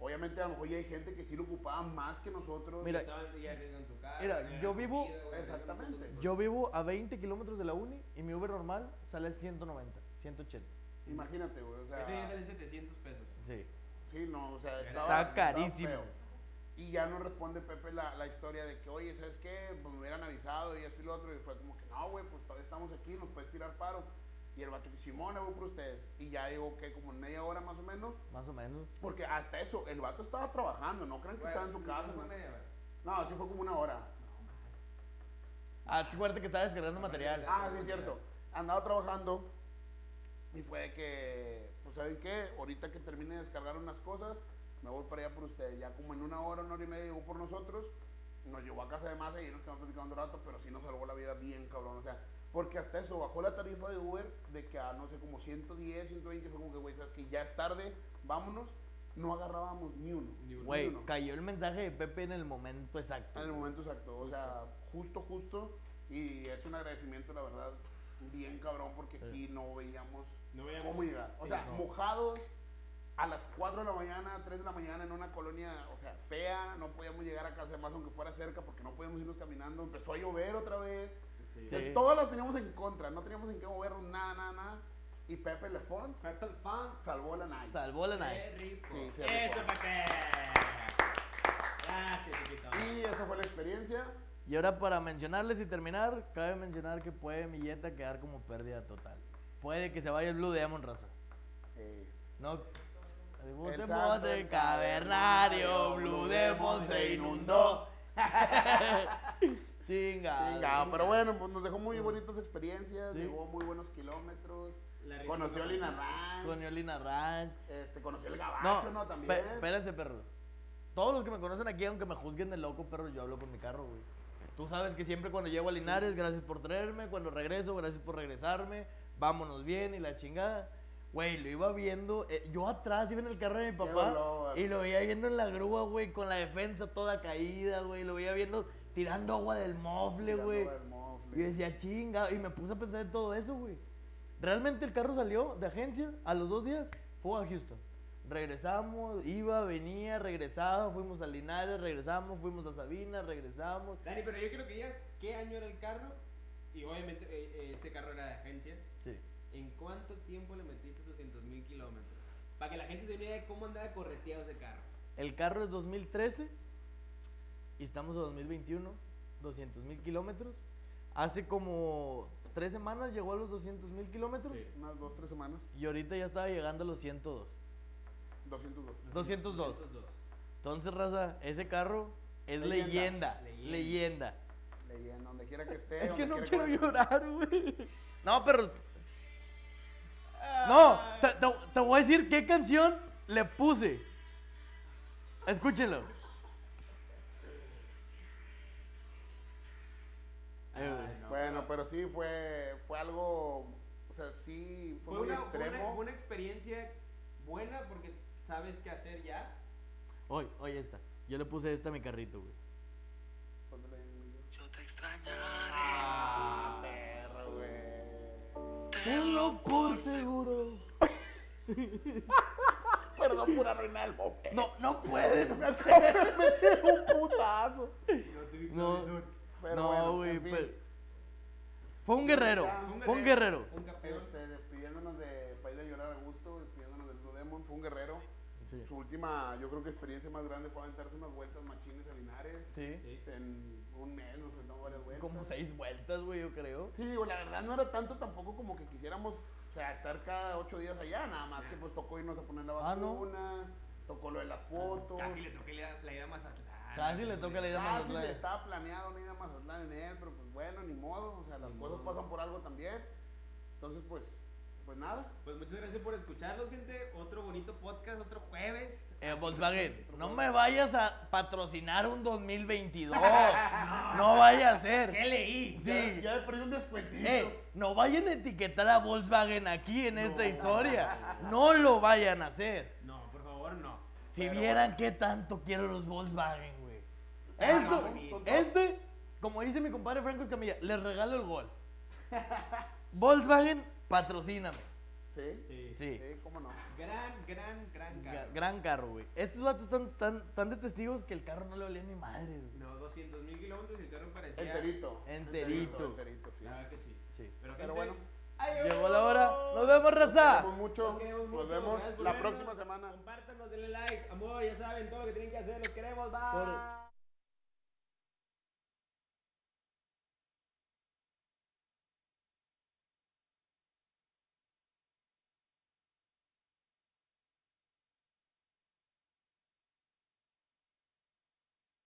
Speaker 1: obviamente a lo mejor ya hay gente que sí lo ocupaba más que nosotros.
Speaker 4: Mira,
Speaker 3: Estaban- ya arriesgan su carro,
Speaker 4: mira,
Speaker 3: arriesgan
Speaker 4: yo
Speaker 3: su
Speaker 4: vivo-
Speaker 3: vida, güey, arriesgan un montón de
Speaker 1: Exactamente.
Speaker 3: cosas.
Speaker 4: Yo vivo a 20 kilómetros de la uni y mi Uber normal sale a 190, 180.
Speaker 1: Imagínate, güey, o
Speaker 3: Eso ya
Speaker 1: sea,
Speaker 3: salen 700 pesos.
Speaker 4: Sí.
Speaker 1: sí, no, o sea,
Speaker 3: Está
Speaker 1: estaba, estaba
Speaker 4: carísimo.
Speaker 1: feo. Y ya no responde Pepe la, la historia de que, oye, ¿sabes qué? Pues me hubieran avisado y esto y lo otro. Y fue como que, no, güey, pues todavía estamos aquí, nos puedes tirar paro.
Speaker 8: Y el vato, Simón, voy por ustedes. Y ya llegó, que como en media hora más o menos.
Speaker 4: Más o menos.
Speaker 8: Porque hasta eso, el vato estaba trabajando, no crean que estaba en su casa.
Speaker 3: No,
Speaker 8: No,
Speaker 3: fue media hora.
Speaker 8: no así fue como una hora.
Speaker 4: Ah, acuérdate que estaba descargando material.
Speaker 8: Ah, sí, es cierto. Andaba trabajando y fue de que, pues, ¿saben qué? Ahorita que termine de descargar unas cosas, me voy para allá por ustedes. Ya como en una hora, una hora y media llegó por nosotros, nos llevó a casa de masa y ahí nos quedamos platicando un rato, pero sí nos salvó la vida bien, cabrón. O sea, porque hasta eso, bajó la tarifa de Uber de que a, no sé, como 110, 120, fue como que, güey, ¿sabes que Ya es tarde, vámonos. No agarrábamos ni uno. Ni uno.
Speaker 4: Güey, cayó el mensaje de Pepe en el momento exacto.
Speaker 8: En el momento exacto, o sea, justo, justo. Y es un agradecimiento, la verdad, bien cabrón, porque sí, no veíamos
Speaker 1: No veíamos.
Speaker 8: cómo llegar. O
Speaker 4: Sí,
Speaker 8: sea,
Speaker 4: no.
Speaker 8: mojados a las 4 de la mañana, 3 de la mañana en una colonia, o sea, fea. No podíamos llegar a casa, más aunque fuera cerca, porque no podíamos irnos caminando. Empezó a llover otra vez. O sea,
Speaker 4: Sí.
Speaker 8: todas las teníamos en contra, no teníamos en qué movernos, nada, nada, nada. Y Pepe Lefont
Speaker 3: Pepe el Pan.
Speaker 8: salvó la night.
Speaker 4: Salvó la nave.
Speaker 3: Qué rico.
Speaker 8: Sí, se
Speaker 1: Eso
Speaker 8: rifó.
Speaker 1: para qué. Gracias, chiquito.
Speaker 8: Y esa fue la experiencia.
Speaker 4: Y ahora para mencionarles y terminar, cabe mencionar que puede mi Jetta quedar como pérdida total. Puede que se vaya el Blue Diamond Raza.
Speaker 8: Eh,
Speaker 4: No. El bote
Speaker 8: El santo
Speaker 4: bote
Speaker 8: del
Speaker 4: cavernario,
Speaker 8: cavernario,
Speaker 4: Blue
Speaker 8: Blue
Speaker 4: Demon
Speaker 8: Demon
Speaker 4: se
Speaker 8: se
Speaker 4: inundó. [laughs] Chinga.
Speaker 8: chingado, pero bueno, pues nos dejó muy bonitas experiencias,
Speaker 4: Ah, Sí.
Speaker 8: llegó muy buenos kilómetros.
Speaker 1: La rifa
Speaker 8: Conoció a
Speaker 1: no-
Speaker 8: Lina Ranch,
Speaker 4: Con Yolina Ranch.
Speaker 8: este, conoció el
Speaker 4: No,
Speaker 8: Gabacho, ¿no?
Speaker 4: pe-
Speaker 8: También.
Speaker 4: espérense, perros. Todos los que me conocen aquí, aunque me juzguen de loco, perros, yo hablo con mi carro, güey. Tú sabes que siempre cuando llego a Linares, gracias por traerme. Cuando regreso, gracias por regresarme. Vámonos bien y la chingada. Güey, lo iba viendo. eh, yo atrás iba en el carro de mi
Speaker 8: Qué
Speaker 4: papá.
Speaker 8: dolor.
Speaker 4: y lo veía viendo en la grúa, güey, con la defensa toda caída, güey. Lo veía viendo tirando agua del mofle,
Speaker 8: Tirando
Speaker 4: güey.
Speaker 8: del mofle.
Speaker 4: Y yo decía, chinga. Y me puse a pensar en todo eso, güey. Realmente el carro salió de agencia a los dos días, fue a Houston. Regresamos, iba, venía, regresaba, fuimos a Linares, regresamos, fuimos a Sabina, regresamos.
Speaker 3: Dani, pero yo creo que digas qué año era el carro. Y obviamente eh, eh, ese carro era de agencia.
Speaker 4: Sí.
Speaker 3: ¿En cuánto tiempo le metiste 200 mil kilómetros? Para que la gente se dé una idea de cómo andaba correteado ese carro.
Speaker 4: El carro es 2013 y estamos a 2021, 200 mil kilómetros. Hace como tres semanas llegó a los 200 mil kilómetros
Speaker 1: Sí.
Speaker 8: Unas dos, tres semanas,
Speaker 4: y ahorita ya estaba llegando a los 102.
Speaker 8: 202.
Speaker 4: 202. Entonces, raza, ese carro es leyenda,
Speaker 3: Leyenda.
Speaker 4: leyenda.
Speaker 3: Leyenda.
Speaker 8: Leí en donde quiera que esté.
Speaker 4: Es que
Speaker 8: donde
Speaker 4: no
Speaker 8: quiera
Speaker 4: quiero
Speaker 8: vaya.
Speaker 4: llorar, güey. No, pero No, te, te- te voy a decir qué canción le puse. Escúchenlo. Ay, güey.
Speaker 8: Bueno, pero sí fue, fue algo, o sea, sí fue,
Speaker 3: Fue
Speaker 8: muy
Speaker 3: una, fue una-
Speaker 8: extremo.
Speaker 3: fue una experiencia buena porque sabes qué hacer ya.
Speaker 4: Hoy, hoy esta. Yo le puse esta a mi carrito, güey.
Speaker 8: Póntela ahí en el video.
Speaker 1: Ah,
Speaker 8: Perro, güey.
Speaker 4: Tenlo por seguro.
Speaker 8: [laughs] Perdón por arruinar el bofe.
Speaker 4: No, no
Speaker 8: [laughs]
Speaker 4: pueden.
Speaker 8: un putazo.
Speaker 4: No,
Speaker 8: Pero bueno,
Speaker 4: no, güey.
Speaker 8: en fin.
Speaker 4: pero- Fue un guerrero. Fue un guerrero.
Speaker 3: Un campeón.
Speaker 8: Este, despidiéndonos de para ir a llorar a gusto, despidiéndonos del Blue Demon, fue un guerrero.
Speaker 4: Sí.
Speaker 8: Su última, yo creo que experiencia más grande fue aventarse unas vueltas machines a Linares.
Speaker 4: Sí.
Speaker 8: En un mes nos aventamos varias vueltas.
Speaker 4: Como seis vueltas, güey, yo creo.
Speaker 8: Sí, digo, la verdad no era tanto tampoco como que quisiéramos, o sea, estar cada ocho días allá, nada más que pues tocó irnos a poner la
Speaker 4: Ah, ¿no?
Speaker 8: vacuna, tocó lo de las fotos.
Speaker 3: Casi le toqué la, la idea más atlántica.
Speaker 4: Casi le toca la idea más
Speaker 8: Casi le
Speaker 4: grande.
Speaker 8: Ah, estaba planeado no ir a Mazatlán en él, pero pues bueno, ni modo, o sea, las cosas pasan por algo también. Entonces, pues, pues nada.
Speaker 3: Pues muchas gracias por escucharlos, gente. Otro bonito podcast, otro jueves.
Speaker 4: Eh, Volkswagen, no me vayas a patrocinar un 2022. No vaya a ser.
Speaker 3: ¿Qué leí?
Speaker 4: Sí.
Speaker 8: Ya, ya perdí un descuentito.
Speaker 4: Eh, no vayan a etiquetar a Volkswagen aquí en esta historia. No lo vayan a hacer.
Speaker 3: No, por favor, no.
Speaker 4: Si
Speaker 8: Pero
Speaker 4: vieran qué tanto quiero los Volkswagen, güey.
Speaker 3: Ah,
Speaker 4: Esto-
Speaker 3: no, mi-
Speaker 4: este, como dice mi compadre Franco Escamilla, les regalo el gol. Volkswagen, patrocíname.
Speaker 8: ¿Sí? sí.
Speaker 1: Sí.
Speaker 4: Sí.
Speaker 8: este, cómo no.
Speaker 3: Gran, gran, gran
Speaker 4: Ga-
Speaker 3: carro.
Speaker 4: Gran carro, güey. Estos vatos están tan, tan de testigos que el carro no le olía ni madres, güey.
Speaker 3: No, 200 mil kilómetros y el carro parecía.
Speaker 8: Enterito.
Speaker 4: Enterito.
Speaker 8: Enterito, sí.
Speaker 3: La verdad que sí.
Speaker 4: Sí.
Speaker 3: Pero, gente,
Speaker 8: Pero bueno.
Speaker 3: adiós.
Speaker 4: Llegó la hora. Nos vemos, raza.
Speaker 8: Nos mucho.
Speaker 3: Los queremos mucho,
Speaker 8: Nos vemos
Speaker 3: gracias por
Speaker 8: la
Speaker 3: vernos.
Speaker 8: próxima semana.
Speaker 3: Compártanos, denle like. Amor, ya saben todo lo que tienen que hacer. Los queremos. Bye.
Speaker 4: Sobre.